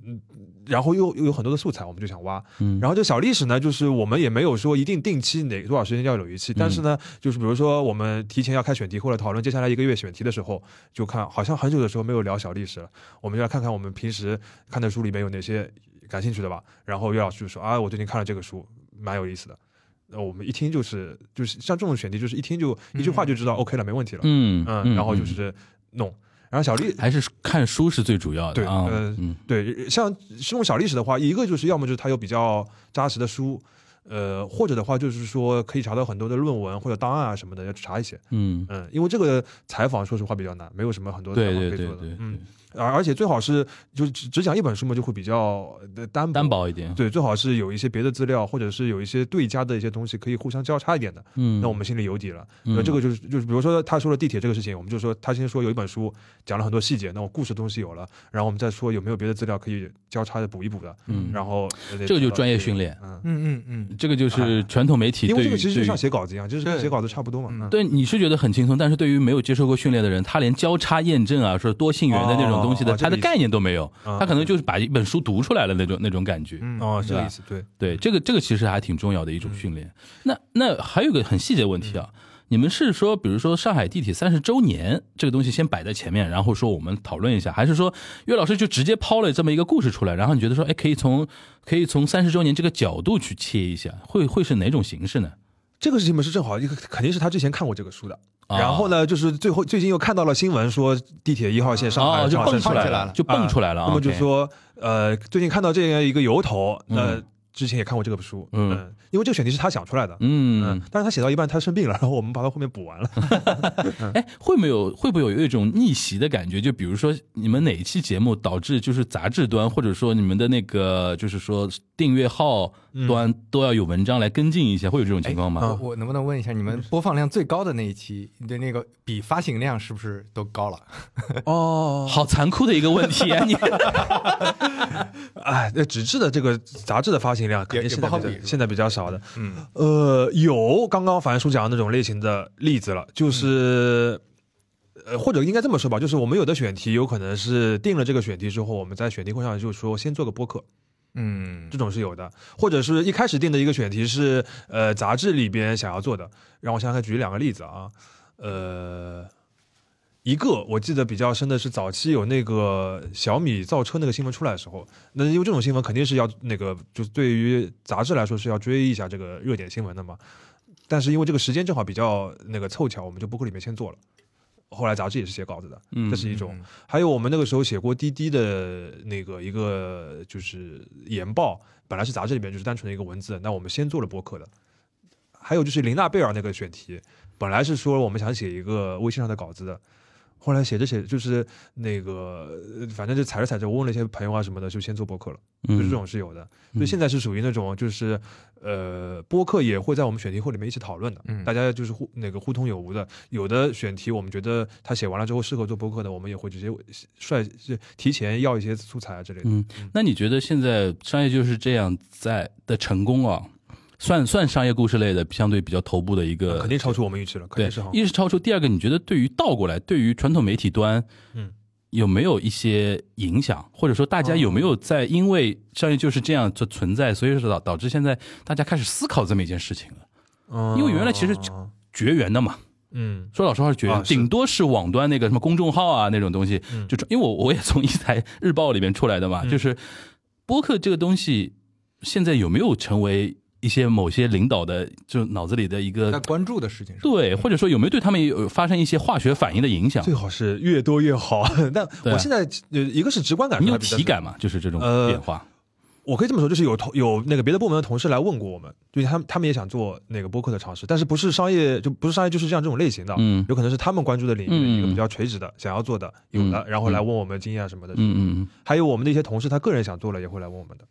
Speaker 4: 然后又又有很多的素材，我们就想挖。
Speaker 3: 嗯，
Speaker 4: 然后这小历史呢，就是我们也没有说一定定期哪多少时间要有一期，但是呢，就是比如说我们提前要开选题或者讨论接下来一个月选题的时候，就看好像很久的时候没有聊小历史了，我们就来看看我们平时看的书里面有哪些感兴趣的吧。然后岳老师就说啊，我最近看了这个书，蛮有意思的。那我们一听就是就是像这种选题，就是一听就一句话就知道 OK 了，没问题了。
Speaker 3: 嗯
Speaker 4: 嗯，然后就是弄。然后小历
Speaker 3: 还是看书是最主要的
Speaker 4: 对
Speaker 3: 啊，
Speaker 4: 呃
Speaker 3: 嗯
Speaker 4: 对，像这种小历史的话，一个就是要么就是它有比较扎实的书，呃，或者的话就是说可以查到很多的论文或者档案啊什么的，要去查一些。
Speaker 3: 嗯，
Speaker 4: 嗯，因为这个采访说实话比较难，没有什么很多采
Speaker 3: 对
Speaker 4: 访可以
Speaker 3: 对
Speaker 4: 做的。
Speaker 3: 对对，
Speaker 4: 嗯，而而且最好是就只只讲一本书嘛，就会比较呃单薄
Speaker 3: 单。薄一点，
Speaker 4: 对，最好是有一些别的资料，或者是有一些对家的一些东西可以互相交叉一点的，
Speaker 3: 嗯，
Speaker 4: 那我们心里有底了。
Speaker 3: 嗯
Speaker 4: 呃那这个就是就是，比如说他说了地铁这个事情，我们就说他先说有一本书讲了很多细节，那我故事东西有了，然后我们再说有没有别的资料可以交叉的补一补的，
Speaker 3: 嗯
Speaker 4: 然后呃
Speaker 3: 这个就是专业训练，
Speaker 4: 嗯，
Speaker 2: 嗯嗯嗯，
Speaker 3: 这个就是传统媒体
Speaker 4: 哎因为
Speaker 3: 对
Speaker 4: 这
Speaker 3: 于
Speaker 4: 个其实就
Speaker 3: 对于
Speaker 4: 像写稿子一样，就是跟
Speaker 2: 对
Speaker 4: 写稿子差不多嘛，
Speaker 2: 嗯
Speaker 4: 嗯
Speaker 3: 对，你是觉得很轻松，但是对于没有接受过训练的人，他连交叉验证啊，说多性缘的那种东西的，
Speaker 4: 哦哦这
Speaker 3: 他
Speaker 4: 个
Speaker 3: 的
Speaker 4: 意思
Speaker 3: 概念都没有，
Speaker 4: 嗯
Speaker 3: 他可能就是把一本书读出来了那种那种感觉。
Speaker 2: 嗯
Speaker 4: 哦，这
Speaker 3: 对
Speaker 4: 个
Speaker 3: 吧
Speaker 4: 意思，对，
Speaker 3: 对，这个这个其实还挺重要的一种训练。那那还有一个很细节的问题啊，你们是说，比如说上海地铁三十周年这个东西先摆在前面，然后说我们讨论一下，还是说岳老师就直接抛了这么一个故事出来，然后你觉得说，哎，可以从可以从三十周年这个角度去切一下，会会是哪种形式呢？
Speaker 4: 这个事情嘛是正好，一个肯定是他之前看过这个书的，
Speaker 3: 啊
Speaker 4: 然后呢，就是最后最近又看到了新闻说地铁一号线上海
Speaker 3: 哦，就
Speaker 4: 正好
Speaker 3: 蹦
Speaker 4: 在
Speaker 3: 出
Speaker 4: 上
Speaker 3: 来
Speaker 4: 海
Speaker 3: 了，就蹦出来了啊。
Speaker 4: 那么就
Speaker 3: OK
Speaker 4: 说，呃，最近看到这样一个由头，那、
Speaker 3: 嗯
Speaker 4: 之前也看过这个书，
Speaker 3: 嗯
Speaker 4: 因为这个选题是他想出来的，
Speaker 3: 嗯，
Speaker 4: 但是他写到一半他生病了，然后我们把他后面补完了。
Speaker 3: 哎，会没有会不会有一种逆袭的感觉？就比如说你们哪一期节目导致就是杂志端或者说你们的那个就是说订阅号
Speaker 4: 嗯
Speaker 3: 端都要有文章来跟进一下，会有这种情况
Speaker 4: 哎呃
Speaker 3: 吗？
Speaker 2: 我我能不能问一下，你们
Speaker 3: 嗯
Speaker 2: 播放量最高的那一期，你的那个比发行量是不是都高了？
Speaker 4: 哦，
Speaker 3: 好残酷的一个问题啊！你
Speaker 4: [laughs] 哎，那纸质的这个杂志的发行量肯
Speaker 2: 也
Speaker 4: 定现在
Speaker 2: 也不好
Speaker 4: 比较
Speaker 2: 比是吧
Speaker 4: 现在比较少的。
Speaker 2: 嗯
Speaker 4: 呃，有刚刚樊叔讲的那种类型的例子了，
Speaker 2: 嗯
Speaker 4: 就是。呃，或者应该这么说吧，就是我们有的选题有可能是定了这个选题之后，我们在选题会上就说先做个播客，
Speaker 2: 嗯
Speaker 4: 这种是有的，或者是一开始定的一个选题是呃杂志里边想要做的，让我想想看，举两个例子啊，呃，一个我记得比较深的是早期有那个小米造车那个新闻出来的时候，那因为这种新闻肯定是要那个就是对于杂志来说是要追一下这个热点新闻的嘛，但是因为这个时间正好比较那个凑巧，我们就播客里面先做了，后来杂志也是写稿子的，
Speaker 3: 嗯
Speaker 4: 这是一种。
Speaker 2: 嗯
Speaker 4: 还有我们那个时候写过滴滴的那个一个就是研报，本来是杂志里面就是单纯的一个文字，那我们先做了播客的。还有就是林娜贝尔那个选题，本来是说我们想写一个微信上的稿子的，后来写着写着就是那个，呃反正就踩着踩着，我问了一些朋友啊什么的，就先做播客了。 [laughs]
Speaker 3: 嗯
Speaker 4: 就是这种是有的。所以现在是属于那种就是呃，播客也会在我们选题会里面一起讨论的，
Speaker 2: 嗯
Speaker 4: 大家就是互那个互通有无的。有的选题我们觉得他写完了之后适合做播客的，我们也会直接率是提前要一些素材啊之类的。
Speaker 3: 嗯，那你觉得现在商业就是这样在的成功啊，算算商业故事类的相对比较头部的一个
Speaker 4: 肯定超出我们预期了，肯
Speaker 3: 对
Speaker 4: 定是，好。
Speaker 3: 一是超出，第二个你觉得对于倒过来，对于传统媒体端，
Speaker 4: 嗯，
Speaker 3: 有没有一些影响，或者说大家有没有在因为商业就是这样就存在，所以说导导致现在大家开始思考这么一件事情了，
Speaker 4: 嗯
Speaker 3: 因为原来其实绝缘的嘛，
Speaker 4: 嗯
Speaker 3: 说老实话是绝缘，
Speaker 4: 啊是
Speaker 3: 顶多是网端那个什么公众号啊那种东西，
Speaker 4: 嗯
Speaker 3: 就因为我我也从一台日报里面出来的嘛，
Speaker 4: 嗯
Speaker 3: 就是播客这个东西现在有没有成为一些某些领导的就脑子里的一
Speaker 2: 在
Speaker 3: 个
Speaker 2: 关注的事情上，
Speaker 3: 呃对，或者说有没有对他们有发生一些化学反应的影响
Speaker 4: 最？好是越多越好。但
Speaker 3: 对啊
Speaker 4: 我现在呃，一个是直观感受，
Speaker 3: 你有体感吗？就是这种
Speaker 4: 呃
Speaker 3: 变化，
Speaker 4: 我可以这么说，就是有同有那个别的部门的同事来问过我们，就是他们他们也想做那个播客的尝试，但是不是商业就不是商业就是这样这种类型的，
Speaker 3: 嗯
Speaker 4: 有可能是他们关注的领域的
Speaker 3: 嗯
Speaker 4: 一个比较垂直的、想要做的有的，
Speaker 3: 嗯
Speaker 4: 然后来问我们经验啊什么
Speaker 3: 嗯
Speaker 4: 的，
Speaker 3: 嗯嗯，
Speaker 4: 还有我们的一些同事他个人想做了也会来问我们的。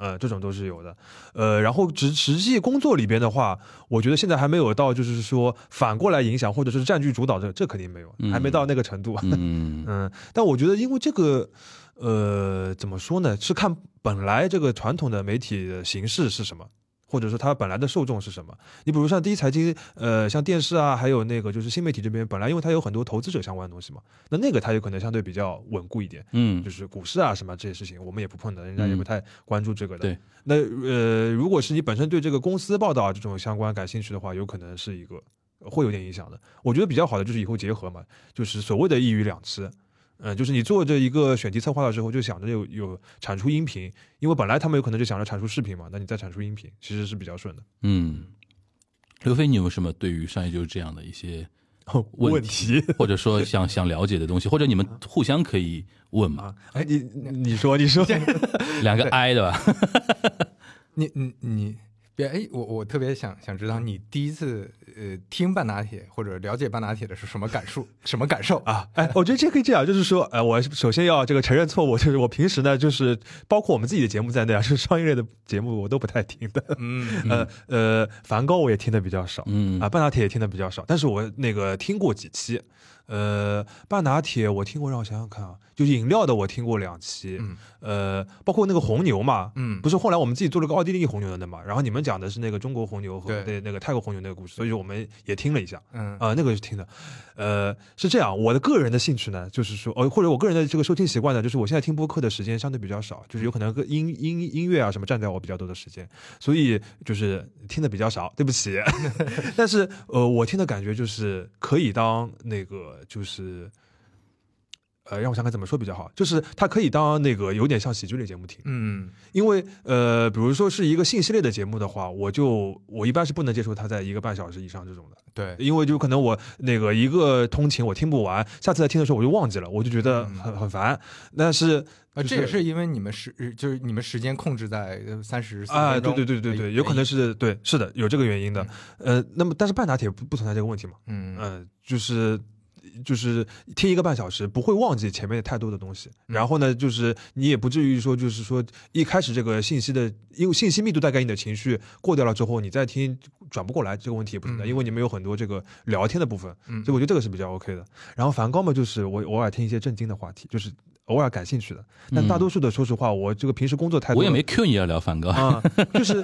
Speaker 4: 呃，这种都是有的，呃，然后实实际工作里边的话，我觉得现在还没有到，就是说反过来影响或者是占据主导，这这肯定没有，还没到那个程度。
Speaker 3: 嗯，
Speaker 4: 嗯，但我觉得因为这个，呃，怎么说呢？是看本来这个传统的媒体的形式是什么。或者说它本来的受众是什么？你比如像第一财经，呃，像电视啊，还有那个就是新媒体这边，本来因为它有很多投资者相关的东西嘛，那那个它有可能相对比较稳固一点，
Speaker 3: 嗯
Speaker 4: 就是股市啊什么这些事情我们也不碰的，人家也不太关注这个的。
Speaker 3: 对，
Speaker 4: 那呃，如果是你本身对这个公司报道啊这种相关感兴趣的话，有可能是一个会有点影响的。我觉得比较好的就是以后结合嘛，就是所谓的一鱼两吃。嗯，就是你做这一个选题策划的时候，就想着有有产出音频，因为本来他们有可能就想着产出视频嘛，那你再产出音频，其实是比较顺的。
Speaker 3: 嗯，刘飞，你有什么对于商业就是这样的一些，
Speaker 4: 哦问
Speaker 3: 问题或者说想想了解的东西，或者你们互相可以问嘛？
Speaker 4: 啊，哎，你你说你说，
Speaker 3: 两个 I 的
Speaker 4: 啊
Speaker 3: 吧？
Speaker 2: 你你你别哎，我我特别想想知道你第一次呃听半拿铁或者了解半拿铁的是什么感受，什么感
Speaker 3: [laughs]
Speaker 2: 受啊？
Speaker 4: 啊，哎，我觉得这可以这样，就是说，哎、我首先要这个承认错误，就是我平时呢，就是包括我们自己的节目在内啊，就是商业类的节目我都不太听的，
Speaker 2: 嗯，
Speaker 4: 呃呃，梵高我也听的比较少，
Speaker 3: 嗯
Speaker 4: 啊，半拿铁也听的比较少，但是我那个听过几期，呃，半拿铁我听过，让我想想看啊，就饮料的我听过两期，
Speaker 2: 嗯
Speaker 4: 呃，包括那个红牛嘛，
Speaker 2: 嗯
Speaker 4: 不是后来我们自己做了个奥地利红牛的嘛，然后你们讲的是那个中国红牛和
Speaker 2: 对
Speaker 4: 那那个泰国红牛那个故事，所以我们也听了一下，
Speaker 2: 嗯
Speaker 4: 啊、那个是听的，呃，是这样，我的个人的兴趣呢，就是说，呃，或者我个人的这个收听习惯呢，就是我现在听播客的时间相对比较少，就是有可能跟音音音乐啊什么占掉我比较多的时间，所以就是听的比较少，对不起。 [laughs] 但是呃，我听的感觉就是可以当那个就是，呃，让我想看怎么说比较好，就是它可以当那个有点像喜剧类节目听，
Speaker 2: 嗯
Speaker 4: 因为呃，比如说是一个信息类的节目的话，我就我一般是不能接受它在一个半小时以上这种的。
Speaker 2: 对，
Speaker 4: 因为就可能我那个一个通勤我听不完，下次再听的时候我就忘记了，我就觉得很很烦。但是
Speaker 2: 啊，
Speaker 4: 就
Speaker 2: 这也是因为你们时就是你们时间控制在三十
Speaker 4: 啊，对对对对
Speaker 2: 哎
Speaker 4: 对，有可能是对，是的，有这个原因的。呃，那么但是半打铁不不存在这个问题嘛？
Speaker 2: 嗯嗯
Speaker 4: 嗯，就是。就是听一个半小时，不会忘记前面太多的东西。然后呢，就是你也不至于说，就是说一开始这个信息的，因为信息密度带给你的情绪过掉了之后，你再听转不过来，这个问题也不存在，
Speaker 2: 嗯
Speaker 4: 因为你们有很多这个聊天的部分，
Speaker 2: 嗯
Speaker 4: 所以我觉得这个是比较 OK 的。然后梵高嘛，就是我偶尔听一些正经的话题，就是偶尔感兴趣的，但大多数的，说实话，我这个平时工作太多
Speaker 3: 我
Speaker 4: 了
Speaker 3: 也没 Q 你要聊梵高，
Speaker 4: 啊，就是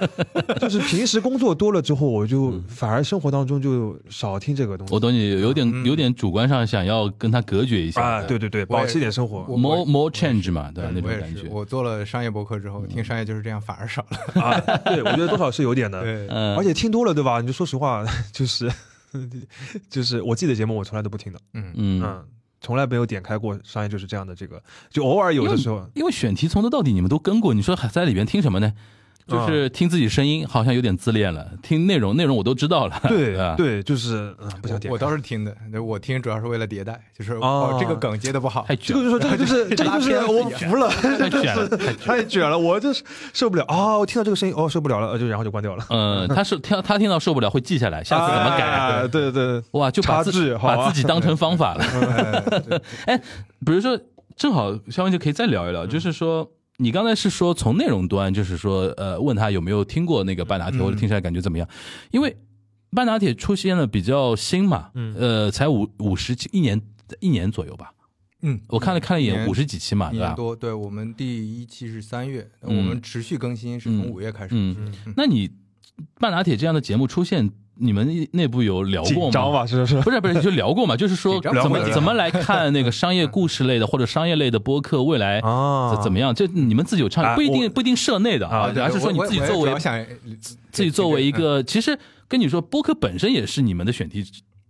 Speaker 4: 就是平时工作多了之后，我就反而生活当中就少听这个东西
Speaker 3: 我。懂你，有点有点主观上想要跟他隔绝一
Speaker 4: 嗯啊，
Speaker 3: 下
Speaker 4: 对对对，
Speaker 2: 我也
Speaker 4: 保持一点生活
Speaker 2: 我嗯
Speaker 3: ，more more change 嘛，对吧？那种
Speaker 2: 我也
Speaker 3: 感
Speaker 2: 是，
Speaker 3: 觉，
Speaker 2: 我做了商业博客之
Speaker 4: 嗯
Speaker 2: 后，听商业就是这样，反而少了。
Speaker 3: [laughs]
Speaker 4: 啊，对我觉得多少是有点的，
Speaker 2: 对，
Speaker 3: 嗯
Speaker 4: 而且听多了对吧？你就说实话，就是 [laughs] 就是我自己的节目我从来都不听的，
Speaker 2: 嗯
Speaker 3: 嗯，
Speaker 4: 嗯，从来没有点开过商业就是这样的这个，就偶尔有的时候，
Speaker 3: 因为选题从头到底你们都跟过，你说还在里边听什么呢？就是听自己声音，好像有点自恋了。听内容，内容我都知道了。
Speaker 4: 对
Speaker 3: 吧，
Speaker 4: 对，就是嗯不想
Speaker 2: 我
Speaker 4: 点
Speaker 2: 我
Speaker 4: 开。
Speaker 2: 倒是听的，我听主要是为了迭代，就是
Speaker 4: 哦
Speaker 2: 哦，这个梗接的不好
Speaker 3: 太，
Speaker 4: 这
Speaker 3: 卷
Speaker 4: 个
Speaker 3: 了，
Speaker 4: 就是这个就是这个就是
Speaker 2: 拉偏了
Speaker 4: 我服了， [laughs]
Speaker 3: 太卷了，太卷了。
Speaker 4: 太卷了，我就是受不了啊！我听到这个声音，哦，受不了了，呃就然后就关掉了。
Speaker 3: 嗯，他是听他听到受不了会记下来，下次怎么改？
Speaker 4: 啊？对对，对
Speaker 3: 哇，就把自
Speaker 4: 差距好啊
Speaker 3: 把自己当成方法了。哎
Speaker 2: 呃对
Speaker 3: [laughs] 比如说，正好肖文就可以再聊一聊，就是说，你刚才是说从内容端，就是说，呃，问他有没有听过那个半拿铁，
Speaker 2: 嗯
Speaker 3: 或者听起来感觉怎么样？因为半拿铁出现的比较新嘛，
Speaker 4: 嗯
Speaker 3: 呃，才五五十几一年一年左右吧，
Speaker 2: 嗯，
Speaker 3: 我看了看了一
Speaker 2: 一
Speaker 3: 眼，
Speaker 2: 年
Speaker 3: 五十几期嘛，
Speaker 2: 一
Speaker 3: 对
Speaker 2: 年
Speaker 3: 吧？
Speaker 2: 多，对我们第一期是三月，我
Speaker 3: 嗯
Speaker 2: 们持续更新是从
Speaker 3: 嗯
Speaker 2: 五月开始。
Speaker 3: 嗯，那你半拿铁这样的节目出现，你们内部有聊过
Speaker 4: 紧张
Speaker 3: 吗？
Speaker 4: 吧，是是。
Speaker 3: [laughs] 不是不是，就聊过嘛？就是说
Speaker 2: 紧张
Speaker 3: 怎
Speaker 4: 聊
Speaker 3: 么
Speaker 4: 过
Speaker 3: 怎么来看那个商业故事类的或者商业类的播客未来
Speaker 4: 啊
Speaker 3: 怎怎么样？这你们自己有
Speaker 4: 啊
Speaker 3: 倡，不一
Speaker 4: 我
Speaker 3: 定不一定社内的
Speaker 4: 啊
Speaker 3: 啊，
Speaker 2: 对
Speaker 3: 而是说
Speaker 2: 我
Speaker 3: 你
Speaker 2: 我
Speaker 3: 自己
Speaker 2: 我也
Speaker 3: 作
Speaker 2: 主
Speaker 3: 为
Speaker 2: 要想
Speaker 4: 嗯
Speaker 3: 自己作为一，个，其实跟你说，播客本身也是你们的选题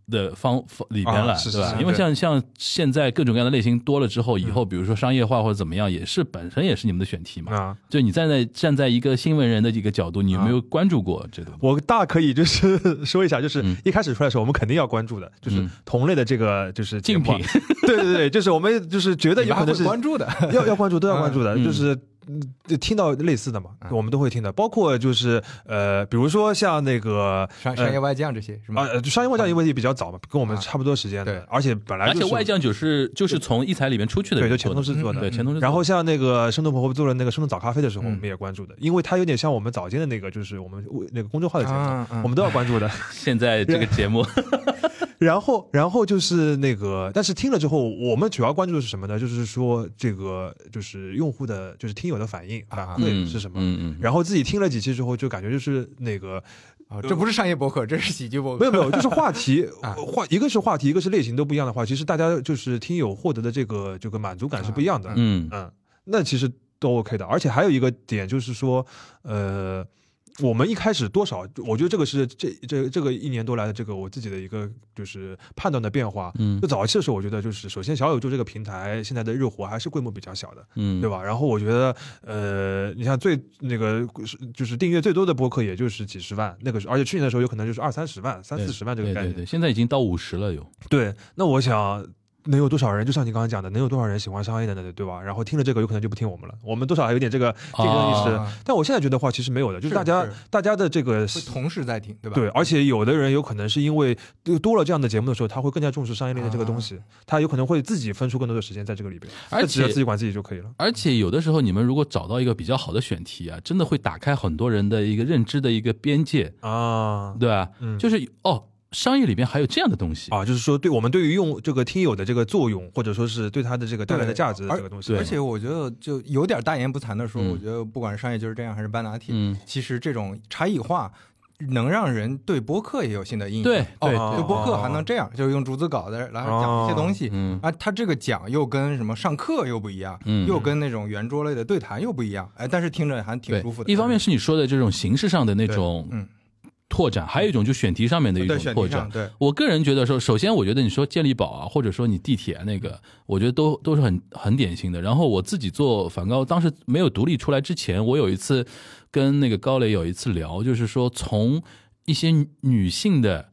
Speaker 3: 的方方里边
Speaker 4: 啊
Speaker 3: 来，
Speaker 4: 是是
Speaker 3: 对吧？
Speaker 4: 是
Speaker 3: 因为
Speaker 4: 对嗯
Speaker 3: 像像现在各种各样的类型多了之后，以后比如说商业化或者怎么样，也是本身也是你们的选题嘛。
Speaker 4: 啊，
Speaker 3: 就你站在站在一个新闻人的一个角度，你有没有关注过这个？
Speaker 4: 我大可以就是 [laughs] 说一下，就是
Speaker 3: 嗯
Speaker 4: 一开始出来的时候，我们肯定要关注的，就是
Speaker 3: 嗯
Speaker 4: 同类的这个就是
Speaker 3: 竞
Speaker 4: 节目
Speaker 3: 品
Speaker 4: 啊， [laughs] 对对对，就是我们就是觉得
Speaker 2: 你
Speaker 4: 有
Speaker 2: 们还
Speaker 4: 可能
Speaker 2: 会
Speaker 4: 是
Speaker 2: 关注的，
Speaker 4: 要要关注，都要关注的，
Speaker 3: 嗯
Speaker 4: 就是。嗯，听到类似的嘛，
Speaker 2: 嗯
Speaker 4: 我们都会听的，包括就是呃，比如说像那个
Speaker 2: 商
Speaker 4: 呃
Speaker 2: 商业外将这些是吗？
Speaker 4: 啊，呃商业外教因为也比较早嘛，跟我们
Speaker 2: 啊
Speaker 4: 差不多时间的，
Speaker 2: 对
Speaker 4: 而且本来
Speaker 3: 而
Speaker 4: 就
Speaker 3: 且
Speaker 4: 是
Speaker 3: 外将就是就是从异才里面出去的
Speaker 4: 对，
Speaker 3: 人
Speaker 4: 就
Speaker 3: 做的，
Speaker 4: 前同事做的
Speaker 2: 嗯，
Speaker 3: 对前同事做的，
Speaker 4: 然后像那个生动活泼做了那个生动早咖啡的时
Speaker 2: 嗯
Speaker 4: 候，我们也关注的，因为它有点像我们早间的那个，就是我们微那个公众号的节目，
Speaker 2: 啊嗯
Speaker 4: 我们都要关注的。
Speaker 3: 现在这个节目
Speaker 4: 然后，然后就是那个，但是听了之后，我们主要关注的是什么呢？就是说这个就是用户的，就是听友的反应反馈
Speaker 3: [laughs] 嗯
Speaker 4: 是什么。
Speaker 3: 嗯嗯嗯，
Speaker 4: 然后自己听了几期之后，就感觉就是那个
Speaker 2: 啊，这不是商业博客，这是喜剧博
Speaker 4: 没
Speaker 2: 客。
Speaker 4: 有没有，就是话题
Speaker 3: [laughs]
Speaker 4: 呃
Speaker 2: 啊
Speaker 4: 话，一个是话题，一个是类型都不一样的话，其实大家就是听友获得的这个这个满足感是不一样的。
Speaker 3: 嗯
Speaker 4: 嗯，那其实都 OK 的。而且还有一个点就是说，呃，我们一开始多少，我觉得这个是这这这个一年多来的这个我自己的一个就是判断的变化。
Speaker 3: 嗯
Speaker 4: 就早期的时候，我觉得就是首先小宇宙这个平台现在的日活还是规模比较小的，
Speaker 3: 嗯，
Speaker 4: 对？吧？然后我觉得，呃，你像最那个就是订阅最多的播客，也就是几十万，那个是，而且去年的时候有可能就是二三十万、三四十万这个概
Speaker 3: 对对
Speaker 4: 念。
Speaker 3: 对，现在已经到五十了有，
Speaker 4: 对，那我想能有多少人？就像你刚刚讲的，能有多少人喜欢商业的呢？对吧？然后听了这个，有可能就不听我们了。我们多少还有点这个竞争意识。
Speaker 2: 啊
Speaker 4: 但我现在觉得话，其实没有的，就是大家
Speaker 2: 是
Speaker 4: 大家的这个
Speaker 2: 会同时在听，对吧？
Speaker 4: 对，而且有的人有可能是因为多了这样的节目的时候，他会更加重视商业类的这个东
Speaker 2: 啊
Speaker 4: 西，他有可能会自己分出更多的时间在这个里边，
Speaker 3: 而
Speaker 4: 那只要
Speaker 3: 且
Speaker 4: 自己管自己就可以了。
Speaker 3: 而且有的时候你们如果找到一个比较好的选题啊，真的会打开很多人的一个认知的一个边界，
Speaker 4: 啊
Speaker 3: 对吧？
Speaker 4: 嗯
Speaker 3: 就是哦，商业里边还有这样的东西，
Speaker 4: 啊，就是说，对我们对于用这个听友的这个作用，或者说是对他的这个带来的价值
Speaker 2: 而
Speaker 4: 这个东西，
Speaker 3: 对
Speaker 2: 而且我觉得就有点大言不惭的说，
Speaker 3: 嗯
Speaker 2: 我觉得不管是商业就是这样，还是半拿铁，
Speaker 3: 嗯
Speaker 2: 其实这种差异化能让人对播客也有新的印象。
Speaker 3: 对
Speaker 2: 哦
Speaker 3: 对
Speaker 4: 对
Speaker 2: 就播客还能这样，就是用逐字稿的来讲一些东西。
Speaker 3: 嗯
Speaker 2: 啊，他这个讲又跟什么上课又不一样，
Speaker 3: 嗯
Speaker 2: 又跟那种圆桌类的对谈又不一样，哎，但是听着还挺
Speaker 3: 对
Speaker 2: 舒服，的。
Speaker 3: 一方面是你说的这种形式上的那种
Speaker 2: 嗯
Speaker 3: 拓展，还有一种就选题上面的一
Speaker 2: 对
Speaker 3: 种
Speaker 2: 选
Speaker 3: 拓
Speaker 2: 题
Speaker 3: 展
Speaker 2: 上，。对，
Speaker 3: 我个人觉得说，首先我觉得你说健力宝啊，或者说你地铁啊那个，我觉得都都是很很典型的。然后我自己做梵高，当时没有独立出来之前，我有一次跟那个高磊有一次聊，就是说从一些女女性的，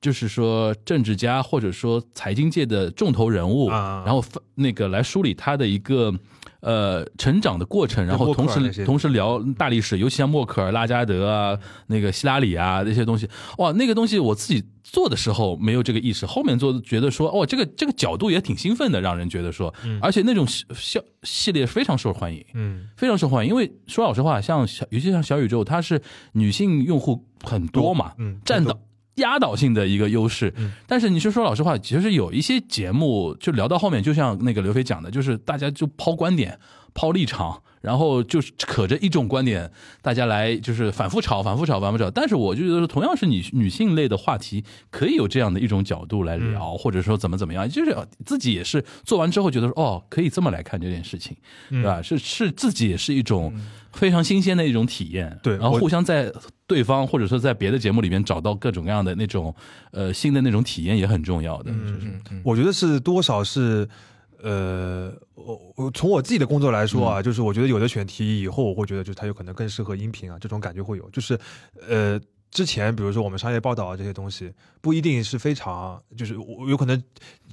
Speaker 3: 就是说政治家或者说财经界的重头人物，
Speaker 4: 啊
Speaker 3: 然后分那个来梳理她的一个。呃，成长的过程，然后
Speaker 4: 默克尔
Speaker 3: 同
Speaker 4: 那些
Speaker 3: 时同时聊大历史，尤其像默克尔、拉加德啊、那个希拉里啊那些东西，哇，那个东西我自己做的时候没有这个意识，后面做觉得说，哦，这个这个角度也挺兴奋的，让人觉得说，而且那种系系系列非常受欢迎，
Speaker 4: 嗯，
Speaker 3: 非常受欢迎。因为说老实话，像小，尤其像小宇宙，它是女性用户很多嘛，
Speaker 4: 嗯
Speaker 3: 占到压倒性的一个优势。
Speaker 4: 嗯
Speaker 3: 但是你就说老实话，其实有一些节目就聊到后面，就像那个刘飞讲的，就是大家就抛观点、抛立场，然后就是可着一种观点，大家来就是反复吵、反复吵、反复吵。但是我就觉得，同样是女女性类的话题，可以有这样的一种角度
Speaker 4: 嗯
Speaker 3: 来聊，或者说怎么怎么样，就是自己也是做完之后觉得说，哦，可以这么来看这件事情，
Speaker 4: 嗯
Speaker 3: 对吧？是是自己也是一种非常新鲜的一种体验，
Speaker 4: 对
Speaker 3: 然后
Speaker 4: 我
Speaker 3: 互相在对方或者说在别的节目里面找到各种各样的那种呃新的那种体验也很重要的，就是
Speaker 2: 嗯嗯，
Speaker 4: 我觉得是多少是，呃，我我从我自己的工作来说
Speaker 3: 嗯
Speaker 4: 啊，就是我觉得有的选题以后我会觉得，就是它有可能更适合音频啊，这种感觉会有，就是呃。之前，比如说我们商业报道啊这些东西，不一定是非常，就是我有可能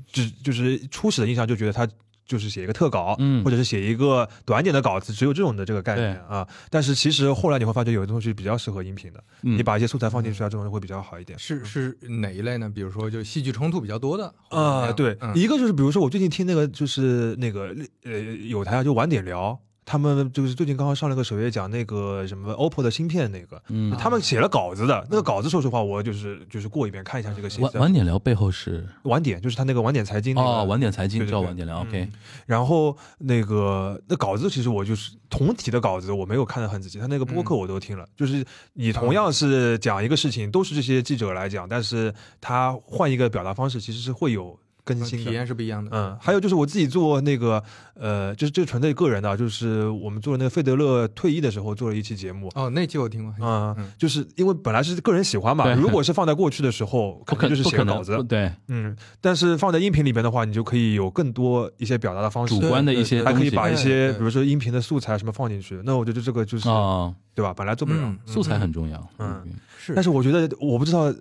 Speaker 4: 只就是初始的印象就觉得它就是写一个特稿，
Speaker 3: 嗯
Speaker 4: 或者是写一个短点的稿子，只有这种的这个概念啊。但是其实后来你会发觉，有的东西比较适合音频的，
Speaker 3: 嗯
Speaker 4: 你把一些素材放进去啊，这种会比较好一点。
Speaker 2: 是是哪一类呢？比如说就戏剧冲突比较多的
Speaker 4: 啊、对，
Speaker 2: 嗯
Speaker 4: 一个就是比如说我最近听那个就是那个呃有台啊，就晚点聊，他们就是最近刚刚上了个首页讲那个什么 OPPO 的芯片那个，
Speaker 3: 嗯，
Speaker 4: 他们写了稿子的，那个稿子说实话我就是就是过一遍看一下这个信
Speaker 3: 晚
Speaker 4: 息啊。
Speaker 3: 晚点聊背后是
Speaker 4: 晚点就是他那个晚点财经那个
Speaker 3: 哦，晚点财
Speaker 4: 对嗯
Speaker 3: 经
Speaker 4: 对
Speaker 3: 叫
Speaker 4: 对
Speaker 3: 晚点聊，OK，
Speaker 4: 然后那个那稿子其实我就是同体的稿子我没有看得很仔细，他那个播客我都听了，就是你同样是讲一个事情，都是这些记者来讲，但是他换一个表达方式，其实是会有更
Speaker 2: 嗯
Speaker 4: 新
Speaker 2: 体
Speaker 4: 的。
Speaker 2: 验是不一样的。
Speaker 4: 嗯，还有就是我自己做那个，呃，就是这纯粹个人的啊，就是我们做那个费德勒退役的时候做了一期节目，
Speaker 2: 哦，那期我听过。
Speaker 4: 嗯，
Speaker 3: 啊
Speaker 2: 嗯
Speaker 4: 就是因为本来是个人喜欢嘛，
Speaker 3: 对
Speaker 4: 如果是放在过去的时候，
Speaker 3: [laughs] 不
Speaker 4: 肯
Speaker 3: 可
Speaker 4: 定就是
Speaker 3: 不
Speaker 4: 写
Speaker 3: 可
Speaker 4: 个
Speaker 3: 能
Speaker 4: 稿子，
Speaker 3: 对
Speaker 4: 嗯，但是放在音频里边的话，你就可以有更多一些表达的方式
Speaker 3: 主，观的
Speaker 2: 对
Speaker 3: 一些
Speaker 2: 对
Speaker 4: 还
Speaker 3: 东
Speaker 4: 可以
Speaker 3: 西
Speaker 4: 把一
Speaker 2: 对
Speaker 4: 些
Speaker 2: 对
Speaker 4: 比如说音频的素材什么放进去。那我觉得这个就是、
Speaker 3: 啊，
Speaker 4: 对吧？本来做不了，
Speaker 2: 嗯
Speaker 3: 素材很重要。
Speaker 4: 嗯
Speaker 3: 嗯，
Speaker 2: 是，
Speaker 4: 但是我觉得我不知道，呃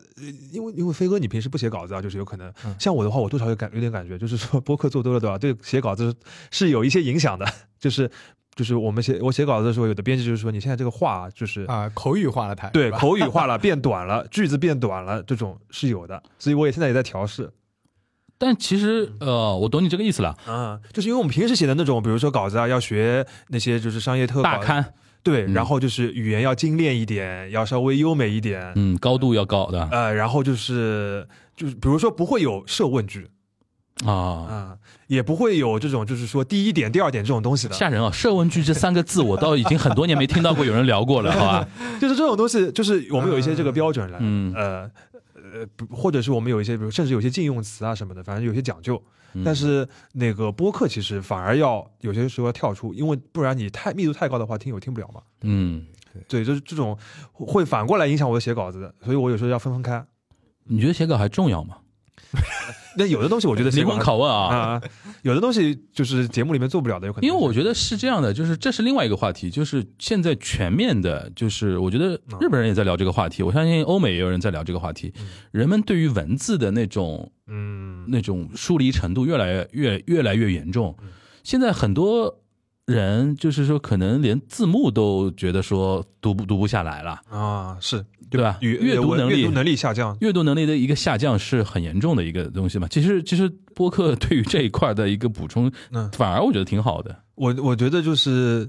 Speaker 4: 因为因为飞哥你平时不写稿子啊，就是有可能。
Speaker 2: 嗯
Speaker 4: 像我的话，我多少有感有点感觉，就是说播客做多了对吧？对写稿子是有一些影响的，就是就是我们写我写稿子的时候，有的编辑就是说你现在这个话啊就是。
Speaker 2: 啊，口语化了太
Speaker 4: 对，
Speaker 2: 是吧
Speaker 4: 口语化了，变短了，句子变短了，这种是有的，所以我也现在也在调试。
Speaker 2: 啊
Speaker 3: 但其实
Speaker 4: 嗯
Speaker 3: 呃，我懂你这个意思了。
Speaker 4: 啊，就是因为我们平时写的那种，比如说稿子啊，要学那些就是商业特稿
Speaker 3: 大刊，
Speaker 4: 对，
Speaker 3: 嗯
Speaker 4: 然后就是语言要精炼一点，要稍微优美一点，
Speaker 3: 嗯，高度要高的
Speaker 4: 呃，然后就是就是比如说不会有设问句
Speaker 3: 啊，
Speaker 4: 啊、也不会有这种就是说第一点、第二点这种东西的，
Speaker 3: 吓人啊！设问句这三个字，我倒已经很多年没听到过有人聊过了，好吧？
Speaker 4: 就是这种东西，就是我们有一些这个标准了，
Speaker 3: 嗯
Speaker 4: 呃呃，不或者是我们有一些，比如甚至有些禁用词啊什么的，反正有些讲究。
Speaker 3: 嗯
Speaker 4: 但是那个播客其实反而要有些时候要跳出，因为不然你太密度太高的话，听友听不了嘛。
Speaker 3: 嗯，
Speaker 4: 对，就是这种会反过来影响我的写稿子的，所以我有时候要分分开。
Speaker 3: 你觉得写稿还重要吗？
Speaker 4: 那有的东西我觉得写
Speaker 3: 灵
Speaker 4: 稿
Speaker 3: 魂
Speaker 4: 还
Speaker 3: 拷问啊，
Speaker 4: 啊，有的东西就是节目里面做不了的，有可能
Speaker 3: 因为我
Speaker 4: 是
Speaker 3: 觉得是这样的，就是这是另外一个话题，就是现在全面的，就是我觉得
Speaker 4: 嗯
Speaker 3: 日本人也在聊这个话题，我相信欧美也有人在聊这个话题，人们对于文字的那种
Speaker 4: 嗯
Speaker 3: 那种疏离程度越来越越越来越严重。现在很多人就是说，可能连字幕都觉得说读不读不下来了，
Speaker 4: 啊是
Speaker 3: 对吧？
Speaker 4: 语
Speaker 3: 阅读
Speaker 4: 文
Speaker 3: 能
Speaker 4: 阅
Speaker 3: 力
Speaker 4: 读。能力下降，
Speaker 3: 阅读能力的一个下降是很严重的一个东西嘛？其实，其实播客对于这一块的一个补充
Speaker 4: 嗯，
Speaker 3: 反而我觉得挺好的。
Speaker 4: 我我觉得就是。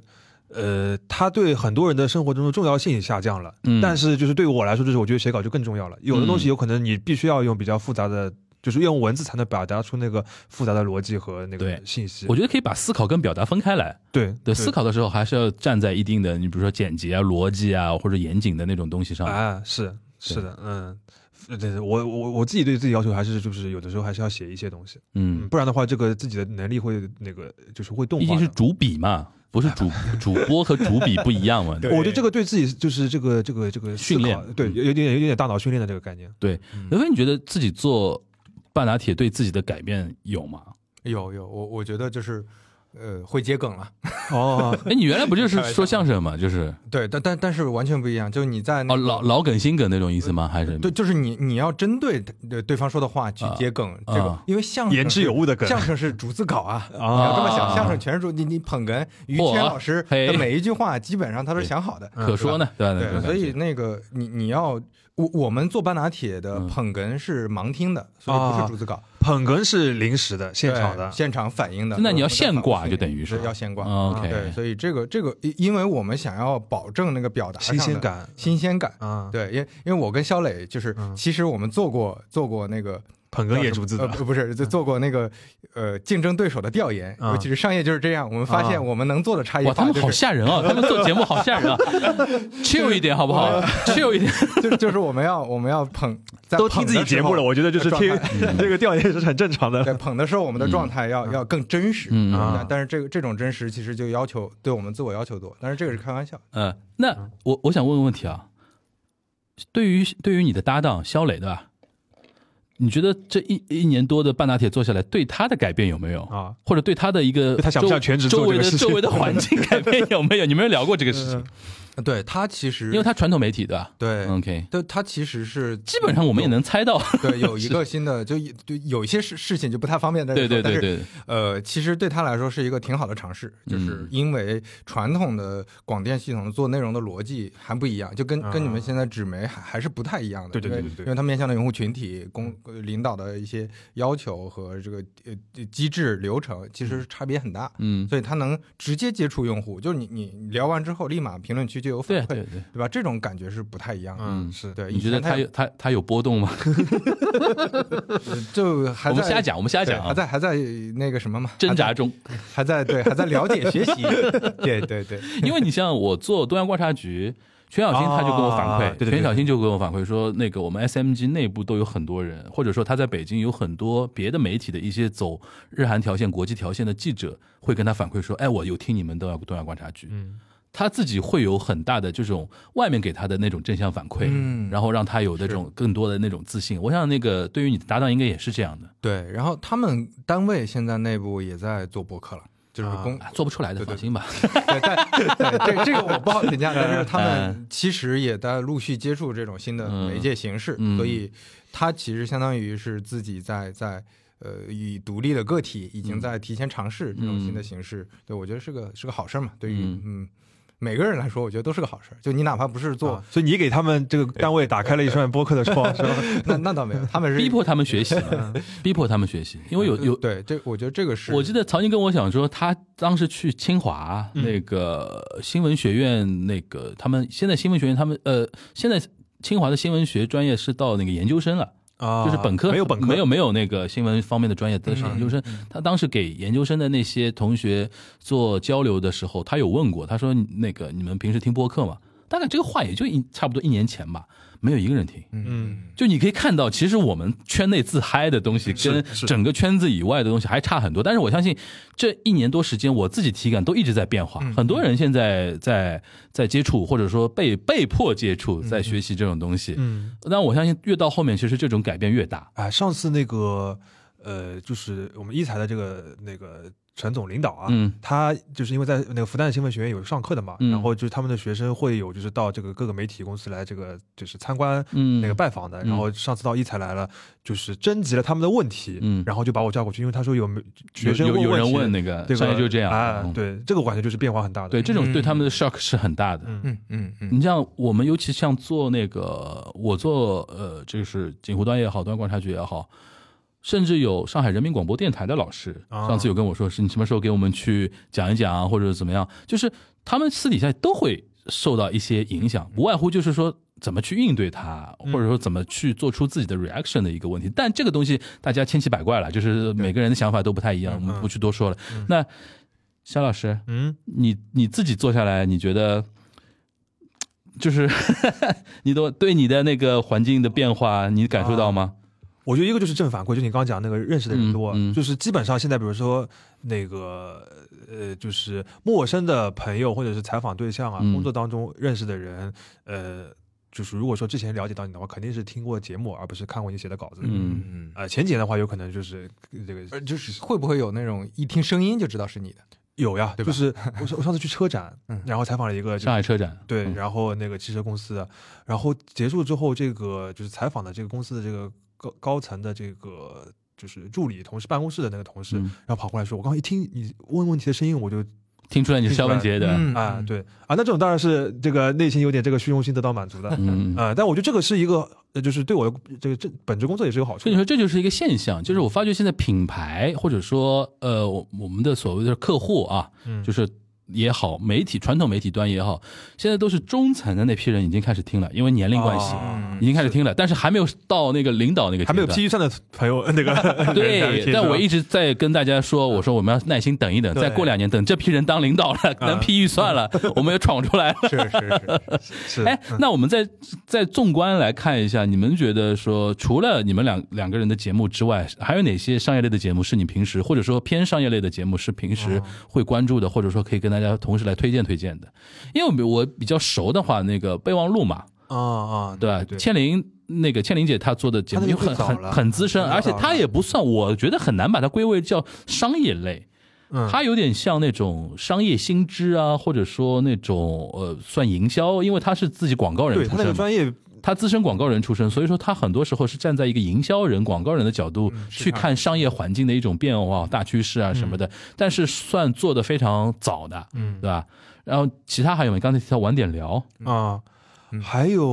Speaker 4: 呃，它对很多人的生活中的重要性也下降了，
Speaker 3: 嗯
Speaker 4: 但是就是对于我来说，就是我觉得写稿就更重要了。有的东西
Speaker 3: 嗯
Speaker 4: 有可能你必须要用比较复杂的，就是用文字才能表达出那个复杂的逻辑和那个
Speaker 3: 对
Speaker 4: 信息
Speaker 3: 我。觉得可以把思考跟表达分开来。
Speaker 4: 对
Speaker 3: 对，思考的时候还是要站在一定的，你比如说简洁啊、逻辑啊或者严谨的那种东西上。
Speaker 2: 哎
Speaker 4: 啊，是是的，嗯，呃对，我我我自己对自己要求还是就是有的时候还是要写一些东西，
Speaker 3: 嗯
Speaker 4: 嗯，，不然的话，这个自己的能力会那个就是会动
Speaker 3: 毕
Speaker 4: 画
Speaker 3: 竟
Speaker 4: 的。
Speaker 3: 是主笔嘛，不是主 [laughs] 主播和主笔不一样
Speaker 2: [laughs]
Speaker 3: 嘛。
Speaker 2: 对
Speaker 4: 我觉得这个对自己就是这个这个这个
Speaker 3: 训
Speaker 4: 思考
Speaker 3: 练
Speaker 4: 对，有有点有点大脑训练的这个概念。
Speaker 3: 对，刘飞，你觉得自己做半打铁对自己的改变有吗？
Speaker 2: [laughs] 有有，我我觉得就是，呃，会接梗了。
Speaker 4: 哦， [laughs]
Speaker 3: 哎，你原来不就
Speaker 2: 开
Speaker 3: 是
Speaker 2: 玩笑
Speaker 3: 说相
Speaker 2: [laughs]
Speaker 3: 声吗？就是
Speaker 2: 对，但但但是完全不一样，就是你在那
Speaker 3: 哦，
Speaker 2: 个
Speaker 3: 老老梗新梗那种意思吗？还是
Speaker 2: 嗯对，就是你你要针对对对方说的话去接梗，这
Speaker 3: 啊
Speaker 2: 个
Speaker 3: 啊
Speaker 2: 因为相声
Speaker 4: 言之有
Speaker 2: 是
Speaker 4: 物的梗
Speaker 2: 相声是逐字稿
Speaker 3: [laughs]
Speaker 2: 啊。你
Speaker 4: [laughs] 啊
Speaker 2: 要这么
Speaker 3: 啊
Speaker 2: 想，相声全是逐你你捧哏，于
Speaker 3: 嚯
Speaker 2: 谦老师
Speaker 3: 嘿
Speaker 2: 的每一句话基本上他都是想好的，
Speaker 3: 可说呢？对吧那
Speaker 2: 对，
Speaker 3: 种
Speaker 2: 所
Speaker 3: 感
Speaker 2: 以
Speaker 3: 觉。
Speaker 2: 那个你你要我我们做半打铁的
Speaker 3: 嗯
Speaker 2: 捧哏是盲听的，所以不
Speaker 4: 啊
Speaker 2: 是逐字稿，
Speaker 4: 捧哏是临时的，现场
Speaker 2: 对
Speaker 4: 的，
Speaker 2: 现场反应的。
Speaker 3: 那你要
Speaker 2: 我们在
Speaker 3: 现挂
Speaker 2: 反复
Speaker 3: 就等于是
Speaker 2: 对要现挂。哎
Speaker 3: 啊
Speaker 2: 对，
Speaker 3: OK，
Speaker 2: 所以这个这个，因因为我们想要保证那个表达上的
Speaker 4: 新鲜感
Speaker 2: 新鲜感。
Speaker 4: 啊，
Speaker 2: 对，因为因为我跟肖磊就是，其实我们做过做过那个
Speaker 4: 捧哏也逐字
Speaker 2: 呃，
Speaker 4: 的，
Speaker 2: 不不是，就做过那个呃竞争对手的调研，
Speaker 4: 啊
Speaker 2: 尤其是商业就是这样，我们发
Speaker 4: 啊
Speaker 2: 现我们能做的差异
Speaker 3: 哇，他
Speaker 2: 化
Speaker 3: 们
Speaker 2: 就
Speaker 3: 好
Speaker 2: 是
Speaker 3: 吓人啊！他们做节目好吓
Speaker 2: [laughs]
Speaker 3: 人啊，chill 一点好不
Speaker 2: 呃
Speaker 3: 好？chill 一点。
Speaker 2: 就就是我们要我们要
Speaker 4: [laughs]
Speaker 2: 捧，在
Speaker 4: 都听
Speaker 2: 捧
Speaker 4: 自己
Speaker 2: 的时
Speaker 4: 节目
Speaker 2: 候
Speaker 4: 了，我觉得就是
Speaker 2: 状
Speaker 4: 听
Speaker 2: 态
Speaker 4: [laughs] 这个调研是很正常的。
Speaker 2: 对捧的时候，我们的状态要要更真实。
Speaker 3: 嗯
Speaker 4: 啊
Speaker 2: 但但是这个这种真实其实就要求对我们自我要求多，但是这个是开玩笑。
Speaker 3: 呃，
Speaker 4: 嗯
Speaker 3: 那我我想问个问题啊，对于对于你的搭档肖磊对吧？你觉得这一一年多的半打铁做下来，对他的改变有没有
Speaker 4: 啊？
Speaker 3: 或者对他的一个
Speaker 4: 他想不
Speaker 3: 周
Speaker 4: 想全职做
Speaker 3: 周围的
Speaker 4: 这个事情嗯
Speaker 3: 周围的环境改变有没有？你们有聊过这个事情？
Speaker 2: 对他其实
Speaker 3: 因为他传统媒体对吧？
Speaker 2: 对
Speaker 3: OK，
Speaker 2: 对他其实是
Speaker 3: 基本上我们也能猜到。
Speaker 2: 对
Speaker 3: [laughs]
Speaker 2: 有一个新的，就就有一些事事情就不太方便在这
Speaker 3: 对
Speaker 2: 说，
Speaker 3: 对
Speaker 2: 但
Speaker 3: 对
Speaker 2: 是
Speaker 3: 对，
Speaker 2: 呃，其实对他来说是一个挺好的尝试，就是
Speaker 3: 嗯
Speaker 2: 因为传统的广电系统做内容的逻辑还不一样，就跟跟你们现在纸媒还还是不太一样的。
Speaker 4: 啊对对对
Speaker 2: 因为
Speaker 4: 对对嗯
Speaker 2: 因为它面向的用户群体、公呃领导的一些要求和这个呃机制流程，其实差别很大。
Speaker 3: 嗯，
Speaker 2: 所以它能直接接触用户，就是你你你聊完之后，立马评论区就有反
Speaker 3: 对啊
Speaker 2: 馈，
Speaker 3: 对对。
Speaker 2: 对吧？这种感觉是不太一样的。
Speaker 4: 嗯，是
Speaker 2: 对，
Speaker 3: 你
Speaker 2: 以
Speaker 3: 觉
Speaker 2: 前
Speaker 3: 得他有他他有波动吗？
Speaker 2: 呃就还
Speaker 3: 我
Speaker 2: 在
Speaker 3: 们瞎讲，我们瞎
Speaker 2: 对
Speaker 3: 讲
Speaker 2: 还
Speaker 3: 啊，
Speaker 2: 在还在那个什么嘛？
Speaker 3: 挣扎中。 [laughs]
Speaker 2: 还在还在对还在了解学习，对对对。
Speaker 3: 因为你像我做东阳观察局，全小新他就跟我反馈，
Speaker 4: 啊对对对
Speaker 3: 全小新就跟我反馈说，那个我们 SMG 内部都有很多人，或者说他在北京有很多别的媒体的一些走日韩条线、国际条线的记者会跟他反馈说，哎，我有听你们东亚东亚观察局，
Speaker 4: 嗯，
Speaker 3: 他自己会有很大的这种外面给他的那种正向反馈，
Speaker 2: 嗯
Speaker 3: 然后让他有那种更多的那种自信。我想那个对于你的搭档应该也是这样的，
Speaker 2: 对，然后他们单位现在内部也在做博客了，就是
Speaker 4: 啊
Speaker 2: 公、
Speaker 3: 啊做不出来的，
Speaker 2: 对对
Speaker 3: 放心吧。
Speaker 2: 对，但 [laughs] 对这这个我不好评价，但是他们其实也在陆续接触这种新的媒介形式，
Speaker 3: 嗯嗯
Speaker 2: 所以他其实相当于是自己在在呃以独立的个体已经在提前尝试这种新的形式，对我觉得是个是个好事儿嘛，对于
Speaker 3: 嗯
Speaker 2: 嗯。每个人来说，我觉得都是个好事儿。就你哪怕不是做，
Speaker 4: 啊所以你给他们这个单位打开了一扇播客的 [laughs] 窗，是吧？
Speaker 2: [laughs] 那那倒没有，他们是
Speaker 3: [laughs] 逼迫他们学习嘛，
Speaker 4: 嗯
Speaker 3: 逼迫他们学习，因为有有
Speaker 2: 对这，我觉得这个是
Speaker 3: 我记得曹宁跟我讲说，他当时去清华
Speaker 4: 嗯
Speaker 3: 那个新闻学院，那个他们现在新闻学院，他们呃，现在清华的新闻学专业是到那个研究生了，
Speaker 2: 嗯
Speaker 4: 啊
Speaker 3: 就是本科
Speaker 4: 没有本科，嗯
Speaker 3: 没有没有那个新闻方面的专业，但是研究生。他当时给研究生的那些同学做交流的时候，他有问过，他说那个你们平时听播客吗？大概这个话也就一差不多一年前吧，没有一个人听。
Speaker 4: 嗯，
Speaker 3: 就你可以看到，其实我们圈内自嗨的东西
Speaker 4: 是
Speaker 3: 跟
Speaker 4: 是
Speaker 3: 整个圈子以外的东西还差很多。但是我相信这一年多时间，我自己体感都一直在变化。
Speaker 4: 嗯
Speaker 3: 很多人现在在在接触，或者说被被迫接触，在学习这种东西。
Speaker 4: 嗯，
Speaker 3: 但我相信越到后面，其实这种改变越大。
Speaker 4: 啊，上次那个呃，就是我们一财的这个那个陈总领导啊，
Speaker 3: 嗯
Speaker 4: 他就是因为在那个复旦新闻学院有上课的嘛，
Speaker 3: 嗯
Speaker 4: 然后就是他们的学生会有就是到这个各个媒体公司来这个就是参观
Speaker 3: 嗯
Speaker 4: 那个拜访的，然后上次到一才来了，就是征集了他们的问题，
Speaker 3: 嗯
Speaker 4: 然后就把我叫过去，因为他说有没有学生
Speaker 3: 有有有人问
Speaker 4: 问题
Speaker 3: 那个
Speaker 4: 这个
Speaker 3: 商业就这样
Speaker 4: 啊
Speaker 3: 嗯，
Speaker 4: 对嗯这个我感觉就是变化很大的，
Speaker 3: 对，这种对他们的 shock 是很大的。
Speaker 4: 嗯
Speaker 2: 嗯嗯嗯
Speaker 3: 你像我们，尤其像做那个，我做呃，就是锦湖端也好，端观察局也好，甚至有上海人民广播电台的老师，
Speaker 4: 啊
Speaker 3: 上次有跟我说，是你什么时候给我们去讲一讲啊，或者怎么样？就是他们私底下都会受到一些影响，不外乎就是说怎么去应对它，或者说怎么去做出自己的 reaction 的一个问题。但这个东西大家千奇百怪了，就是每个人的想法都不太一样，我们不去多说了。那肖老师，
Speaker 4: 嗯，
Speaker 3: 你你自己做下来，你觉得就是 [laughs] 你都对你的那个环境的变化，你感受到吗？
Speaker 4: 我觉得一个就是正反馈，就你刚刚讲那个认识的人多，
Speaker 3: 嗯嗯
Speaker 4: 就是基本上现在，比如说那个呃，就是陌生的朋友或者是采访对象啊，
Speaker 3: 嗯
Speaker 4: 工作当中认识的人，呃，就是如果说之前了解到你的话，肯定是听过节目，而不是看过你写的稿子。
Speaker 3: 嗯，
Speaker 2: 嗯，
Speaker 4: 呃，前几年的话，有可能就是这个
Speaker 2: 呃就是会不会有那种一听声音就知道是你的？
Speaker 4: 有呀，
Speaker 2: 对吧
Speaker 4: 就是我上我上次去车展
Speaker 2: 嗯，
Speaker 4: 然后采访了一个就是
Speaker 3: 上海车展，
Speaker 4: 对，
Speaker 3: 嗯
Speaker 4: 然后那个汽车公司的，然后结束之后，这个就是采访的这个公司的这个高高层的这个就是助理同事办公室的那个同事，
Speaker 3: 嗯
Speaker 4: 然后跑过来说，我刚刚一听你问问题的声音，我就
Speaker 3: 听出来你是肖文杰的，
Speaker 2: 嗯
Speaker 4: 啊、对啊，那这种当然是这个内心有点这个虚荣心得到满足的，
Speaker 3: 嗯，
Speaker 4: 啊、但我觉得这个是一个，呃就是对我的这个这本职工作也是有好处
Speaker 3: 所以你
Speaker 4: 的，
Speaker 3: 说这就是一个现象，就是我发觉现在品牌或者说呃我我们的所谓的客户啊，
Speaker 4: 嗯
Speaker 3: 就是也好，媒体传统媒体端也好，现在都是中层的那批人已经开始听了，因为年龄关系。
Speaker 4: 啊
Speaker 2: 嗯
Speaker 3: 已经开始听了，哦但是还没有到那个领导那个阶段，
Speaker 4: 还没有 PE 上的朋友 [laughs] 那个人还没
Speaker 3: 对，
Speaker 4: 听
Speaker 3: 但
Speaker 4: 到
Speaker 3: 我一直在跟大家说，我说我们要耐心等一等，
Speaker 4: 对啊
Speaker 3: 再过两年，等这批人当领导了，能批预算
Speaker 4: [laughs]
Speaker 3: 了，我们也闯出来了。
Speaker 2: 是是是，
Speaker 4: 是嗯
Speaker 3: 哎，那我们再再纵观来看一下，你们觉得说，除了你们两两个人的节目之外，还有哪些商业类的节目是你平时或者说偏商业类的节目是平
Speaker 4: 哦
Speaker 3: 时会关注的，或者说可以跟大家同时来推荐推荐的？因为我我比较熟的话，那个备忘录嘛，
Speaker 4: 啊啊，
Speaker 3: 对吧？
Speaker 4: 对，
Speaker 3: 倩玲那个倩玲姐她做的节目
Speaker 4: 她那个
Speaker 3: 很
Speaker 4: 最早
Speaker 3: 很
Speaker 4: 了
Speaker 3: 很资深，
Speaker 4: 她最
Speaker 3: 而且
Speaker 4: 早
Speaker 3: 她
Speaker 4: 了
Speaker 3: 也不算，我觉得很难把它归为叫商业类。
Speaker 4: 嗯
Speaker 3: 它有点像那种商业新知啊，或者说那种呃，算营销，因为他是自己广告人
Speaker 4: 对
Speaker 3: 出
Speaker 4: 他那个
Speaker 3: 身嘛，
Speaker 4: 专业
Speaker 3: 他资深广告人出身，所以说他很多时候是站在一个营销人、广告人的角度
Speaker 4: 嗯
Speaker 3: 去看商业环境的一种变化、大趋势啊什么的，但是算做的非常早的，
Speaker 4: 嗯
Speaker 3: 对吧？然后其他还有没？刚才提到晚点聊，
Speaker 4: 啊，
Speaker 3: 嗯
Speaker 4: 还有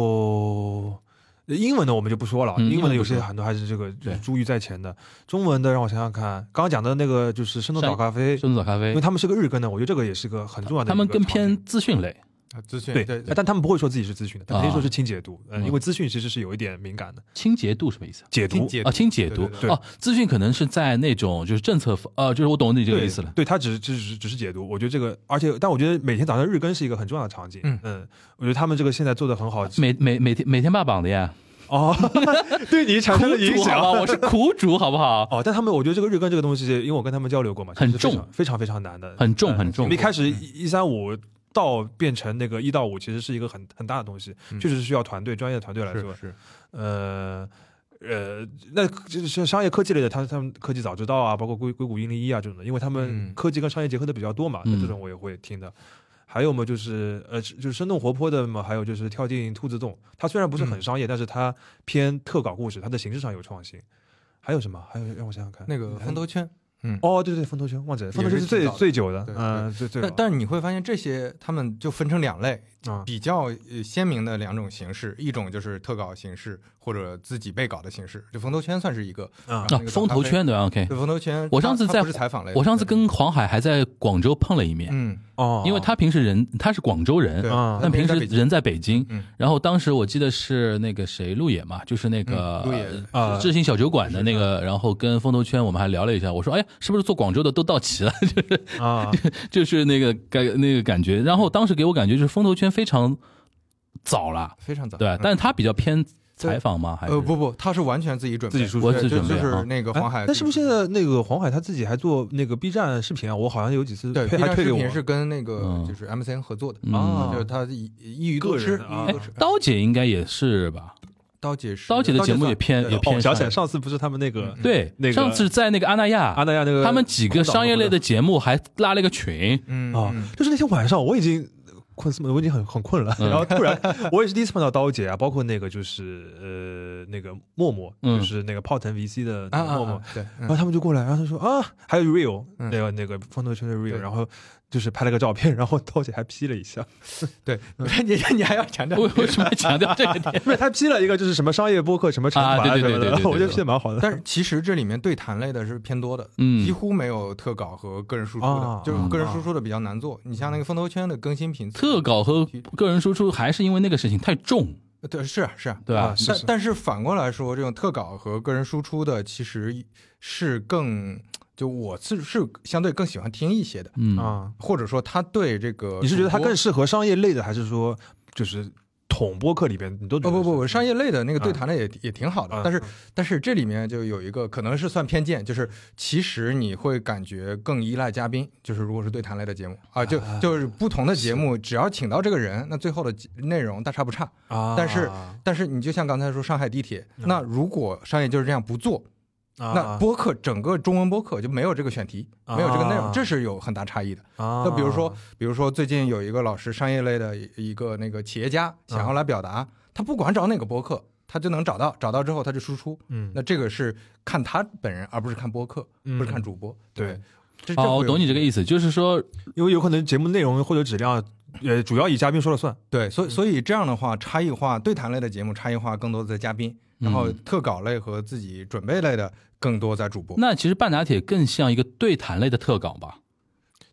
Speaker 4: 呃英文的我们就不说了，
Speaker 3: 嗯
Speaker 4: 英文的有
Speaker 3: 英文不
Speaker 4: 些
Speaker 3: 说
Speaker 4: 很多还是这个
Speaker 3: 对
Speaker 4: 珠玉在前的。中文的让我想想看，刚刚讲的那个就是生动
Speaker 3: 山
Speaker 4: 早咖啡，
Speaker 3: 深圳早咖啡
Speaker 4: 因为，他们是个日更的，我觉得这个也是个很重要的
Speaker 3: 他
Speaker 4: 一个场
Speaker 3: 们
Speaker 4: 景。
Speaker 3: 更偏资讯类，
Speaker 5: 啊，资讯
Speaker 4: 对，
Speaker 5: 对
Speaker 4: 但他们不会说自己是资讯的，
Speaker 3: 啊
Speaker 4: 他肯定说是轻解读，嗯，
Speaker 3: 嗯
Speaker 4: 因为资讯其实是有一点敏感的，
Speaker 3: 清洁度什么意思啊？
Speaker 4: 解读
Speaker 5: 听解
Speaker 3: 啊，清解读
Speaker 5: 对
Speaker 4: 对对
Speaker 3: 哦，资讯可能是在那种就是政策方，呃，就是我懂你这个
Speaker 4: 对
Speaker 3: 意思了。
Speaker 4: 对他只是只是只是解读，我觉得这个，而且但我觉得每天早上日更是一个很重要的场景，
Speaker 2: 嗯
Speaker 4: 我觉得他们这个现在做的很好，
Speaker 3: 每每每天每天霸榜的呀，
Speaker 4: 哦， [laughs] 对你产
Speaker 3: 苦
Speaker 4: 生了影
Speaker 3: 主好
Speaker 4: 响
Speaker 3: 吧，我是苦主好不好？啊
Speaker 4: 哦，但他们我觉得这个日更这个东西，因为我跟他们交流过嘛，
Speaker 3: 很
Speaker 4: 其实非
Speaker 3: 重
Speaker 4: 常非常非常难的，
Speaker 3: 很重
Speaker 4: 嗯
Speaker 3: 很重
Speaker 4: 我们一开始一一三五到变成那个一到五，其实是一个很很大的东西，
Speaker 3: 嗯
Speaker 4: 确实是需要团队专业的
Speaker 3: 啊
Speaker 4: 团队来做
Speaker 5: 是。是，
Speaker 4: 呃呃，那就是商业科技类的，他他们科技早知道啊，包括硅硅谷一零一啊这种的，因为他们
Speaker 5: 嗯
Speaker 4: 科技跟商业结合的比较多嘛，
Speaker 3: 嗯
Speaker 4: 那这种我也会听的。还有嘛，就是呃，是就是生动活泼的嘛，还有就是跳进兔子洞，它虽然不是很
Speaker 2: 嗯
Speaker 4: 商业，但是它偏特稿故事，它的形式上有创新。还有什么？还有让我想想看，
Speaker 2: 那个
Speaker 4: 还
Speaker 2: 风头圈。
Speaker 4: 哦，对对，风头圈忘记了，风头
Speaker 5: 也
Speaker 4: 圈
Speaker 5: 是
Speaker 4: 是最
Speaker 5: 挺早的
Speaker 4: 最久的
Speaker 5: 对，
Speaker 4: 嗯，最最
Speaker 2: 但但是你会发现，这些他们就分成两类，
Speaker 4: 啊，
Speaker 2: 比较呃鲜明的两种形式，一种就是特稿形式或者自己被稿的形式，就风头圈算是一个。
Speaker 4: 啊
Speaker 2: 那
Speaker 3: 啊
Speaker 2: 个，早
Speaker 3: 风
Speaker 2: 咖
Speaker 3: 头
Speaker 2: 啡
Speaker 3: 圈对吧？OK，
Speaker 2: 对，风头圈，
Speaker 3: 我上次
Speaker 2: 它
Speaker 3: 在
Speaker 2: 它不是采访类的，
Speaker 3: 我上次
Speaker 2: 对
Speaker 3: 跟黄海还在广州碰了一面，
Speaker 2: 嗯，
Speaker 4: 哦，
Speaker 3: 因为他平时人他是广州人
Speaker 2: 对，，
Speaker 4: 啊
Speaker 3: 但平时
Speaker 2: 在北京
Speaker 3: 人在北京
Speaker 2: 嗯。
Speaker 3: 然后当时我记得是那个谁路野嘛，就是那个
Speaker 2: 嗯路野
Speaker 3: 呃
Speaker 4: 啊
Speaker 3: 智信小酒馆的那个，然后跟风头圈我们还聊了一下，我说哎呀，是不是做广州的都到齐了？
Speaker 4: 啊，
Speaker 3: 就是那个感那个感觉。然后当时给我感觉就是风头圈非常早了，
Speaker 2: 非常早，
Speaker 3: 对吧，
Speaker 2: 嗯
Speaker 3: 但是他比较偏采访吗？还是
Speaker 2: 呃不不，他是完全自己准备，
Speaker 4: 自己出
Speaker 3: 我
Speaker 2: 对
Speaker 3: 自
Speaker 2: 就
Speaker 3: 己准备
Speaker 2: 就是
Speaker 3: 啊
Speaker 2: 那个
Speaker 4: 哎
Speaker 2: 黄海自
Speaker 4: 但
Speaker 2: 己
Speaker 4: 是不是
Speaker 2: 准
Speaker 4: 现
Speaker 2: 备
Speaker 4: 在那个黄海他自己还做那个 B 站视频啊？我好像有几次
Speaker 2: 对
Speaker 4: 推
Speaker 2: B 站
Speaker 4: 还推给
Speaker 2: 视
Speaker 4: 我
Speaker 2: 频是跟那个
Speaker 3: 嗯
Speaker 2: 就是 MCN 合作的，
Speaker 3: 嗯
Speaker 4: 啊
Speaker 2: 就是他一一鱼多
Speaker 4: 个
Speaker 2: 吃
Speaker 4: 人，啊
Speaker 2: 一
Speaker 3: 哎
Speaker 2: 鱼多吃。
Speaker 3: 刀姐应该也是吧？
Speaker 2: 刀姐是
Speaker 3: 刀姐的节目
Speaker 4: 算
Speaker 3: 也偏
Speaker 4: 对
Speaker 3: 也
Speaker 4: 哦
Speaker 3: 偏
Speaker 4: 我想起
Speaker 3: 商
Speaker 4: 来
Speaker 3: 业
Speaker 4: 上次不是他们那个
Speaker 2: 嗯
Speaker 3: 对
Speaker 4: 那，个
Speaker 3: 上次在那个阿那亚
Speaker 4: 阿那亚那个
Speaker 3: 他们几个商业类的节目还拉了一个
Speaker 4: [laughs]
Speaker 3: 群，
Speaker 2: 嗯
Speaker 4: 啊
Speaker 2: 嗯，
Speaker 4: 就是那天晚上我已经困死了，我已经很很困了，
Speaker 3: 嗯
Speaker 4: [laughs] 然后突然我也是第一次碰到刀姐啊，包括那个就是呃那个默默，
Speaker 3: 嗯
Speaker 4: 就是那个泡腾 VC 的
Speaker 2: 啊
Speaker 4: 那个
Speaker 2: 啊
Speaker 4: 默默
Speaker 2: 啊，对，嗯
Speaker 4: 然后他们就过来，然后他说啊，还有 Real
Speaker 2: 嗯
Speaker 4: 那个那个风头圈的 Real，
Speaker 2: 对
Speaker 4: 然后就是拍了个照片，然后刀姐还 P 了一下，
Speaker 2: 对，
Speaker 4: [laughs]
Speaker 2: 嗯你你还要强调
Speaker 3: 为为什么要强调这个点？
Speaker 4: 不是他 P 了一个就是什么商业播客什么惩
Speaker 3: 啊
Speaker 4: 罚
Speaker 3: 对
Speaker 4: 什
Speaker 3: 对对
Speaker 4: 么
Speaker 3: 对对
Speaker 4: 的，
Speaker 3: 对
Speaker 4: 我觉得 P 的蛮好的。
Speaker 2: 但是其实这里面对谈类的是偏多的，
Speaker 4: [laughs]
Speaker 3: 嗯
Speaker 2: 几乎没有特稿和个人输出的
Speaker 4: 啊，
Speaker 2: 就是
Speaker 3: 嗯
Speaker 2: 个人输出的比较难做。你像那个风投圈的更新频次，
Speaker 3: 特稿和个人输出还是因为那个事情太重，
Speaker 2: 对是啊是啊，
Speaker 3: 对吧？
Speaker 4: 啊是
Speaker 2: 但但是反过来说，这种特稿和个人输出的其实是更就我是是相对更喜欢听一些的，
Speaker 3: 嗯，
Speaker 4: 啊，
Speaker 2: 或者说他对这个
Speaker 4: 你是觉得它
Speaker 2: 主播
Speaker 4: 更适合商业类的，还是说就是统播客里边你都觉
Speaker 2: 哦
Speaker 4: 得
Speaker 2: 不不不，
Speaker 4: 是
Speaker 2: 商业类的那个对
Speaker 4: 啊
Speaker 2: 谈的也、也挺好的，
Speaker 4: 啊
Speaker 2: 但是但是这里面就有一个可能是算偏见，就是其实你会感觉更依赖嘉宾，就是如果是对谈类的节目啊，就就是不同的节目，只要请到这个人，那最后的内容大差不差。
Speaker 4: 啊，
Speaker 2: 但是
Speaker 4: 啊
Speaker 2: 但是你就像刚才说上海地铁，
Speaker 4: 嗯
Speaker 2: 那如果商业就是这样不做，那播客整个中文播客就没有这个选题，
Speaker 4: 啊
Speaker 2: 没有这个内容，这是有很大差异的。
Speaker 4: 啊，
Speaker 2: 那比如说，比如说最近有一个老师，商业类的一个那个企业家想要来表达，他不管找哪个播客，他就能找到，找到之后他就输出。
Speaker 4: 嗯，
Speaker 2: 那这个是看他本人，而不是看播客，
Speaker 4: 嗯
Speaker 2: 不是看主播。
Speaker 4: 对，
Speaker 2: 这
Speaker 3: 哦，我懂你这个
Speaker 2: 思。
Speaker 3: 意思，就是说，
Speaker 4: 因为有可能节目内容或者质量，呃，主要以嘉宾说了算。
Speaker 2: 对，所以所以这样的话，差异化对谈类的节目差异化更多在嘉宾，然
Speaker 3: 嗯
Speaker 2: 后特稿类和自己准备类的更多在主播。
Speaker 3: 那其实半打铁更像一个对谈类的特稿吧？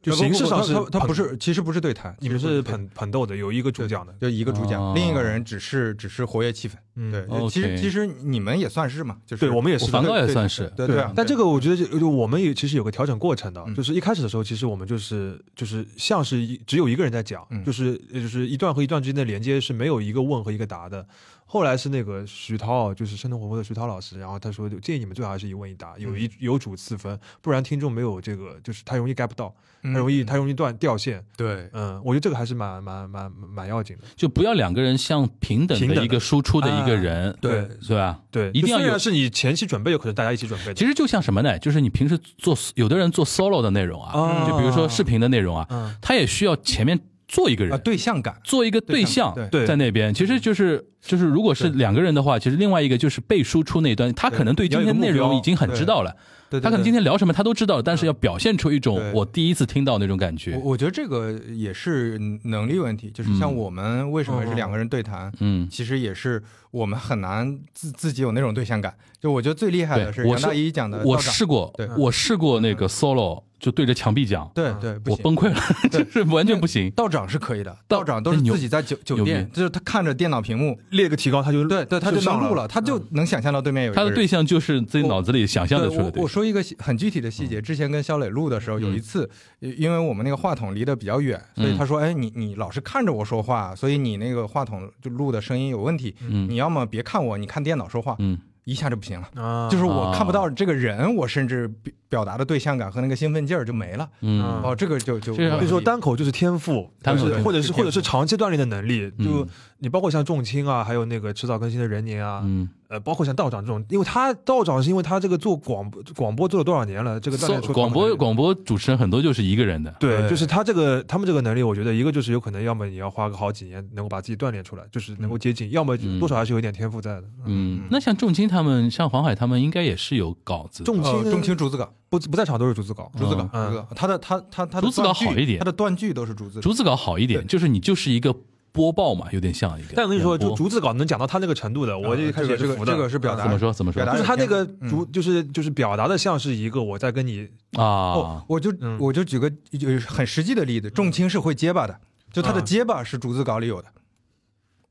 Speaker 4: 就
Speaker 2: 呃不
Speaker 4: 形
Speaker 2: 不
Speaker 4: 式上
Speaker 2: 它
Speaker 4: 是
Speaker 2: 它它
Speaker 4: 捧
Speaker 2: 不是，其实不是对谈，
Speaker 4: 你们
Speaker 2: 其实不
Speaker 4: 是
Speaker 2: 对谈
Speaker 4: 捧捧逗的，有一个主讲的，
Speaker 2: 就一个主讲，
Speaker 3: 哦
Speaker 2: 另一个人只是只是活跃气氛。
Speaker 4: 嗯
Speaker 2: 对，
Speaker 3: OK
Speaker 2: 其实其实你们也算是嘛，就是
Speaker 4: 对我们也
Speaker 3: 我
Speaker 4: 是
Speaker 3: 反
Speaker 4: 的。
Speaker 3: 倒也
Speaker 2: 对
Speaker 3: 算是，
Speaker 2: 对
Speaker 4: 对
Speaker 2: 啊，
Speaker 4: 但这个我觉得就就我们也其实有个调整过程的
Speaker 2: 嗯，
Speaker 4: 就是一开始的时候，其实我们就是就是像是一只有一个人在讲
Speaker 2: 嗯，
Speaker 4: 就是呃就是一段和一段之间的连接是没有一个问和一个答的。后来是那个徐涛，啊就是生动活泼的徐涛老师，然后他说就建议你们最好还是一问一答，有一有主次分，不然听众没有这个，就是他容易 get 不到，他
Speaker 2: 嗯
Speaker 4: 容易他容易断掉线。
Speaker 2: 对
Speaker 4: 嗯，我觉得这个还是蛮蛮蛮蛮要紧的。
Speaker 3: 就不要两个人像平等
Speaker 4: 平
Speaker 3: 的
Speaker 4: 等
Speaker 3: 一
Speaker 4: 的
Speaker 3: 个输出的一个
Speaker 4: 啊
Speaker 3: 人，
Speaker 2: 对
Speaker 3: 是吧？
Speaker 4: 对，
Speaker 3: 一定
Speaker 4: 就
Speaker 3: 要
Speaker 4: 虽
Speaker 3: 有
Speaker 4: 然是你前期准备，有可能大家一起准备的。
Speaker 3: 其实就像什么呢？就是你平时做，有的人做 solo 的内容啊，
Speaker 4: 啊
Speaker 3: 就比如说视频的内容啊，
Speaker 4: 嗯
Speaker 3: 他也需要前面做一个人，
Speaker 2: 啊，对象感
Speaker 3: 做一个对象
Speaker 2: 对
Speaker 4: 对
Speaker 3: 在那边，其实就是就是如果是
Speaker 4: 对
Speaker 3: 两个人的话，其实另外一个就是被输出那一端，他可能对今天内容已经很知道了，
Speaker 4: 对对
Speaker 3: 他可能今
Speaker 4: 天
Speaker 3: 天聊什么他都知道了，但是要表现出一种
Speaker 4: 对
Speaker 3: 我第一次听到那种感觉
Speaker 2: 我。我觉得这个也是能力问题，就是像我们为什么是两个人对谈，
Speaker 3: 嗯，
Speaker 2: 其实也是我们很难自自己有那种对象感。就我觉得最厉害的是
Speaker 3: 对我
Speaker 2: 杨
Speaker 3: 是
Speaker 2: 大一讲的道长，
Speaker 3: 我试过
Speaker 2: 对，
Speaker 3: 我试过那个 solo，就对着墙壁讲，
Speaker 2: 对对不
Speaker 3: 嗯我
Speaker 2: 行。
Speaker 3: 崩溃了，
Speaker 2: 对
Speaker 3: [laughs] 就是完全不行。
Speaker 2: 道长是可以的，
Speaker 3: 道
Speaker 2: 道长都是
Speaker 3: 那牛
Speaker 2: 自己在酒酒
Speaker 3: 牛
Speaker 2: 店，
Speaker 3: 逼
Speaker 2: 就是他看着电脑屏幕，
Speaker 4: 列个提高，他就
Speaker 2: 对对，他就
Speaker 4: 上
Speaker 2: 能录
Speaker 4: 了，
Speaker 2: 他就能想象到对面有一个
Speaker 3: 嗯他
Speaker 2: 人
Speaker 3: 的对象就是自己脑子里想象
Speaker 2: 对
Speaker 3: 的出来的
Speaker 2: 我
Speaker 3: 对嗯
Speaker 2: 我
Speaker 3: 象。
Speaker 2: 说一个细很具体的细节，之前跟肖磊录的时候，有一次，呃因为我们那个话筒离得比较远，所
Speaker 3: 嗯
Speaker 2: 以他说：“哎，你你老是看着我说话，所以你那个话筒就录的声音有问题。
Speaker 3: 嗯
Speaker 2: 你要么别看我，你看电脑说话，
Speaker 3: 嗯，
Speaker 2: 一下就不行了。
Speaker 4: 啊，
Speaker 2: 就是我看不到这个人，我甚至表表达的对象感和那个兴奋劲儿就没了。
Speaker 3: 嗯，
Speaker 2: 哦，这个就就
Speaker 3: 这个
Speaker 4: 所以说单口就是天赋，
Speaker 3: 单口
Speaker 4: 就
Speaker 3: 天赋
Speaker 4: 是或者是
Speaker 2: 是
Speaker 4: 或者是
Speaker 2: 天赋
Speaker 4: 长期锻炼的能力，就
Speaker 3: 嗯
Speaker 4: 你包括像仲卿啊，还有那个迟早更新的任宁啊，
Speaker 3: 嗯，
Speaker 4: 呃，包括像道长这种，因为他道长是因为他这个做广播广播做了多少年了，这个锻炼
Speaker 3: So-
Speaker 4: 出来
Speaker 3: 广播
Speaker 4: 的
Speaker 3: 广播主持人很多就是一个人的，嗯
Speaker 4: 对，
Speaker 2: 对
Speaker 4: 就是他这个他们这个能力，我觉得一个就是有可能，要么你要花个好几年能够把自己锻炼出来，就是能够接近，要么就多少还是有点天赋在的。
Speaker 3: 嗯，那像仲卿他们，像黄海他们应该也是有稿子的，
Speaker 4: 重
Speaker 2: 呃
Speaker 4: 青
Speaker 2: 中青竹子稿，
Speaker 4: 不不在场都是竹子稿，
Speaker 2: 竹子稿，
Speaker 4: 嗯
Speaker 2: 竹子稿，他的他他他的
Speaker 3: 竹子稿
Speaker 2: 断句
Speaker 3: 好一点
Speaker 2: 他的断句都是竹子稿。
Speaker 3: 逐字稿好一点，就是你就是一个播报嘛，有点像一个演播。
Speaker 4: 但我跟你说，就竹子稿能讲到他那个程度的，我就一开始
Speaker 2: 这个
Speaker 4: 也
Speaker 2: 这
Speaker 4: 是
Speaker 2: 个
Speaker 4: 服的。
Speaker 2: 这个是表达
Speaker 3: 怎么说怎么说
Speaker 2: 表达
Speaker 4: 就是他那个
Speaker 2: 嗯
Speaker 4: 竹，就是就是表达的像是一个我在跟你
Speaker 2: 哦
Speaker 3: 啊，，
Speaker 2: 我就
Speaker 4: 嗯
Speaker 2: 我就举个就是很实际的例子，重青是会结巴的，就他的
Speaker 4: 啊
Speaker 2: 结巴是逐字稿里有的，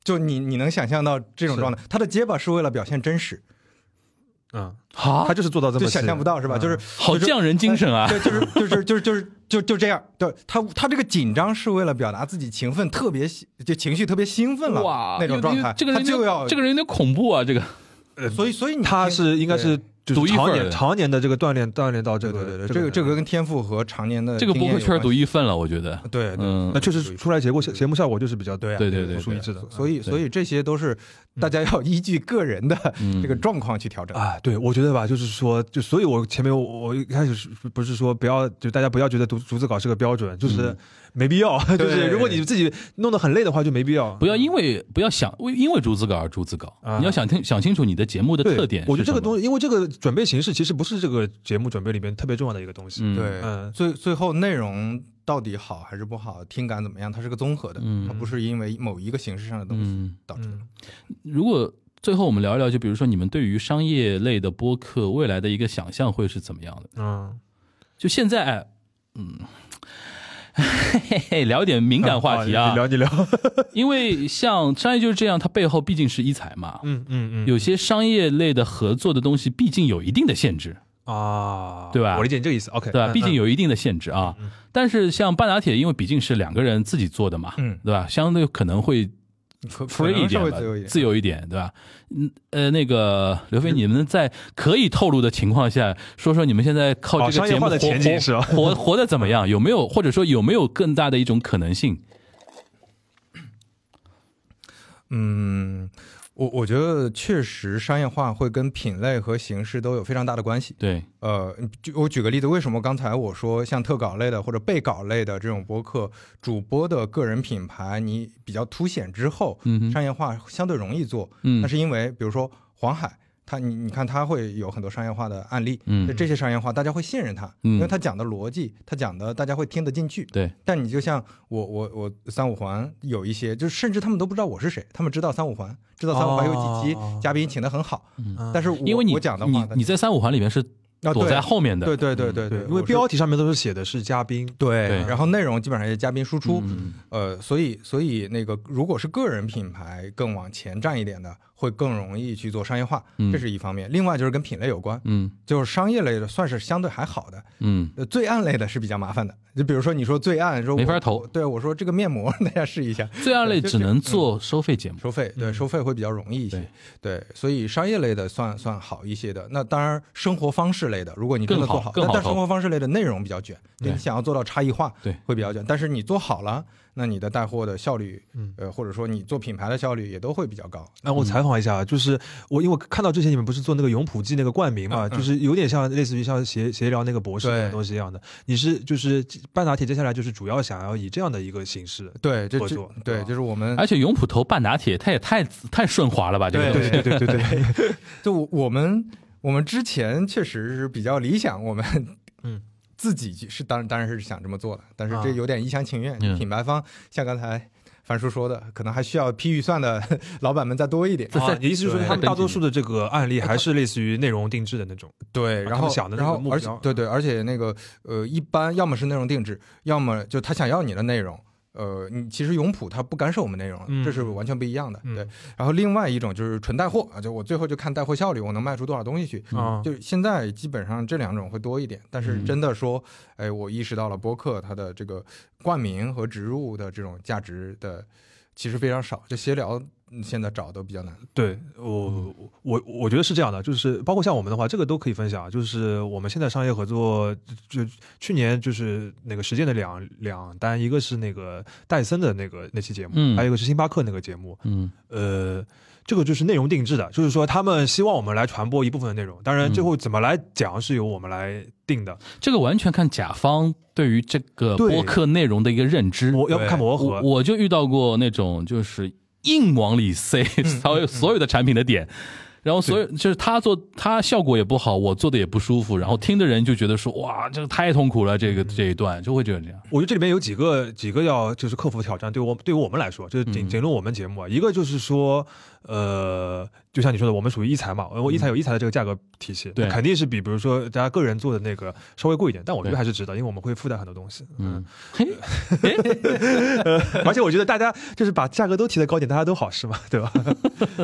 Speaker 2: 就你你能想象到这种
Speaker 4: 是
Speaker 2: 状态，他的结巴是为了表现真实，
Speaker 4: 嗯，
Speaker 3: 好
Speaker 4: 他，就是做到这么
Speaker 2: 就想象不到是吧？
Speaker 4: 嗯
Speaker 2: 就是
Speaker 3: 好匠人精神啊！
Speaker 2: 对，就是就是就是就是就就这样，对他他这个紧张是为了表达自己情奋，特别兴就情绪特别兴奋了
Speaker 3: 哇，
Speaker 2: 那种
Speaker 3: 有
Speaker 2: 状态，
Speaker 3: 这个人
Speaker 2: 他就要
Speaker 3: 这个人有点恐怖啊！这个
Speaker 4: 呃
Speaker 2: 所以所以你
Speaker 4: 他
Speaker 2: 听
Speaker 4: 是应该是就
Speaker 3: 独
Speaker 4: 是
Speaker 3: 一份
Speaker 4: 常
Speaker 3: 儿的
Speaker 4: 年常年的这个锻炼锻炼到这
Speaker 2: 对对
Speaker 4: 个
Speaker 2: 对对，这个这个跟天赋和常年的
Speaker 3: 这个
Speaker 2: 经
Speaker 3: 播
Speaker 2: 验
Speaker 3: 客
Speaker 2: 有
Speaker 3: 圈
Speaker 2: 关
Speaker 3: 独
Speaker 2: 系
Speaker 3: 一份了，我觉得。
Speaker 2: 对对
Speaker 3: 嗯
Speaker 4: 那确实出来结果节目效果就是比较
Speaker 2: 对啊
Speaker 3: 对对对
Speaker 4: 独树一帜的，嗯
Speaker 2: 所以，所以这些都是
Speaker 3: 嗯
Speaker 2: 大家要依据个人的这个状况去调整。
Speaker 4: 啊，对，我觉得吧，就是说，就所以，我前面我我一开始是不是说不要，就大家不要觉得读逐字稿是个标准，
Speaker 3: 嗯
Speaker 4: 就是没必要， [laughs] 就是
Speaker 2: 对
Speaker 4: 如果你自己弄得很累的话，就没必要。
Speaker 3: 不要因为不要想为因为逐字稿而逐字稿，
Speaker 4: 啊
Speaker 3: 你要想听想清楚你的节目的
Speaker 4: 对
Speaker 3: 特点是什么。
Speaker 4: 我觉得这个东西，因为这个准备形式其实不是这个节目准备里边特别重要的一个东西。
Speaker 3: 嗯
Speaker 2: 对，
Speaker 4: 嗯
Speaker 2: 最最后内容到底好还是不好，听感怎么样，它是个综合的，
Speaker 3: 嗯
Speaker 2: 它不是因为某一个形式上的东西
Speaker 3: 嗯，
Speaker 2: 导致的
Speaker 4: 嗯。
Speaker 3: 如果最后我们聊一聊，就比如说你们对于商业类的播客未来的一个想象会是怎么样的？
Speaker 4: 嗯，
Speaker 3: 就现在，哎嗯， [laughs] 嘿嘿嘿，聊点敏感话题啊
Speaker 4: 你，聊你聊，
Speaker 3: [laughs] 因为像商业就是这样，它背后毕竟是一财嘛，
Speaker 4: 嗯嗯嗯，
Speaker 3: 有些商业类的合作的东西，毕竟有一定的限制，
Speaker 4: 啊，
Speaker 3: 对吧
Speaker 4: 我理解你这个意思，OK，
Speaker 3: 对吧？
Speaker 4: 嗯
Speaker 3: 毕竟
Speaker 4: 嗯
Speaker 3: 有一定的限制啊。
Speaker 2: 嗯
Speaker 3: 但是像半打铁，因为毕竟是两个人自己做的嘛，
Speaker 2: 嗯
Speaker 3: 对吧？相对可能会
Speaker 2: 可
Speaker 3: free 一
Speaker 2: 可能稍微
Speaker 3: 点吧
Speaker 2: 自由一点，
Speaker 3: 自由一点，对吧？嗯，呃，那个刘飞，你们在可以透露的情况下，说说你们现在靠
Speaker 4: 哦
Speaker 3: 这个
Speaker 4: 商业
Speaker 3: 节目
Speaker 4: 化
Speaker 3: 活
Speaker 4: 的前景是吧
Speaker 3: [laughs] 活活活的怎么样？有没有或者说有没有更大的一种可能性？
Speaker 2: 嗯，我我觉得确实商业化会跟品类和形式都有非常大的关系。
Speaker 3: 对，
Speaker 2: 呃，就我举个例子，为什么刚才我说像特稿类的或者备稿类的这种播客，主播的个人品牌你比较凸显之后，
Speaker 3: 嗯哼
Speaker 2: 商业化相对容易做，
Speaker 3: 嗯
Speaker 2: 那是因为比如说黄海。他你你看他会有很多商业化的案例，
Speaker 3: 嗯
Speaker 2: 那这些商业化大家会信任他，
Speaker 3: 嗯
Speaker 2: 因为他讲的逻辑，他讲的大家会听得进去。
Speaker 3: 对，
Speaker 2: 但你就像我我我三五环有一些，就是甚至他们都不知道我是谁，他们知道三五环，知道三五环有几期
Speaker 4: 哦
Speaker 2: 嘉宾请的很好，
Speaker 4: 嗯
Speaker 2: 但是我
Speaker 3: 因为你
Speaker 2: 我讲的话，
Speaker 3: 你你在三五环里面是
Speaker 2: 啊
Speaker 3: 躲
Speaker 2: 对
Speaker 3: 在后面的，嗯
Speaker 2: 对对对对
Speaker 4: 对，因
Speaker 2: 我
Speaker 4: 为
Speaker 2: 是
Speaker 4: 标题上面都是写的是嘉宾，
Speaker 2: 对，
Speaker 3: 对
Speaker 2: 然后内容基本上也是嘉宾输出，
Speaker 3: 嗯
Speaker 2: 呃，所以所以那个如果是个人品牌更往前站一点的，会更容易去做商业化，
Speaker 3: 嗯
Speaker 2: 这是一方面。另外就是跟品类有关，
Speaker 3: 嗯
Speaker 2: 就是商业类的算是相对还好的，
Speaker 3: 嗯，
Speaker 2: 呃，罪案类的是比较麻烦的。就比如说你说罪案，说我
Speaker 3: 没法投
Speaker 2: 对我说这个面膜 [laughs] 大家试一下，
Speaker 3: 罪案类
Speaker 2: 对就嗯
Speaker 3: 只能做收费节目，
Speaker 2: 收费，对，收费会比较容易一些，嗯对，所以商业类的算算好一些的。那当然，生活方式类的，如果你真的
Speaker 3: 更好
Speaker 2: 做好，
Speaker 3: 更好
Speaker 2: 但但
Speaker 3: 投
Speaker 2: 生活方式类的内容比较卷，
Speaker 3: 对
Speaker 2: 你想要做到差异化，
Speaker 3: 对
Speaker 2: 会比较卷。但是你做好了，那你的带货的效率，
Speaker 4: 嗯
Speaker 2: 呃，或者说你做品牌的效率也都会比较高。
Speaker 4: 那
Speaker 3: 嗯
Speaker 4: 我采访一下，啊就是我因为我看到之前你们不是做那个永璞记那个冠名嘛，
Speaker 2: 嗯嗯
Speaker 4: 就是有点像类似于像协协聊那个博士那种东西一样的。你是就是半拿铁接下来就是主要想要以这样的一个形式。
Speaker 2: 对，这
Speaker 4: 合
Speaker 2: 这
Speaker 4: 作对
Speaker 2: 对，
Speaker 4: 吧
Speaker 2: 就是我们
Speaker 3: 而且永璞投半拿铁，它也太太顺滑了吧？这个东西
Speaker 4: 嗯对对对对，
Speaker 2: [laughs] 就我我们我们之前确实是比较理想，我们
Speaker 4: [laughs] 嗯
Speaker 2: 自己是当然当然是想这么做的，但是
Speaker 4: 啊
Speaker 2: 这有点一厢情愿。
Speaker 3: 嗯
Speaker 2: 品牌方像刚才樊叔说的，可能还需要批预算的 [laughs] 老板们再多一点。
Speaker 4: 啊，你意思是说
Speaker 3: 对
Speaker 4: 他们大多数的这个案例还是类似于内容定制的那种？
Speaker 2: 对，然
Speaker 4: 把他们
Speaker 2: 后
Speaker 4: 想的那
Speaker 2: 然
Speaker 4: 个
Speaker 2: 后
Speaker 4: 目
Speaker 2: 而
Speaker 4: 标
Speaker 2: 且对对，而且那个呃，一般要么是内容定制，要么就他想要你的内容。呃，你其实永璞他不干涉我们内容
Speaker 4: 嗯，
Speaker 2: 这是完全不一样的。
Speaker 4: 嗯
Speaker 2: 对，然后另外一种就是纯带货啊，就我最后就看带货效率，我能卖出多少东西去。
Speaker 4: 啊，
Speaker 2: 就现在基本上这两种会多一点，但是真的说，哎，我意识到了播客它的这个冠名和植入的这种价值的，其实非常少。这闲聊嗯现在找都比较难。
Speaker 4: 对我
Speaker 3: 嗯
Speaker 4: 我我觉得是这样的，就是包括像我们的话，这个都可以分享。啊就是我们现在商业合作，就就去年就是那个实践的两两单，一个是那个戴森的那个那期节目，
Speaker 3: 嗯
Speaker 4: 还有一个是星巴克那个节目。
Speaker 3: 嗯，
Speaker 4: 呃，这个就是内容定制的，就是说他们希望我们来传播一部分的内容，当然
Speaker 3: 嗯
Speaker 4: 最后怎么来讲是由我们来定的。
Speaker 3: 这个完全看甲方对于这个
Speaker 4: 对
Speaker 3: 播客内容的一个认知。
Speaker 4: 我要
Speaker 2: 对
Speaker 4: 看磨合
Speaker 3: 我，我就遇到过那种就是硬往里
Speaker 4: [laughs]
Speaker 3: 塞所有所有的产品的点，然后所有就是他做他效果也不好，我做的也不舒服，然后听的人就觉得说哇，这个太痛苦了，这个这一段就会觉得这样。
Speaker 4: 我觉得这里面有几个几个要就是克服挑战，对我对于我们来说，就是
Speaker 3: 嗯
Speaker 4: 仅仅论我们节目啊，一个就是说，呃，就像你说的，我们属于一财嘛，呃我一财有一财的这个价格体系，
Speaker 3: 嗯对
Speaker 4: 肯定是比比如说大家个人做的那个稍微贵一点，但我觉
Speaker 3: 对
Speaker 4: 得还是值得，因为我们会附带很多东西，
Speaker 3: 嗯，
Speaker 4: 而且我觉得大家就是把价格都提得高点，大家都好是嘛， [laughs] 对吧？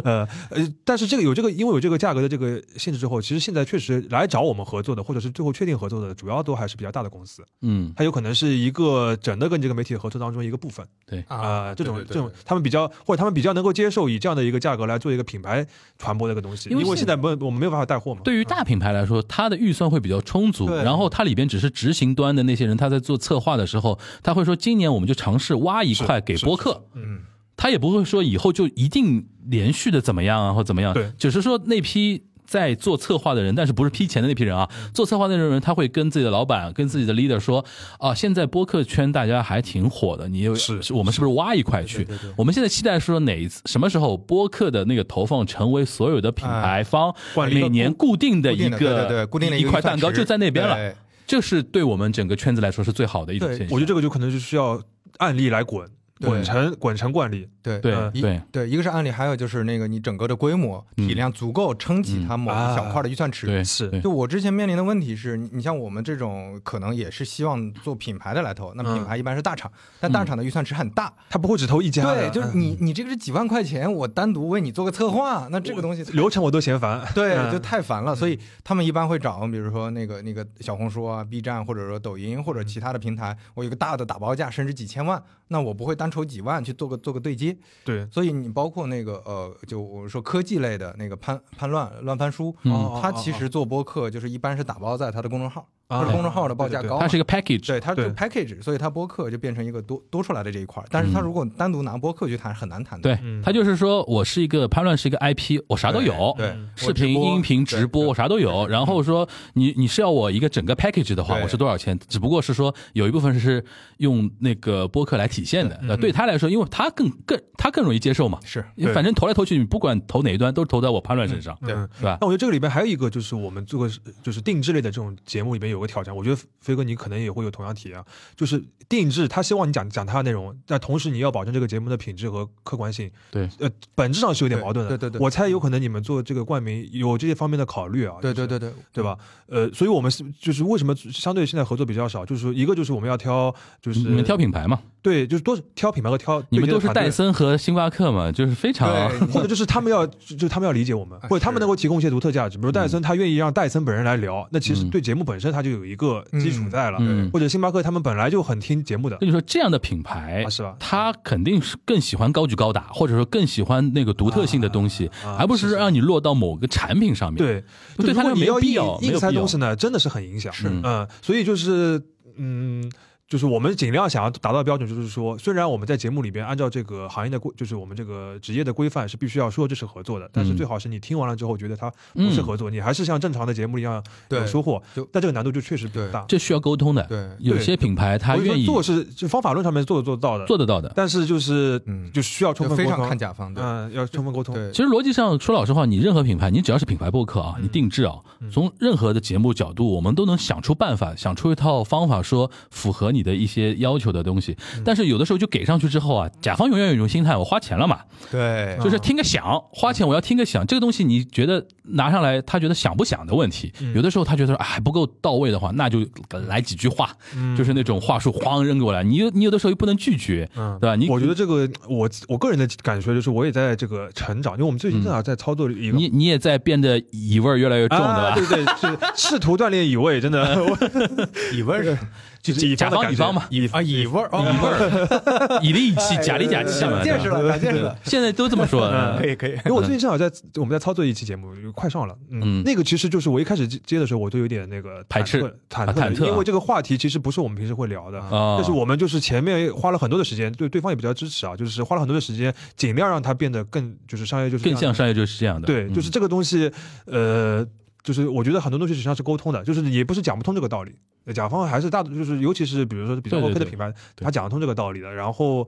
Speaker 4: 呃呃，但是这个有这个，因为有这个价格的这个限制之后，其实现在确实来找我们合作的，或者是最后确定合作的，主要都还是比较大的公司，
Speaker 3: [laughs] 嗯，
Speaker 4: 它有可能是一个整个跟这个媒体合作当中一个部分。啊、这种
Speaker 2: 对对
Speaker 4: 这种，他们比较或者他们比较能够接受以这样的一个价格来做一个品牌传播的一个东西，因
Speaker 3: 因为
Speaker 4: 为现
Speaker 3: 现
Speaker 4: 在没有我们没有办法带货嘛。
Speaker 3: 对于大品牌来说，它的预算会比较充足，
Speaker 4: 对
Speaker 3: 然后它里边只是执行端的那些人，他在做策划的时候，他会说今年我们就尝试挖一块给播客，
Speaker 2: 嗯，
Speaker 3: 他也不会说以后就一定连续的怎么样啊或怎么样，
Speaker 4: 对
Speaker 3: 只是说那批在做策划的人，但是不是批钱的那批人啊，
Speaker 4: 嗯
Speaker 3: 做策划的那种人，他会跟自己的老板、跟自己的 leader 说啊，现在播客圈大家还挺火的，你有
Speaker 4: 是
Speaker 3: 我们是不是挖一块去？我们现在期待说哪一次什么时候播客的那个投放成为所有的品
Speaker 4: 哎
Speaker 3: 牌方
Speaker 4: 管理一个
Speaker 3: 每年固定的
Speaker 2: 固
Speaker 3: 一
Speaker 2: 定的
Speaker 3: 个
Speaker 2: 对对对，固定的
Speaker 3: 一
Speaker 2: 个
Speaker 3: 块
Speaker 2: 预算
Speaker 3: 蛋糕
Speaker 2: 池
Speaker 3: 就在那边了，
Speaker 2: 对
Speaker 3: 这是对我们整个圈子来说是最好的一种
Speaker 4: 对
Speaker 3: 现象。
Speaker 4: 我觉得这个就可能就需要案例来滚
Speaker 2: 对
Speaker 4: 滚成滚成惯例。
Speaker 2: 对呃
Speaker 3: 对
Speaker 4: 嗯
Speaker 2: 一
Speaker 3: 对
Speaker 2: 对，一个是案例，还有就是那个你整个的规模
Speaker 3: 嗯
Speaker 2: 体量足够撑起它某
Speaker 4: 啊
Speaker 2: 一小块的预算池。
Speaker 3: 对
Speaker 4: 是
Speaker 3: 对
Speaker 2: 就我之前面临的问题是，你你像我们这种可能也是希望做品牌的来投，那
Speaker 4: 嗯
Speaker 2: 品牌一般是大厂，但
Speaker 3: 嗯
Speaker 2: 大厂的预算池很大，
Speaker 4: 他不会只投一家的，
Speaker 2: 对，就是
Speaker 4: 嗯
Speaker 2: 你你这个是几万块钱，我单独为你做个策划，那这个东西
Speaker 4: 流程我都嫌烦。
Speaker 2: 对
Speaker 4: 嗯
Speaker 2: 就太烦了，所以他们一般会找，比如说那个那个小红书啊、B 站或者说抖音
Speaker 3: 嗯
Speaker 2: 或者其他的平台，我有个大的打包价，甚至几千万，那我不会单筹几万去做个做个对接，
Speaker 4: 对，
Speaker 2: 所以你包括那个呃，就我们说科技类的那个潘潘乱乱翻书，
Speaker 3: 嗯
Speaker 4: 哦
Speaker 2: 他其实做播客就是一般是打包在他的公众号，
Speaker 4: 啊
Speaker 2: 他的公众号的报价高
Speaker 3: 它
Speaker 2: 嘛
Speaker 3: 是一个 package，
Speaker 2: 对，它就
Speaker 4: 对
Speaker 2: package，所以它播客就变成一个多多出来的这一块儿。但是它
Speaker 3: 嗯
Speaker 2: 如果单独拿播客去谈，很难谈的。
Speaker 3: 对
Speaker 4: 嗯，
Speaker 3: 他就是说我是一个潘乱，是一个 IP，我啥都有，
Speaker 2: 对
Speaker 4: 嗯，
Speaker 3: 视频、音频、直播，我
Speaker 2: 我
Speaker 3: 啥都有。然后说你你是要我一个整个 package 的话，
Speaker 2: 对
Speaker 3: 我是多少钱？只不过是说有一部分是用那个播客来体现的。那对他来说，因为他更更他更容易接受嘛，
Speaker 2: 是
Speaker 3: 因为反正投来投去，你不管投哪一端，都投在我潘乱身上，
Speaker 2: 对
Speaker 4: 嗯
Speaker 3: 是吧？
Speaker 4: 那我觉得这个里边还有一个就是我们做个就是定制类的这种节目里边有个挑战，我觉得飞哥你可能也会有同样体验啊，就是定制他希望你讲讲他的内容，但同时你要保证这个节目的品质和客观性，
Speaker 3: 对，
Speaker 4: 呃，本质上是有点矛盾的。
Speaker 2: 对对对对
Speaker 4: 我猜有可能你们做这个冠名有这些方面的考虑啊。
Speaker 2: 对
Speaker 4: 就是
Speaker 2: 对对嗯对
Speaker 4: 对吧？呃，所以我们是就是为什么相对现在合作比较少，就是一个就是我们要挑，就是
Speaker 3: 你们挑品牌嘛，
Speaker 4: 对，就是多挑品牌和挑
Speaker 3: 你们
Speaker 4: 对接的
Speaker 3: 都是
Speaker 4: 团队
Speaker 3: 戴，森和星巴克嘛，就是非常 [laughs]
Speaker 2: 对，
Speaker 4: [laughs] 或者就是他们要就是他们要理解我们，
Speaker 2: 啊
Speaker 4: 或者他们
Speaker 2: 是嗯
Speaker 4: 能够提供一些独特价值，比如戴森他愿意让戴森本人来聊，那其实
Speaker 3: 嗯
Speaker 4: 对节目本身它就有一个基础在了，
Speaker 3: 嗯嗯
Speaker 4: 或者星巴克他们本来就很听节目的
Speaker 3: 跟，你说这样的品牌
Speaker 4: 啊是吧
Speaker 3: 他肯定是更喜欢高举高打，或者说更喜欢那个独特性的东西，
Speaker 4: 啊
Speaker 3: 而不是
Speaker 4: 是是
Speaker 3: 让你落到某个产品上面。，
Speaker 4: 对，
Speaker 3: 对
Speaker 4: 就
Speaker 3: 他
Speaker 4: 如
Speaker 3: 来说
Speaker 4: 果你
Speaker 3: 没有
Speaker 4: 要
Speaker 3: 必
Speaker 4: 硬
Speaker 3: 要没
Speaker 4: 硬
Speaker 3: 有
Speaker 4: 塞
Speaker 3: 必要
Speaker 4: 嗯东西呢，真的是很影响，
Speaker 3: 是
Speaker 4: 嗯，所以就是嗯。就是我们尽量想要达到的标准，就是说，虽然我们在节目里边按照这个行业的规，就是我们这个职业的规范是必须要说这是合作的，但是
Speaker 3: 嗯
Speaker 4: 最好是你听完了之后觉得它不是合作，你还是像正常的节目一样有
Speaker 2: 对
Speaker 4: 收获
Speaker 2: 就，
Speaker 4: 但这个难度就确实比较大。
Speaker 3: 这需要沟通的。
Speaker 2: 对
Speaker 3: 有
Speaker 4: 对
Speaker 3: 些品牌他
Speaker 4: 我是说
Speaker 3: 愿意
Speaker 4: 做是就方法论上面做得做得到的，
Speaker 3: 做得到的。
Speaker 4: 但是就是
Speaker 2: 嗯
Speaker 4: 就需要充
Speaker 2: 就
Speaker 4: 分
Speaker 2: 非
Speaker 4: 沟
Speaker 2: 常看
Speaker 4: 通，
Speaker 2: 甲方，对
Speaker 4: 嗯，要充分沟通。
Speaker 2: 对，
Speaker 3: 其实逻辑上说老实话，你任何品牌，你只要是品牌播客啊，
Speaker 4: 嗯
Speaker 3: 你定制啊，
Speaker 4: 嗯
Speaker 3: 从任何的节目角度，我们都能想出办法，想出一套方法，说符合你的一些要求的东西。
Speaker 4: 嗯
Speaker 3: 但是有的时候就给上去之后啊，甲方永远有一种心态，我花钱了嘛，
Speaker 2: 对
Speaker 4: 啊
Speaker 3: 就是听个响，花钱我要听个响。这个东西你觉得拿上来，他觉得响不响的问题，
Speaker 4: 嗯
Speaker 3: 有的时候他觉得啊还不够到位的话，那就来几句话，就是那种话术哐扔过来，你有你有的时候又不能拒绝，
Speaker 4: 嗯
Speaker 3: 对吧？你
Speaker 4: 我觉得这个我我个人的感觉就是，我也在这个成长，因为我们最近正好在操作一
Speaker 3: 嗯
Speaker 4: 个
Speaker 3: 你你也在变得乙味儿越来越重，对吧？
Speaker 4: 啊对对，是试图锻炼乙味，真的，我
Speaker 2: [laughs] 乙味儿，
Speaker 4: [laughs] 就是乙
Speaker 3: 甲
Speaker 4: 方
Speaker 3: 方
Speaker 4: 的感
Speaker 3: 乙
Speaker 4: 觉
Speaker 3: 方嘛，
Speaker 2: 乙啊乙味儿，乙
Speaker 3: 乙味儿，乙里乙气，甲里甲气嘛，
Speaker 2: 长见识
Speaker 3: 对吧
Speaker 2: 了，长见识了，
Speaker 3: 现在都这么说。
Speaker 2: 可
Speaker 3: 嗯
Speaker 2: 以可以，
Speaker 4: [laughs] 因为我最近正好在我们在操作一期节目，快上了，
Speaker 3: 嗯
Speaker 4: 嗯，那个其实就是我一开始接的时候，我都有点那个
Speaker 3: 排斥
Speaker 4: 忐
Speaker 3: 啊忐忑
Speaker 4: 忑忑
Speaker 3: 啊
Speaker 4: 的，因为这个话题其实不是我们平时会聊的，
Speaker 3: 啊
Speaker 4: 但是我们就是前面花了很多的时间，对对方也比较支持啊，就是花了很多的时间，尽量让它变得更就是商业就是
Speaker 3: 更像商业就是这样的，
Speaker 4: 对，
Speaker 3: 嗯
Speaker 4: 就是这个东西，呃，就是我觉得很多东西实际上是沟通的，就是也不是讲不通这个道理。甲方还是大，就是尤其是比如说是比较
Speaker 3: 对对
Speaker 4: OK 的
Speaker 3: 对
Speaker 4: 品牌，
Speaker 3: 对
Speaker 4: 他讲得通这个道理的。然后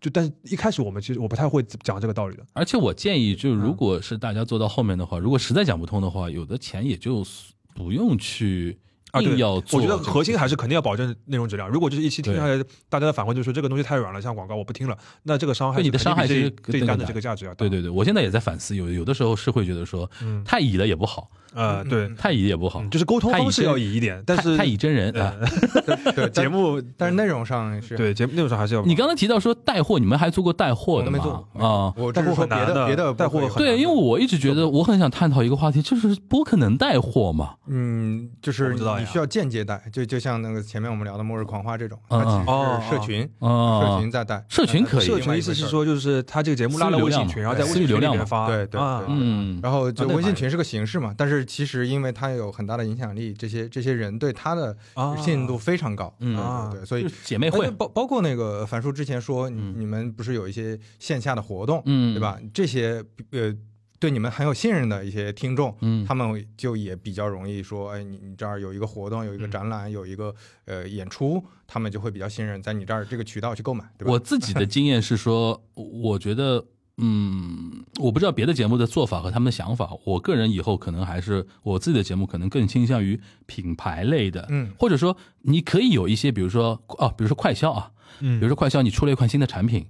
Speaker 4: 就，但是一开始我们其实我不太会讲这个道理的。
Speaker 3: 而且我建议，就是如果是大家做到后面的话，如果实在讲不通的话，有的钱也就不用去
Speaker 4: 啊，对
Speaker 3: 硬，要做。
Speaker 4: 我觉得核心还是肯定要保证内容质量。如果这一期听下来，大家的反馈就是说这个东西太软了，像广告我不听了，那这个伤害
Speaker 3: 对你的
Speaker 4: 肯定
Speaker 3: 伤害
Speaker 4: 比这
Speaker 3: 是
Speaker 4: 这一
Speaker 3: 更
Speaker 4: 单
Speaker 3: 大
Speaker 4: 的这个价值要大。
Speaker 3: 对，对对，我现在也在反思，有有的时候是会觉得说，
Speaker 4: 嗯，
Speaker 3: 太乙了也不好，
Speaker 4: 呃，对
Speaker 2: 嗯，
Speaker 3: 太乙也不好
Speaker 4: 嗯，就是沟通
Speaker 3: 太乙
Speaker 4: 方式
Speaker 3: 真
Speaker 4: 要以一点，但
Speaker 3: 太
Speaker 4: 是
Speaker 3: 太乙真人啊。
Speaker 4: 呃
Speaker 2: 对
Speaker 4: 节，目
Speaker 2: 但但是内容上是，
Speaker 4: 对节目内容上还是要
Speaker 3: 你刚才提到说带货，你们还做过带
Speaker 2: 我
Speaker 3: 货的
Speaker 2: 没
Speaker 3: 吗？
Speaker 2: 做过
Speaker 3: 啊，
Speaker 2: 我只是说别
Speaker 4: 带货很难
Speaker 2: 的
Speaker 4: 的
Speaker 2: 别的
Speaker 4: 带货
Speaker 2: 不会有
Speaker 4: 很难
Speaker 3: 对，因为我一直觉得我很想探讨一个话题，就是播客能带货吗？
Speaker 2: 嗯，就
Speaker 4: 我
Speaker 2: 是
Speaker 4: 不知道
Speaker 2: 你
Speaker 4: 呀
Speaker 2: 需要间接带，就就像那个前面我们聊的《末日狂花》这种，
Speaker 3: 嗯
Speaker 2: 它
Speaker 3: 嗯
Speaker 4: 哦
Speaker 2: 其实是社群，社
Speaker 3: 啊，
Speaker 2: 群在带，
Speaker 3: 社群可以
Speaker 4: 社群意思是，说，就是他这个节目拉了微信群，然后在微信群里面发，
Speaker 2: 对对
Speaker 4: 啊
Speaker 2: 对
Speaker 3: 嗯，
Speaker 2: 然后就
Speaker 4: 啊那
Speaker 2: 微信
Speaker 4: 蛮
Speaker 2: 群是个形式嘛，但是其实因为它有很大的影响力，这些这些人对它的
Speaker 4: 啊
Speaker 2: 信任度非常高，
Speaker 3: 嗯
Speaker 4: 啊
Speaker 2: 对对对，所以
Speaker 3: 就是姐妹会
Speaker 2: 哎，包包括那个樊叔之前说，你你们不是有一些线下的活动，
Speaker 3: 嗯
Speaker 2: 对吧？这些呃，对你们很有信任的一些听众，
Speaker 3: 嗯
Speaker 2: 他们就也比较容易说，哎，你你这儿有一个活动，有一个
Speaker 3: 嗯
Speaker 2: 展览，有一个呃演出，他们就会比较信任在你这儿这个渠道去购买，对吧？
Speaker 3: 我自己的经验是说，我觉得，嗯，我不知道别的节目的做法和他们的想法。我个人以后可能还是我自己的节目，可能更倾向于品牌类的，
Speaker 2: 嗯
Speaker 3: 或者说你可以有一些，比如说哦，比如说快销啊，
Speaker 4: 嗯
Speaker 3: 比如说快销，你出了一款新的产品。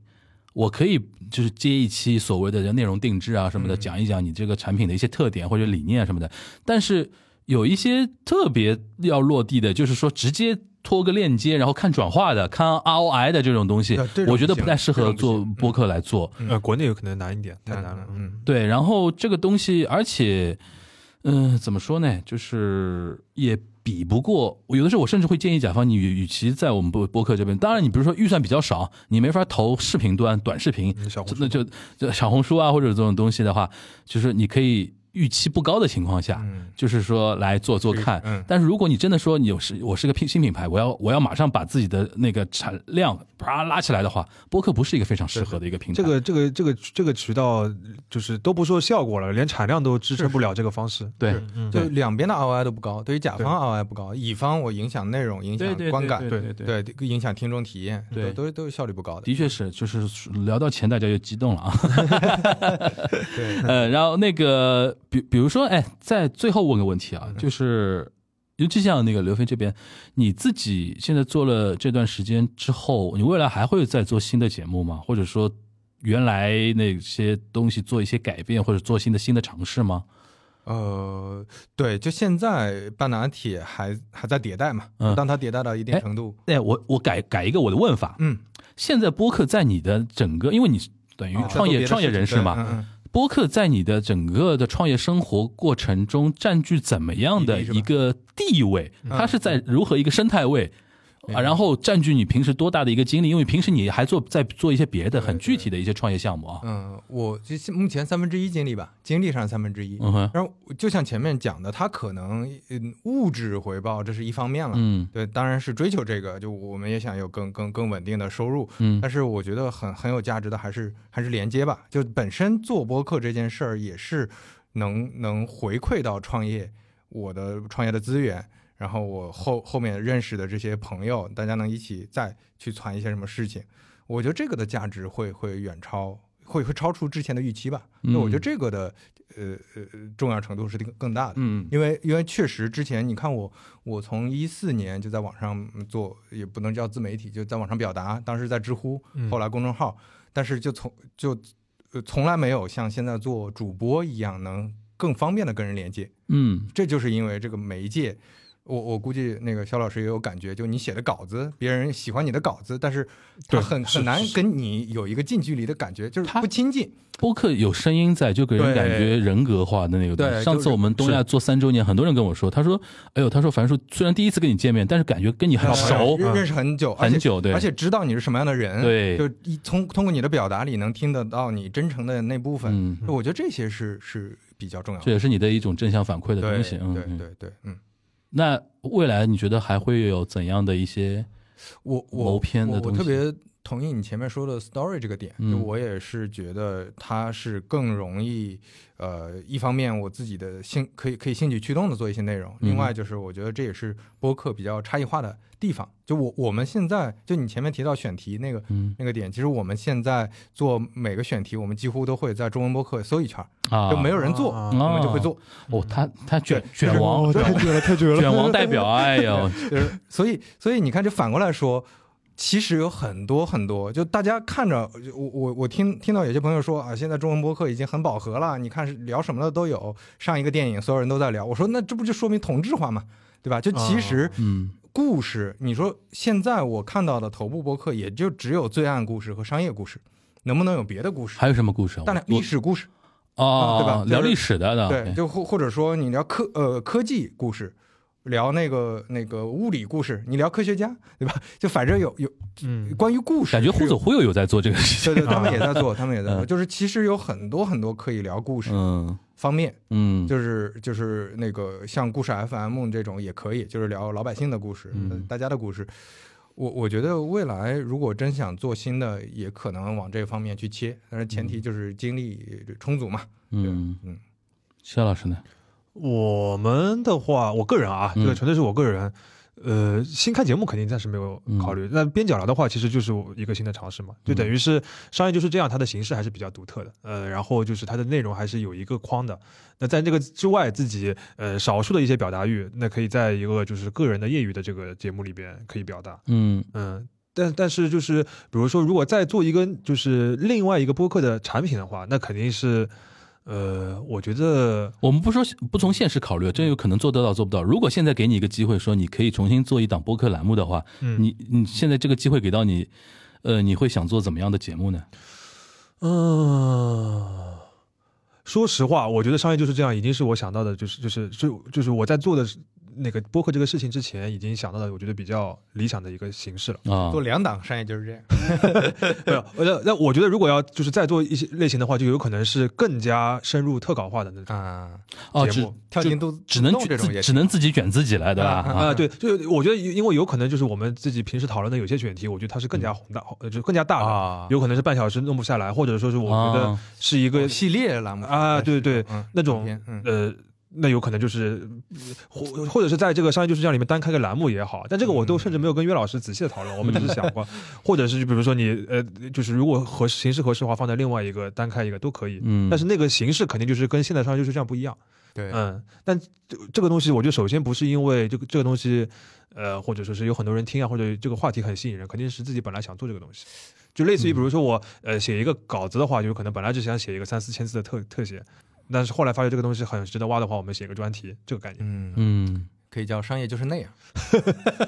Speaker 3: 我可以就是接一期所谓的内容定制啊什
Speaker 2: 嗯
Speaker 3: 么的，讲一讲你这个产品的一些特点或者理念啊什么的。但是有一些特别要落地的，就是说直接拖个链接，然后看转化的、看 ROI 的这种东西
Speaker 2: 啊这，种
Speaker 3: 我觉得
Speaker 2: 不行
Speaker 3: 不太适
Speaker 2: 这
Speaker 3: 合
Speaker 2: 种不
Speaker 3: 做
Speaker 2: 行
Speaker 3: 播客来做。
Speaker 4: 呃，国内有可能难一点，太难了，嗯，
Speaker 2: 嗯
Speaker 3: 对，然后这个东西，而且，嗯、怎么说呢？就是也比不过，我有的时候我甚至会建议甲方，你与其在我们播播客这边，当然你比如说预算比较少，你没法投视频端、短视频，
Speaker 4: 嗯小红
Speaker 3: 那就就小红书啊或者这种东西的话，就是你可以预期不高的情况下，
Speaker 2: 嗯
Speaker 3: 就是说来做做看。
Speaker 2: 嗯
Speaker 3: 但是如果你真的说你有是我是个品新品牌，我要我要马上把自己的那个产量啪拉起来的话，播客不是一个非常适合的一个平台。
Speaker 4: 这个这个这个这个渠道就是都不说效果了，连产量都支撑不了这个方式。
Speaker 3: 嗯对
Speaker 2: 是就两边的 ROI 都不高，对于甲
Speaker 4: 对
Speaker 2: 方 ROI 不高，乙方我影响内容，影响观感，
Speaker 3: 对对对
Speaker 2: 对影响听众体验，
Speaker 3: 对
Speaker 2: 都都都是效率不高的。
Speaker 3: 的确是，就是聊到钱，大家就激动了啊。
Speaker 2: 对，
Speaker 3: [laughs] 呃，然后那个，比比如说，哎，在最后问个问题啊，就是，尤其像那个刘飞这边，你自己现在做了这段时间之后，你未来还会再做新的节目吗？或者说，原来那些东西做一些改变，或者做新的新的尝试吗？
Speaker 2: 呃，对，就现在半拿铁还还在迭代嘛，
Speaker 3: 嗯
Speaker 2: 当它迭代到一定
Speaker 3: 哎
Speaker 2: 程度，
Speaker 3: 哎，我我改改一个我的问法，
Speaker 2: 嗯，
Speaker 3: 现在播客在你的整个，因为你等于
Speaker 2: 啊
Speaker 3: 创业、创业人士
Speaker 2: 在做
Speaker 3: 嘛，，
Speaker 2: 别的事情对嗯嗯
Speaker 3: 播客在你的整个的创业生活过程
Speaker 2: 嗯
Speaker 3: 中占据怎么样的一个地位？它是在如何一个生态位？啊，然后占据你平时多大的一个精力？因为平时你还做在做一些别的很具体的一些创业项目啊。
Speaker 2: 嗯，我就现目前三分之一精力吧，精力上三分之一。
Speaker 3: 嗯哼，
Speaker 2: 然后就像前面讲的，他可能嗯物质回报这是一方面了，
Speaker 3: 嗯
Speaker 2: 对，当然是追求这个，就我们也想有更更更稳定的收入。
Speaker 3: 嗯
Speaker 2: 但是我觉得很很有价值的还是还是连接吧，就本身做播客这件事儿也是能能回馈到创业我的创业的资源，然后我后后面认识的这些朋友，大家能一起再去传一些什么事情，我觉得这个的价值会会远超会会超出之前的预期吧。那我觉得这个的呃呃重要程度是更更大的。
Speaker 3: 嗯
Speaker 2: 因为因为确实之前你看我，我从一四年就在网上嗯做，也不能叫自媒体，就在网上表达。当时在知乎，
Speaker 4: 嗯
Speaker 2: 后来公众号，但是就从就呃从来没有像现在做主播一样能更方便的跟人连接。
Speaker 3: 嗯
Speaker 2: 这就是因为这个媒介，我我估计那个肖老师也有感觉，就你写的稿子，别人喜欢你的稿子，但是他
Speaker 4: 对
Speaker 2: 很
Speaker 4: 是
Speaker 2: 很难
Speaker 4: 是
Speaker 2: 跟你有一个近距离的感觉，就是
Speaker 3: 他
Speaker 2: 不亲近。
Speaker 3: 播客有声音在，就给人
Speaker 2: 对
Speaker 3: 感觉人格化的那个东西。
Speaker 2: 对
Speaker 3: 上
Speaker 2: 就是
Speaker 3: 次我们东亚做三周年，很多人跟我说，他说：“哎呦，他说樊叔虽然第一次跟你见面，但是感觉跟你很
Speaker 2: 呃
Speaker 3: 熟，
Speaker 2: 认
Speaker 4: 嗯
Speaker 2: 认识很久，而
Speaker 3: 很
Speaker 2: 且
Speaker 3: 久对
Speaker 2: 而且知道你是什么样的人，
Speaker 3: 对
Speaker 2: 就一从通过你的表达里能听得到你真诚的那部分，
Speaker 3: 嗯，
Speaker 2: 就我觉得这些是是比较重要
Speaker 3: 这
Speaker 2: 的，
Speaker 3: 也是你的一种正向反馈的
Speaker 2: 对
Speaker 3: 东西。”嗯，
Speaker 2: 对
Speaker 3: 嗯
Speaker 2: 对对，嗯，
Speaker 3: 那未来你觉得还会有怎样的一些？
Speaker 2: 我我
Speaker 3: 谋篇的
Speaker 2: 我
Speaker 3: 东
Speaker 2: 我
Speaker 3: 西
Speaker 2: 特别同意你前面说的 story 这个点，
Speaker 3: 嗯
Speaker 2: 就我也是觉得它是更容易，呃，一方面我自己的兴可以可以兴趣驱动的做一些内容，
Speaker 3: 嗯
Speaker 2: 另外就是我觉得这也是播客比较差异化的地方。就我我们现在就你前面提到选题那个
Speaker 3: 嗯
Speaker 2: 那个点，其实我们现在做每个选题，我们几乎都会在中文播客搜一圈儿，
Speaker 3: 啊，
Speaker 2: 就没有人做，
Speaker 4: 啊
Speaker 2: 我们就会做。
Speaker 3: 哦，他他卷
Speaker 2: 对
Speaker 3: 卷王
Speaker 4: 哦，太绝了，太绝了！
Speaker 3: 卷王
Speaker 2: [laughs]
Speaker 3: 代表，哎呦，
Speaker 2: 就是所以所以你看，这反过来说，其实有很多很多，就大家看着就我我我听听到有些朋友说啊，现在中文播客已经很饱和了，你看是聊什么的都有，上一个电影所有人都在聊，我说那这不就说明同质化嘛，对吧？就其实
Speaker 3: 嗯
Speaker 2: 故事，你说现在我看到的头部播客也就只有罪案故事和商业故事，能不能有别的故事？
Speaker 3: 还有什么故事？啊
Speaker 2: 大量
Speaker 3: 我啊
Speaker 2: 历史故事，
Speaker 3: 哦，
Speaker 2: 对吧
Speaker 3: 聊
Speaker 2: 就是
Speaker 3: 历史的呢？
Speaker 2: 对，就或或者说你聊科呃科技故事，聊那个那个物理故事，你聊科学家，对吧？就反正有有
Speaker 4: 嗯，
Speaker 2: 关于故事，
Speaker 3: 感觉啊忽左。忽右有在做这个
Speaker 2: 对
Speaker 3: 事情。 [laughs]
Speaker 2: 对，他们也在做，他们也在做，
Speaker 3: 嗯
Speaker 2: 就是其实有很多很多可以聊故事
Speaker 3: [laughs] 嗯
Speaker 2: 方面，
Speaker 3: 嗯，
Speaker 2: 就是就是那个像故事 FM 这种也可以，就是聊老百姓的故事，
Speaker 3: 嗯
Speaker 2: 呃大家的故事。我我觉得未来如果真想做新的，也可能往这方面去切，但是前提就是精力呃充足嘛。对
Speaker 3: 嗯
Speaker 2: 嗯，
Speaker 3: 肖老师呢？
Speaker 4: 我们的话，我个人啊，
Speaker 3: 嗯
Speaker 4: 这个纯粹是我个人。呃，新开节目肯定暂时没有考虑。那边角聊的话，其实就是我一个新的尝试嘛，就等于是商业就是这样，它的形式还是比较独特的。呃，然后就是它的内容还是有一个框的。那在这个之外，自己呃少数的一些表达欲，那可以在一个就是个人的业余的这个节目里边可以表达。
Speaker 3: 嗯
Speaker 4: 嗯，但但是就是，比如说，如果再做一个就是另外一个播客的产品的话，那肯定是，呃，我觉得，
Speaker 3: 我们不说不从现实考虑，真有可能做得到做不到。如果现在给你一个机会，说你可以重新做一档播客栏目的话，
Speaker 4: 嗯，
Speaker 3: 你你现在这个机会给到你，呃，你会想做怎么样的节目呢？
Speaker 4: 嗯，说实话，我觉得商业就是这样，已经是我想到的，就是就是就就是我在做的那个播客这个事情之前，已经想到的，我觉得比较理想的一个形
Speaker 3: [laughs]
Speaker 4: 式了。
Speaker 3: 啊
Speaker 2: 做，两档商业就是这样，
Speaker 4: 没有，那那我觉得如果要就是再做一些类型的话，就有可能是更加深入特稿化的那种。
Speaker 2: 啊，
Speaker 3: 哦，
Speaker 2: 节
Speaker 3: 只
Speaker 2: 目跳进肚
Speaker 3: 只能
Speaker 2: 弄这种
Speaker 3: 自
Speaker 2: 也
Speaker 3: 只能自己卷自己来，对吧？
Speaker 2: 啊
Speaker 3: 啊
Speaker 4: 啊，对，就是我觉得，因为有可能就是我们自己平时讨论的有些选题，我觉得它是更加宏大，呃就更加大的，
Speaker 2: 啊
Speaker 4: 有可能是半小时弄不下来，或者说是我觉得
Speaker 3: 啊
Speaker 4: 是一
Speaker 2: 有
Speaker 4: 个
Speaker 2: 哦系列栏目
Speaker 4: 啊，对对，
Speaker 2: 嗯，
Speaker 4: 那种
Speaker 2: 影片嗯
Speaker 4: 呃，那有可能就是或或者是在这个商业就是这样里面单开个栏目也好，但这个我都甚至没有
Speaker 2: 嗯
Speaker 4: 跟岳老师仔细的讨论，我们只是想
Speaker 2: [laughs]
Speaker 4: 过，或者是就比如说你呃，就是如果合适形式合适的话，放在另外一个单开一个都可以，
Speaker 3: 嗯，
Speaker 4: 但是那个形式肯定就是跟现在商业就是这样不一样。
Speaker 2: 对，
Speaker 4: 嗯，但这这个东西，我觉得首先不是因为这个这个东西，呃，或者说是有很多人听啊，或者这个话题很吸引人，肯定是自己本来想做这个东西。就类似
Speaker 2: 嗯
Speaker 4: 于，比如说我呃写一个稿子的话，就可能本来只想写一个三四千字的特特写，但是后来发现这个东西很值得挖的话，我们写一个专题，这个概念。
Speaker 2: 嗯，
Speaker 3: 嗯
Speaker 2: 可以叫商业就是那样。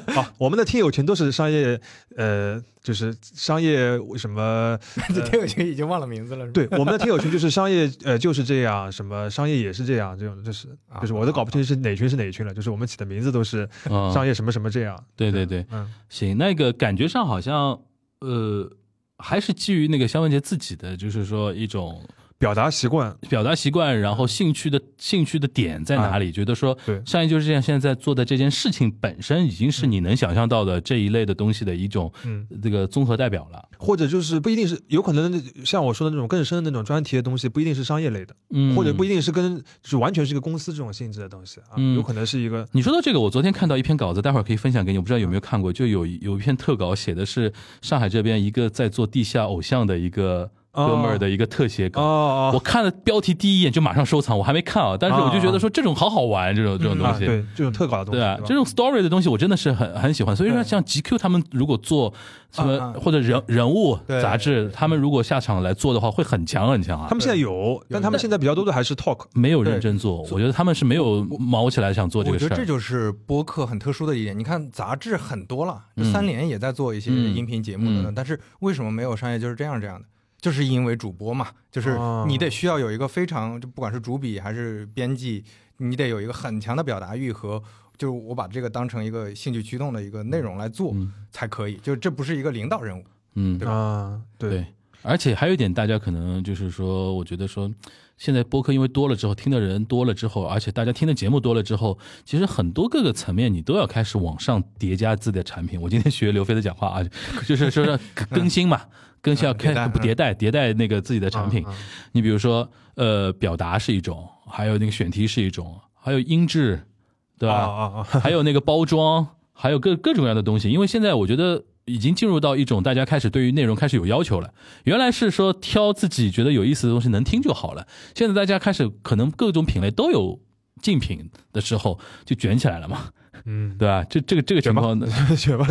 Speaker 2: 嗯
Speaker 4: 好，我们的听友群都是商业，呃，就是商业什么？
Speaker 2: [laughs] 这
Speaker 3: 嗯
Speaker 2: 听友群已经忘了名字了，是吧？
Speaker 4: 对，我们的听友群就是商业，呃，就是这样，什么商业也是这样，这种就是
Speaker 2: 啊嗯
Speaker 4: 就是我都搞不清是哪群是哪群了，就是我们起的名字都是
Speaker 3: 啊
Speaker 4: [laughs] 商业什么什么这样。
Speaker 3: 对对对，
Speaker 4: 嗯，
Speaker 3: 行，那个感觉上好像呃，还是基于那个肖文杰自己的，就是说一种
Speaker 4: 表达习惯，
Speaker 3: 表达习惯，然后兴趣的兴趣的点在哪里？觉得说
Speaker 4: 嗯啊对
Speaker 3: 商业就是这样，现在做的这件事情本身已经是你能想象到的这一类的东西的一种
Speaker 4: 嗯，
Speaker 3: 这个综合代表了。
Speaker 4: 或者就是不一定是，有可能像我说的那种更深的那种专题的东西，不一定是商业类的，
Speaker 3: 嗯，
Speaker 4: 或者不一定是跟就是完全是一个公司这种性质的东西啊，
Speaker 3: 嗯
Speaker 4: 有可能是一个
Speaker 3: 你说到这个，我昨天看到一篇稿子，待会儿可以分享给你，我不知道有没有看过，就有有一篇特稿，写的是上海这边一个在做地下偶像的一个哥们儿的一个特写
Speaker 4: 哦
Speaker 3: 稿。我
Speaker 4: 哦，
Speaker 3: 看了标题第一眼就马上收藏，我还没看啊，但是我就觉得说这种好好玩，这种这种东
Speaker 4: 啊
Speaker 3: 西，
Speaker 4: 对这种特稿的东西，
Speaker 3: 对啊，
Speaker 4: 吧
Speaker 3: 这种 story 的东西我真的是很很喜欢。所以说，像 GQ 他们如果做什
Speaker 2: 啊
Speaker 3: 么
Speaker 2: 啊
Speaker 3: 或者人人物
Speaker 2: 对
Speaker 3: 杂志，他们如果下场来做的话，会很强很强啊
Speaker 4: 他。们现在有，但他们现在比较多的还是 talk，
Speaker 3: 没有认真做，我觉得他们是没有毛起来想做这
Speaker 2: 我
Speaker 3: 个
Speaker 2: 觉
Speaker 3: 事
Speaker 2: 得这
Speaker 3: 儿。
Speaker 2: 就是播客很特殊的一点。你看杂志很多了，这
Speaker 3: 嗯
Speaker 2: 三联也在做一些
Speaker 3: 嗯
Speaker 2: 音频节目等等，
Speaker 3: 嗯
Speaker 2: 但是为什么没有商业就是这样这样的？就是因为主播嘛，就是
Speaker 4: 哦
Speaker 2: 你得需要有一个非常，就不管是主笔还是编辑，你得有一个很强的表达欲和，就是我把这个当成一个兴趣驱动的一个内容来做
Speaker 3: 嗯
Speaker 2: 才可以。就这不是一个领导任务，
Speaker 3: 嗯，
Speaker 2: 对吧
Speaker 4: 啊，
Speaker 3: 对，而且还有一点，大家可能就是说，我觉得说，现在播客因为多了之后，听的人多了之后，而且大家听的节目多了之后，其实很多各个层面你都要开始往上叠加自己的产品。我今天学刘飞的讲话啊， [laughs] 就是说要更新嘛，更新要
Speaker 2: 嗯迭
Speaker 3: 开
Speaker 2: 代
Speaker 3: 不迭代迭代那个自己的产品
Speaker 4: 嗯。
Speaker 3: 你比如说，呃，表达是一种，还有那个选题是一种，还有音质，对吧？
Speaker 4: 啊啊
Speaker 3: [laughs]
Speaker 4: 啊，
Speaker 3: 还有那个包装，还有各各种各样的东西。因为现在我觉得已经进入到一种大家开始对于内容开始有要求了。原来是说挑自己觉得有意思的东西能听就好了，现在大家开始可能各种品类都有竞品的时候，就卷起来了嘛，[laughs]
Speaker 4: 嗯，[laughs]
Speaker 3: 对吧？啊这这个这个情况，
Speaker 4: 选吧。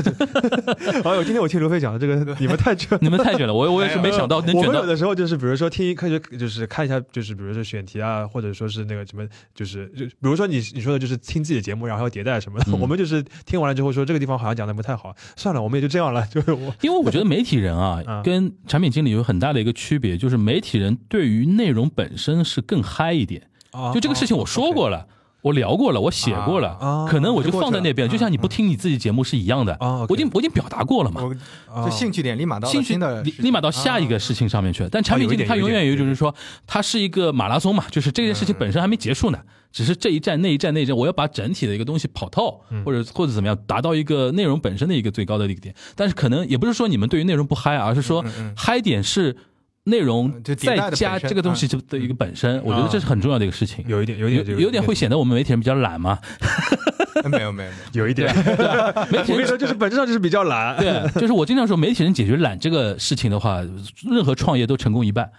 Speaker 4: [laughs] 哎呦，今天我听刘飞讲的这个，你们太扯。
Speaker 3: 你们太卷了，我我也是没想到能
Speaker 4: 嗯 [laughs] 我
Speaker 3: 卷
Speaker 4: 们有
Speaker 3: 到。
Speaker 4: 的时候就是，比如说听一开始就是看一下，就是比如说选题啊，或者说是那个什么，就是就比如说你你说的就是听自己的节目，然后要迭代什么的。
Speaker 3: 嗯
Speaker 4: [laughs] 我们就是听完了之后说这个地方好像讲的不太好，算了，我们也就这样了。 [laughs] 就是我
Speaker 3: 因为我觉得媒体人啊
Speaker 4: [laughs] 嗯，
Speaker 3: 跟产品经理有很大的一个区别，就是媒体人对于内容本身是更嗨一点，就这个事情我说过了，我聊过了，我写过了，
Speaker 4: 哦啊
Speaker 3: 可能我就
Speaker 2: 就过去
Speaker 3: 放在那边，
Speaker 4: 了
Speaker 3: 就像你不听你自己节目是一样的。
Speaker 4: 啊，
Speaker 3: 我已经我已经表达过了嘛，
Speaker 2: 我
Speaker 4: 啊
Speaker 2: 就兴趣点立马到了
Speaker 3: 哦兴趣
Speaker 2: 新的
Speaker 3: 立
Speaker 2: 事情
Speaker 3: 立马到下一个事情上面去了。但产品经理
Speaker 4: 啊有一点
Speaker 3: 他永远
Speaker 4: 有
Speaker 3: 有
Speaker 4: 一点
Speaker 3: 就是说，他是一个马拉松嘛，就是这件事情本身还没结束呢，只是这一站那一站那一站，我要把整体的一个东西跑透，或者或者怎么样，达到一个内容本身的一个最高的一个点。但是可能也不是说你们对于内容不嗨啊，而是说嗨点是。内容
Speaker 2: 嗯就迭代的
Speaker 3: 再
Speaker 2: 本
Speaker 3: 加
Speaker 2: 身
Speaker 3: 这个东西就的一个本身，我觉得这是很重要的一个事情。
Speaker 4: [laughs] 有一点，有一
Speaker 3: 有
Speaker 4: 点，
Speaker 3: 有点会，显得我们媒体人比较懒
Speaker 4: [laughs]
Speaker 3: 嘛，
Speaker 2: 哎 [laughs] 没有没有没有，
Speaker 4: 有一点。
Speaker 3: 媒体
Speaker 4: 我跟你
Speaker 3: 人
Speaker 4: 说，就是本质上就是比较懒。
Speaker 3: 对，就是我经常说，媒体人解决懒这个事情的话，任何创业都成功一
Speaker 4: [laughs]
Speaker 3: 半，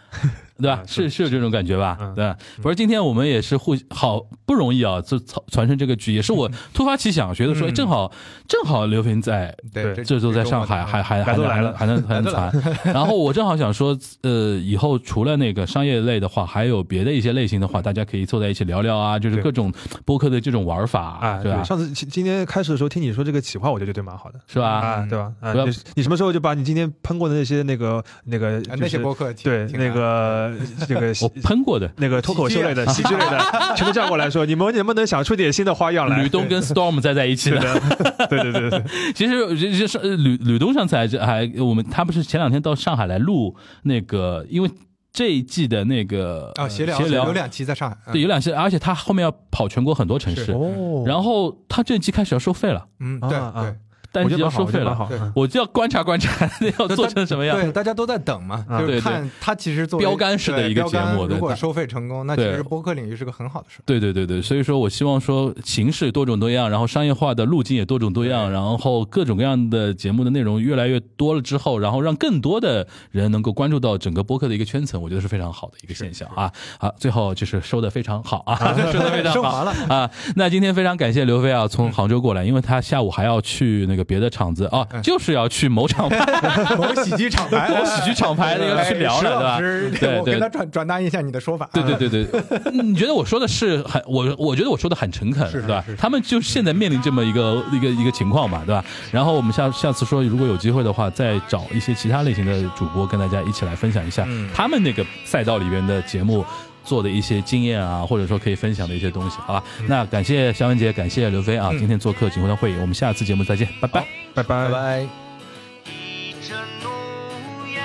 Speaker 3: 对吧？是是有这种感觉吧？
Speaker 4: 啊嗯
Speaker 3: 对吧。不是，今天我们也是互好不容易啊，就传传承这个局，也是
Speaker 4: [laughs]
Speaker 3: 我突发奇想，觉得说，哎
Speaker 4: 嗯
Speaker 3: 正好正好刘平在。
Speaker 2: 对，
Speaker 3: 这周在上海，
Speaker 2: 这
Speaker 3: 还还还
Speaker 4: 来都
Speaker 3: 能
Speaker 4: 嗯来
Speaker 3: 还
Speaker 4: 了
Speaker 3: 能还能还
Speaker 4: [laughs]
Speaker 3: 能传。然后我正好想说，呃，以后除了那个商业类的话，还有别的一些类型的话，大家可以凑在一起聊聊啊，就是
Speaker 4: 对
Speaker 3: 各种播客的这种玩法，
Speaker 4: 啊，
Speaker 3: 对吧？
Speaker 4: 上次今今天开始的时候听你说这个企划，我就觉得蛮好的。
Speaker 3: 是吧？
Speaker 4: 啊，对吧？啊，
Speaker 3: 嗯不要
Speaker 4: 你你什么时候就把你今天喷过的那些那个那个、
Speaker 2: 啊
Speaker 4: 就是、
Speaker 2: 那些播客挺
Speaker 4: 对
Speaker 2: 挺
Speaker 4: 那
Speaker 2: 难
Speaker 4: 个这个
Speaker 3: 我喷过的，
Speaker 4: 那个脱口秀类的、喜剧类的，全部叫过来说，你们能不能想出点新的花样来
Speaker 3: 吕？
Speaker 4: [laughs]
Speaker 3: 东跟 Storm 在在一起
Speaker 4: 对
Speaker 3: 的。
Speaker 4: 的，对对对对，
Speaker 3: 其实这这是呃吕吕东上次还还我们他不是前两天到上海来录那个，因为这一季的那个
Speaker 4: 哦
Speaker 2: 啊闲聊
Speaker 3: 呃
Speaker 2: 有两期在上海，嗯
Speaker 3: 对有两期，而且他后面要跑全国很多城市，
Speaker 2: 是
Speaker 4: 哦
Speaker 3: 然
Speaker 4: 后
Speaker 3: 后他这季开始要收费了，
Speaker 2: 嗯
Speaker 4: 啊
Speaker 2: 对
Speaker 4: 啊
Speaker 2: 对。
Speaker 3: 单季要收
Speaker 4: 收
Speaker 3: 费了，
Speaker 4: 好
Speaker 2: 对，
Speaker 3: 我就要观察观察 [laughs] 要
Speaker 2: 就
Speaker 3: 做
Speaker 2: 大
Speaker 3: 成什么样。
Speaker 2: 对，大家都在等嘛，
Speaker 4: 啊
Speaker 2: 就是
Speaker 3: 哎对对
Speaker 2: 看它其实作为
Speaker 3: 标杆式的
Speaker 2: 对
Speaker 3: 一个
Speaker 2: 标杆
Speaker 3: 节目对
Speaker 2: 如果
Speaker 3: 大
Speaker 2: 收费成功，那其
Speaker 3: 对
Speaker 2: 实播客领域是个很好的事儿。
Speaker 3: 对对对对，所以说我希望说形式多种多样，然后商业化的路径也多种多样，
Speaker 2: 对
Speaker 3: 然后各种各样的节目的内容越来越多了之后，然后让更多的人能够关注到整个播客的一个圈层，我觉得是非常好的一个现象啊啊！最后就是收的非常好
Speaker 2: [laughs]
Speaker 3: 啊，收的非常
Speaker 2: 升
Speaker 3: 好
Speaker 2: 华了，
Speaker 3: 啊！那今天非常感谢刘飞啊，从杭州过来，因为他下午还要去那个个别的厂子
Speaker 2: 哎
Speaker 3: 啊，就是要去
Speaker 2: [laughs]
Speaker 3: 某厂牌、
Speaker 2: 某喜剧厂牌，
Speaker 3: 某喜剧厂牌那个去聊
Speaker 2: 哎石
Speaker 3: 了，
Speaker 2: 老
Speaker 3: 对吧？
Speaker 2: 师
Speaker 3: 对
Speaker 2: 我
Speaker 3: 对
Speaker 2: 跟他转转达一下你的说法。
Speaker 3: 对
Speaker 2: [laughs]
Speaker 3: 对对对，你觉得我说的是很我我觉得我说的很诚恳，
Speaker 2: 是
Speaker 3: 对吧
Speaker 2: 是是？
Speaker 3: 他们就是现在面临这么一个一个一个情况嘛，对吧？然后我们下下次说，如果有机会的话，再找一些其他类型的主播跟大家一起来分享一下
Speaker 2: 嗯
Speaker 3: 他们那个赛道里边的节目。做的一些经验啊，或者说可以分享的一些东西，好吧？
Speaker 2: 嗯
Speaker 3: 那感谢肖文杰，感谢刘飞啊，今天做客锦湖端会议，我们下次节目再见，拜拜。
Speaker 4: 拜拜
Speaker 2: 拜拜。
Speaker 5: 迎着怒焰，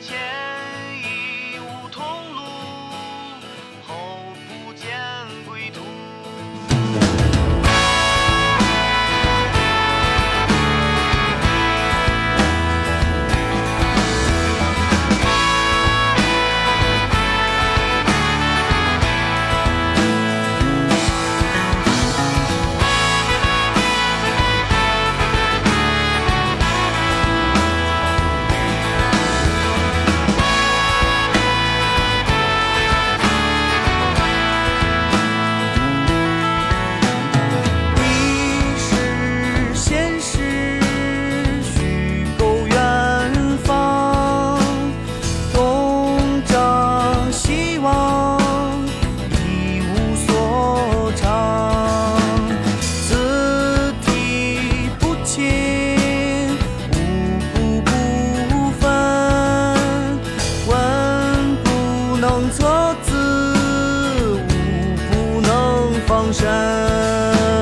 Speaker 5: 前已无同路，后不见归途。
Speaker 6: 你是现实，虚构远方，东张西望，一无所长，字体不清，五谷不分，文不能测字，武不能防身。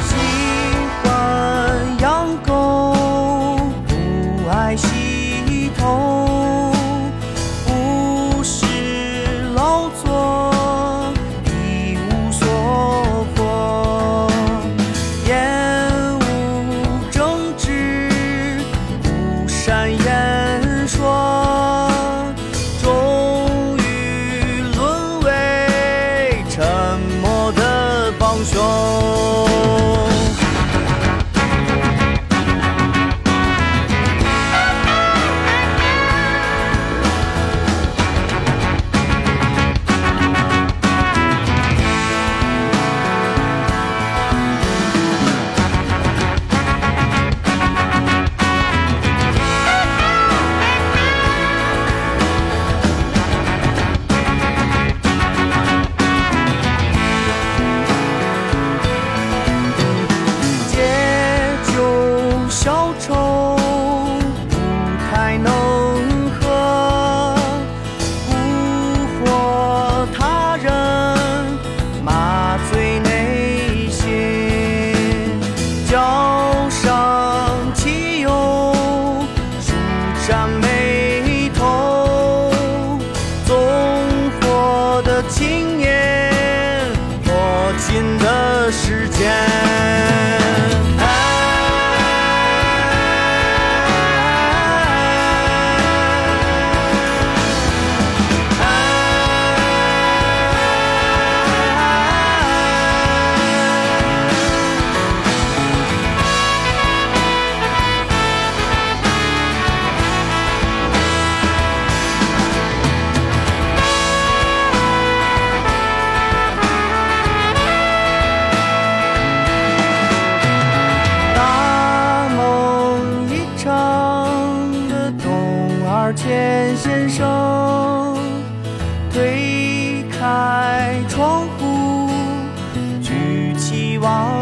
Speaker 6: 喜欢养狗，不爱洗头，不是劳作，一无所获，厌恶争执，不善言说，终于沦为沉默的帮凶。借酒消愁，不太能喝，蛊惑他人，麻醉内心，浇上汽油，舒展眉头，纵火的青年，破琴的时间。大梦一场的董二千先生，推开窗户，举起望